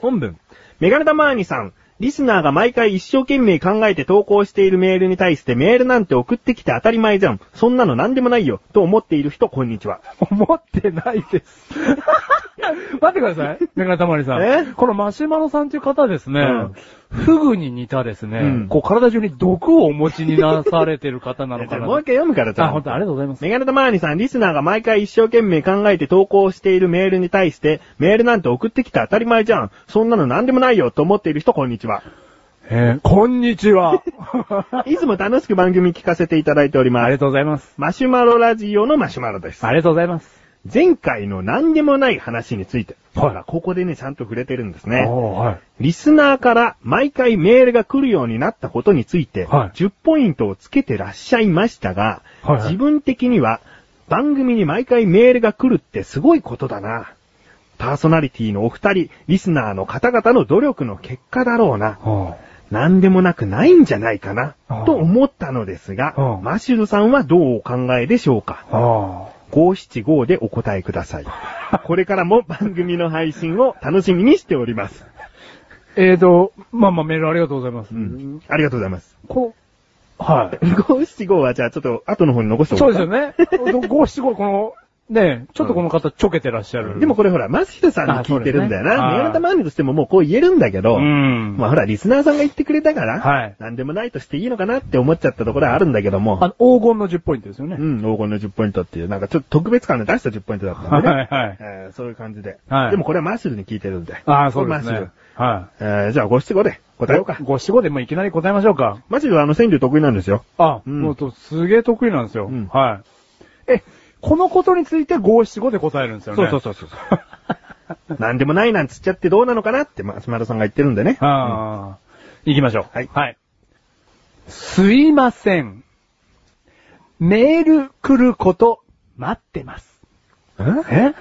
Speaker 2: 本文。メガネタマーニさん。リスナーが毎回一生懸命考えて投稿しているメールに対してメールなんて送ってきて当たり前じゃん。そんなの何でもないよ。と思っている人、こんにちは。
Speaker 1: 思ってないです。 待ってください。メガネたまりさ
Speaker 2: え
Speaker 1: ん。このマシュマロさんという方ですね、
Speaker 2: うん
Speaker 1: フグに似たですね、
Speaker 2: うん
Speaker 1: こう体中に毒をお持ちになされてる方なの
Speaker 2: じ
Speaker 1: か
Speaker 2: ゃ あ
Speaker 1: な。
Speaker 2: もう一回読むからちゃん
Speaker 1: あ、本当ありがとうございます。
Speaker 2: メガネタマーニさん、リスナーが毎回一生懸命考えて投稿しているメールに対して、メールなんて送ってきて当たり前じゃん。そんなの何でもないよ。と思っている人、こんにち は。
Speaker 1: えーこんにちは。
Speaker 2: いつも楽しく番組聞かせていただいてお り
Speaker 1: あ
Speaker 2: ま
Speaker 1: り
Speaker 2: す
Speaker 1: が。とうございます。
Speaker 2: マシュマロラジオのマシュマロです。
Speaker 1: ありがとうございます。
Speaker 2: 前回の何でもない話について。
Speaker 1: はい
Speaker 2: ほら、ここでね、ちゃんと触れてるんですね。
Speaker 1: おーはい。
Speaker 2: リスナーから毎回メールが来るようになったことについて、
Speaker 1: はい
Speaker 2: 10ポイントをつけてらっしゃいましたが、
Speaker 1: はいはい
Speaker 2: 自分的には番組に毎回メールが来るってすごいことだな。パーソナリティのお二人、リスナーの方々の努力の結果だろうな。
Speaker 1: は
Speaker 2: 何でもなくないんじゃないかな
Speaker 1: ああ、
Speaker 2: と思ったのですが
Speaker 1: ああ、
Speaker 2: マシュルさんはどうお考えでしょうか
Speaker 1: あ。は
Speaker 2: 五七五でお答えください。 これからも番組の配信を楽しみにしております。
Speaker 1: あ。えーと、まあまあメールありがとうございます。
Speaker 2: うん。ありがとうございます。
Speaker 1: こう、はい。
Speaker 2: 五七五はじゃあちょっと後の方に残してお
Speaker 1: そう
Speaker 2: こう
Speaker 1: ですよね。五七五、この、ねえちょっとこの方ちょけてらっしゃる。
Speaker 2: でもこれほら、マシルさんに聞いてるんだよな。
Speaker 1: あそうですね
Speaker 2: メガネタマーニとしてももうこう言えるんだけど、
Speaker 1: うん
Speaker 2: まあほら、リスナーさんが言ってくれたから、
Speaker 1: はい
Speaker 2: 何でもないとしていいのかなって思っちゃったところはあるんだけども、
Speaker 1: あの、黄金の10ポイントですよね
Speaker 2: う。ん、黄金の10ポイントっていう、なんかちょっと特別感で出した10ポイントだった
Speaker 1: は
Speaker 2: ん
Speaker 1: い
Speaker 2: でね。
Speaker 1: はい。
Speaker 2: えーそういう感じで。
Speaker 1: はい
Speaker 2: でもこれはマシルに聞いてるんで。
Speaker 1: ああ、そうです
Speaker 2: これマシ
Speaker 1: ね
Speaker 2: ル。
Speaker 1: は
Speaker 2: えーじゃあ五七五で
Speaker 1: い。
Speaker 2: 答えようか。
Speaker 1: 五七五でもういきなり答えましょうか。
Speaker 2: マシルはあの川柳得意なんですよ。
Speaker 1: あ、
Speaker 2: うん
Speaker 1: もうと、すげえ得意なんですよ
Speaker 2: うん。
Speaker 1: はい。え、このことについて五七五で答えるんですよね。
Speaker 2: そうそうそう。何でもないなんつっちゃってどうなのかなってマシュマロさんが言ってるんでね。
Speaker 1: ああ、行きましょう。
Speaker 2: はい
Speaker 1: すいません。メール来ること待ってます。え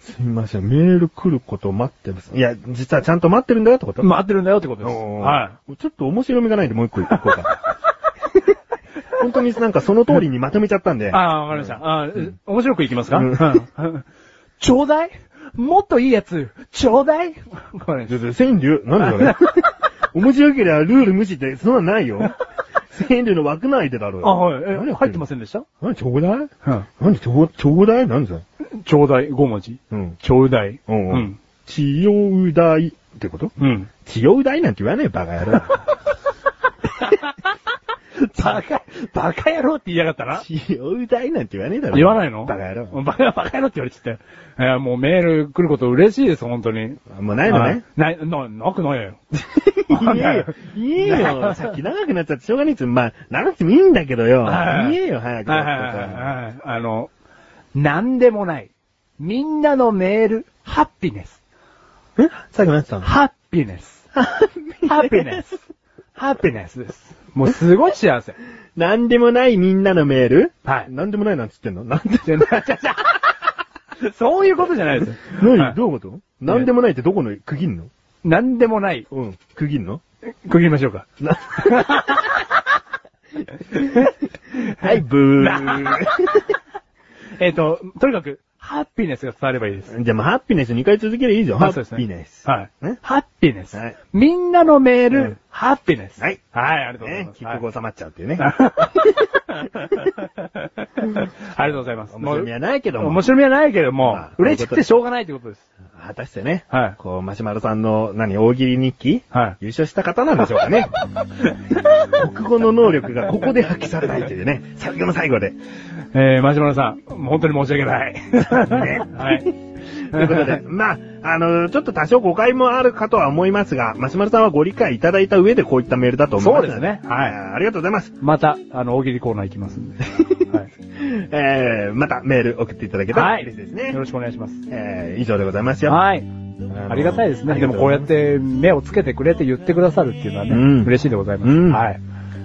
Speaker 2: すいません、メール来ることを待ってます。いや、実はちゃんと待ってるんだよってこと
Speaker 1: 待ってるんだよってことです。は
Speaker 2: はい。ちょっと面白みがないんでもう一個行 こうか。本当になんかその通りにまとめちゃったん
Speaker 1: い。
Speaker 2: で。
Speaker 1: ああ、わかりました。ああ、え面白くいきますか、
Speaker 2: うん
Speaker 1: うんちょうだいもっといいやつ、ちょうだいこれ
Speaker 2: ちょっと川柳な んでそれ面白ければルール無視って、そんなんないよ。川柳の枠内でだろうよ。
Speaker 1: あ、はい。え、入ってま
Speaker 2: せ
Speaker 1: せ
Speaker 2: ん。
Speaker 1: んでした
Speaker 2: 何ちょうだい何ちょう、ちょうだい何それ
Speaker 1: ちょうだい、5文字。
Speaker 2: うん。
Speaker 1: ちょうだい。
Speaker 2: う
Speaker 1: うんん。。
Speaker 2: 千代台ってこと
Speaker 1: うん。
Speaker 2: 千代台なんて言わねえバカ野郎。
Speaker 1: バカ、バカ野郎って言いやがったな。
Speaker 2: 千代台なんて言わねえだろ。
Speaker 1: 言わないの
Speaker 2: バカ野郎。
Speaker 1: バカ、バカ野郎って言われちゃって。えーもうメール来ること嬉しいです、本当に。
Speaker 2: あもうないのね。
Speaker 1: はいない、な、なくないよ。
Speaker 2: 言え よ。言えよ。 さっき長くなっちゃってしょうがねえっつうまあ、長くてもいいんだけどよ。
Speaker 1: はい
Speaker 2: 言えよ、早く。
Speaker 1: はいはいはいはい。あの、なんでもない。みんなのメール、ハッピネス。
Speaker 2: えさっき何やってたの
Speaker 1: ハッピネス。ハッピネス。ハッピネスです。もうすごい幸 せ。
Speaker 2: なんでもないみんなのメール
Speaker 1: はい
Speaker 2: なんでもないなんつってんのなんで
Speaker 1: じゃあ、じゃあじゃあそういうことじゃないですよ。は
Speaker 2: 何
Speaker 1: い
Speaker 2: どういうこと何でもないってどこの区切んの
Speaker 1: なんでもない。
Speaker 2: うん。区切んの
Speaker 1: 区切りましょうか。
Speaker 2: なはい、ブー。
Speaker 1: えっ、と、とにかく、ハッピーネスが伝わればいいです。
Speaker 2: じゃあ、まあ、ハッピーネス2回続ければいいじゃん。
Speaker 1: ま
Speaker 2: ハ
Speaker 1: あそうです
Speaker 2: ッ
Speaker 1: ね
Speaker 2: ピーネス。
Speaker 1: はい
Speaker 2: ね。
Speaker 1: ハッピーネス
Speaker 2: はい。
Speaker 1: みんなのメー
Speaker 2: う
Speaker 1: ル
Speaker 2: ん、
Speaker 1: ハッピーネス。
Speaker 2: はい。
Speaker 1: はい、ありがとうござい
Speaker 2: ね
Speaker 1: ま、す。
Speaker 2: 結
Speaker 1: はい
Speaker 2: 局収まっちゃうっていうね。
Speaker 1: ありがとうございます。
Speaker 2: 面白みはないけども。
Speaker 1: 面白みはないけども
Speaker 2: まあ、
Speaker 1: 嬉しくてしょうがないということです。
Speaker 2: 果たしてね、
Speaker 1: はい
Speaker 2: こう、マシュマロさんの、何、大喜利日記、
Speaker 1: はい
Speaker 2: 優勝した方なんでしょう かね。国語の能力がここで発揮されないというね、最後の最後で。
Speaker 1: えー、マシュマロさん、本当に申し訳ない。 はい。
Speaker 2: ということで、まあ、あの、ちょっと多少誤解もあるかとは思いますが、マシュマロさんはご理解いただいた上でこういったメールだと思います。
Speaker 1: そうですね
Speaker 2: は
Speaker 1: はいい。
Speaker 2: ありがとうございます。
Speaker 1: また、あの、大喜利コーナー行きます んで。はい
Speaker 2: えー、またメール送っていただけたら
Speaker 1: はい。
Speaker 2: 嬉しいですね。
Speaker 1: よろしくお願いします。
Speaker 2: えー、以上でございますよ。
Speaker 1: はい。
Speaker 2: の
Speaker 1: ありがたいですね。でもこうやっ。て目をつけてくれて言ってくださるっていうのはね、
Speaker 2: うん
Speaker 1: 嬉しいでございます。
Speaker 2: うん
Speaker 1: はい。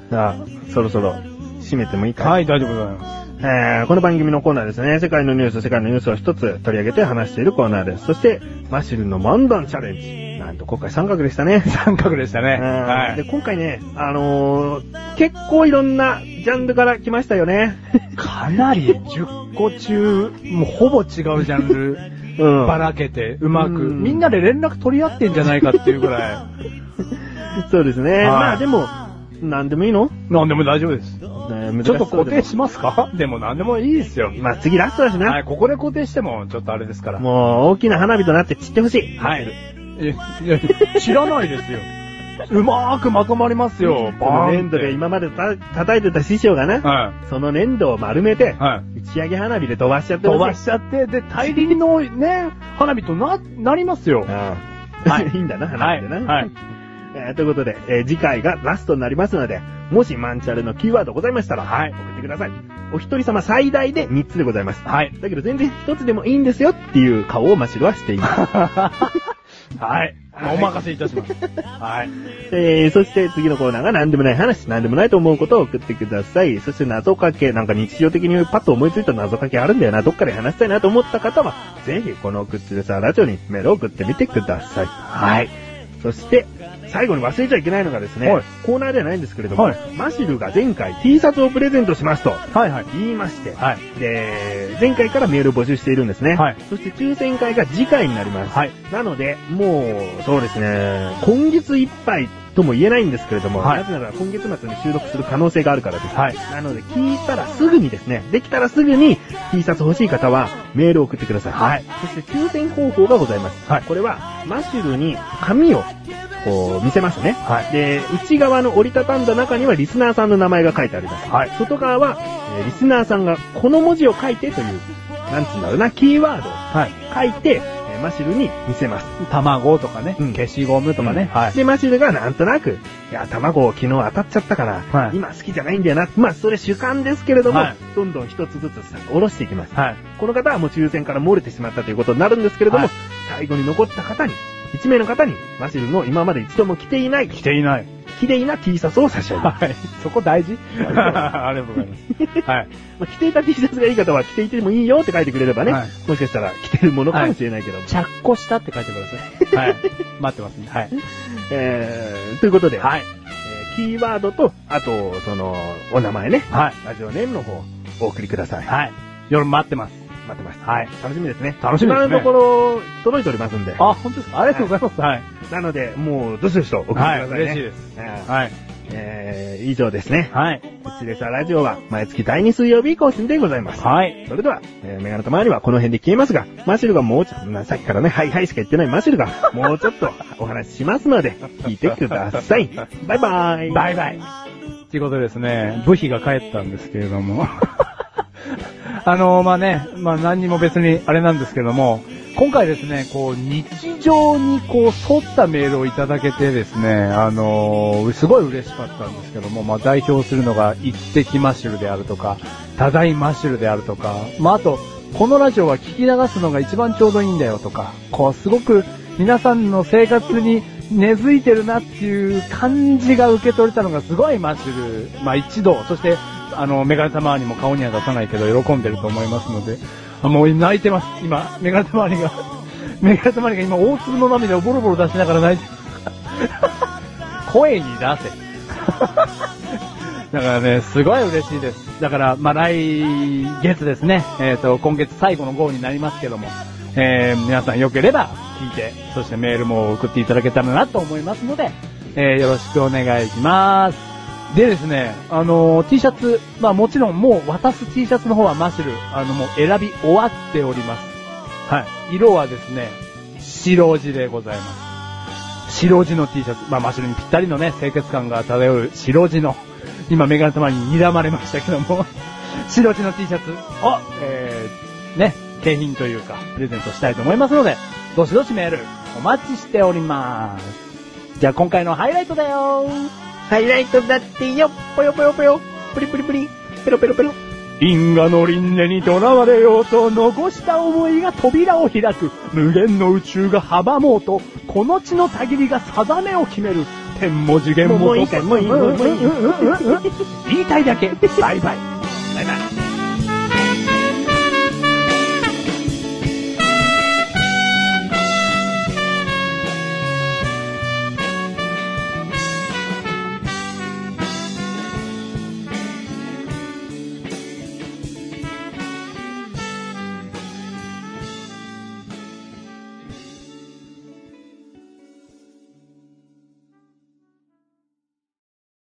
Speaker 2: さあ、そろそろ、締めてもいいかい
Speaker 1: はい、大丈夫でございます。
Speaker 2: えーこの番組のコーナーですね、世界のニュース、世界のニュースを一つ取り上げて話しているコーナーです。そして、マシルの漫談チャレンジ。なんと今回三角でしたね。
Speaker 1: 三角でしたね。
Speaker 2: うん
Speaker 1: は
Speaker 2: で
Speaker 1: い。
Speaker 2: 今回ね、あのー結構いろんなジャンルから来ましたよね。
Speaker 1: かなり10個中、もうほぼ違うジャンル、
Speaker 2: うん
Speaker 1: ばらけて、うまく、
Speaker 2: うん
Speaker 1: みんなで連絡取り合ってんじゃないかっていうぐらい。
Speaker 2: そうですね。
Speaker 1: い
Speaker 2: まあでも、なんでもいいの、
Speaker 1: なんでも大丈夫です。ち
Speaker 2: ね
Speaker 1: ょっと固定。
Speaker 2: 難し
Speaker 1: しますかでもなんでもいいですよ
Speaker 2: そうで。もまあ次ラストだしな。
Speaker 1: はい、ここで固定してもちょっとあれですから。
Speaker 2: もう大きな花火となって散ってほしい。
Speaker 1: はい。いやいや知らないですよ。うまーくまとまりますよ。
Speaker 2: この粘土
Speaker 1: で
Speaker 2: で今までた叩いてた師匠がな、
Speaker 1: は
Speaker 2: その粘土を丸めて
Speaker 1: い。、はい。
Speaker 2: 打ち上げ花火で飛ばしちゃってほし
Speaker 1: 飛
Speaker 2: い
Speaker 1: ばしちゃって、で、大輪のね、花火とな、なりますよ。
Speaker 2: ああ。。
Speaker 1: はいい
Speaker 2: いんだな、
Speaker 1: は
Speaker 2: 話
Speaker 1: い。
Speaker 2: でな。
Speaker 1: はい。
Speaker 2: えーということで、えー次回がラストになりますので、もしマンチャルのキーワードございましたら、
Speaker 1: はい
Speaker 2: 送ってください。お一人様最大で3つでございます。
Speaker 1: はい。
Speaker 2: だけど全然1つでもいいんですよっていう顔をマシルはしています。
Speaker 1: はい。まあお任せいたします。はい。
Speaker 2: えーそして次のコーナーが何でもない話、何でもないと思うことを送ってください。そして謎かけ、なんか日常的にパッと思いついた謎かけあるんだよな、どっかで話したいなと思った方は、ぜひこのグッズレサーラジオにメールを送ってみてください。
Speaker 1: はい。
Speaker 2: そして、最後に忘れちゃいけないのがですね、
Speaker 1: はい
Speaker 2: コーナーではないんですけれども、
Speaker 1: はい
Speaker 2: マシルが前回 T シャツをプレゼントしますと
Speaker 1: はいはい。
Speaker 2: 言いまして、
Speaker 1: はい。
Speaker 2: で、前回からメールを募集しているんですね。
Speaker 1: はい
Speaker 2: そして抽選会が次回になります。
Speaker 1: はい。
Speaker 2: なので、もう、そうですね、今月いっぱいとも言えないんですけれども、
Speaker 1: はい
Speaker 2: なぜなら今月末に収録する可能性があるからです。
Speaker 1: はい。
Speaker 2: なので、聞いたらすぐにですね、できたらすぐに T シャツ欲しい方はメールを送ってください。
Speaker 1: はい。
Speaker 2: そして抽選方法がございます。
Speaker 1: はい
Speaker 2: これは、マシュルに紙を、こう、見せますね。
Speaker 1: はい。
Speaker 2: で、内側の折りたたんだ中にはリスナーさんの名前が書いてあります。
Speaker 1: はい
Speaker 2: 外側は、えーリスナーさんがこの文字を書いてという、なんつうんだろうな、キーワードを
Speaker 1: はい。
Speaker 2: 書いて、えーマシュルに見せます。
Speaker 1: 卵とかね、
Speaker 2: うん
Speaker 1: 消しゴムとかね。はい。
Speaker 2: で、マシュルがなんとなく、いや、卵を昨日当たっちゃったから、
Speaker 1: はい
Speaker 2: 今好きじゃないんだよな。まあ、それ主観ですけれども、
Speaker 1: はい
Speaker 2: どんどん一つずつさ下ろしていきます。
Speaker 1: はい。
Speaker 2: この方はもう抽選から漏れてしまったということになるんですけれども、
Speaker 1: はい
Speaker 2: 最後に残った方に、1名の方に、マシルの今まで一度も着ていない、
Speaker 1: 来ていない。
Speaker 2: 綺麗な T シャツを差し上げます。
Speaker 1: はい。 そこ大事 ありがとうございます。はい。
Speaker 2: まあ、着ていた T シャツがいい方は着ていてもいいよって書いてくれればね、
Speaker 1: はい
Speaker 2: もしかしたら着てるものかもしれないけども。
Speaker 3: 着こしたって書いてください。
Speaker 1: はい。 待ってますね。はい。
Speaker 2: えー、ということで、
Speaker 1: はい。
Speaker 2: えーキーワードと、あと、その、お名前ね、
Speaker 1: はい。
Speaker 2: ラジオネームの方、お送りください。
Speaker 1: はい。夜待ってます。
Speaker 2: 待ってます。
Speaker 1: はい。
Speaker 2: 楽しみですね。
Speaker 1: 楽しみですね
Speaker 2: 今のところ、届いておりますんで。
Speaker 1: あ、本当ですかありがとうございます。はい。
Speaker 2: なので、もう、どしどしと送ってくださ
Speaker 1: はいい。
Speaker 2: ね。
Speaker 1: 嬉しいです。
Speaker 2: えー
Speaker 1: はい。
Speaker 2: えー以上ですね。
Speaker 1: はい。
Speaker 2: うちでさラジオは毎月第2水曜日更新でございます。
Speaker 1: はい。
Speaker 2: それでは、えーメガネと周りはこの辺で消えますが、マシルがもうちょっと、なさっきからね、はいはいしか言ってないマシルが、もうちょっとお話ししますので、聞いてください。バイバイ。
Speaker 1: バイバイ。ということでですね、部費が帰ったんですけれども。 あのまあね、まあ何にも別にあれなんですけども、今回ですね、こう、日常にこう、沿ったメールをいただけてですね、あのすごい嬉しかったんですけども、まあ代表するのが、一滴マッシュルであるとか、ただいマッシュルであるとか、まああと、このラジオは聞き流すのが一番ちょうどいいんだよとか、こう、すごく皆さんの生活に根付いてるなっていう感じが受け取れたのがすごいマッシュル、まあ一度、そして、あの、メガネ様にも顔には出さないけど喜んでると思いますので、あもう泣いてます、今。メガネたまりが。 メガネたまりが今、大粒の涙をボロボロ出しながら泣いて 声に出せ。だからね、すごい嬉しいです。だから、まあ、来月ですね、えっ、と、今月最後の号になりますけども、えー、皆さんよければ聞いて、そしてメールも送っていただけたらなと思いますので、えー、よろしくお願いします。でですね、あのー T シャツ、まあもちろんもう渡す T シャツの方はマシル、あのもう選び終わっております。はい。色はですね、白地でございます。白地の T シャツ、まあマシルにぴったりのね、清潔感が漂う白地の、今メガネたまりに睨まれましたけども、 白地の T シャツを、えー、ね、景品というか、プレゼントしたいと思いますので、どしどしメール、お待ちしております。じゃあ今回のハイライトだよ
Speaker 3: ハイライトだってよ、ぽよぽよぽよ、プリプリプリ、ペロペロペロ。
Speaker 1: 因果の輪廻にとらわれようと残した思いが扉を開く無限の宇宙が阻もうとこの地の限りが定めを決める天も次元も
Speaker 3: もういいかいもういいもういいもういい
Speaker 1: 言いたいだけバイバイバイバイ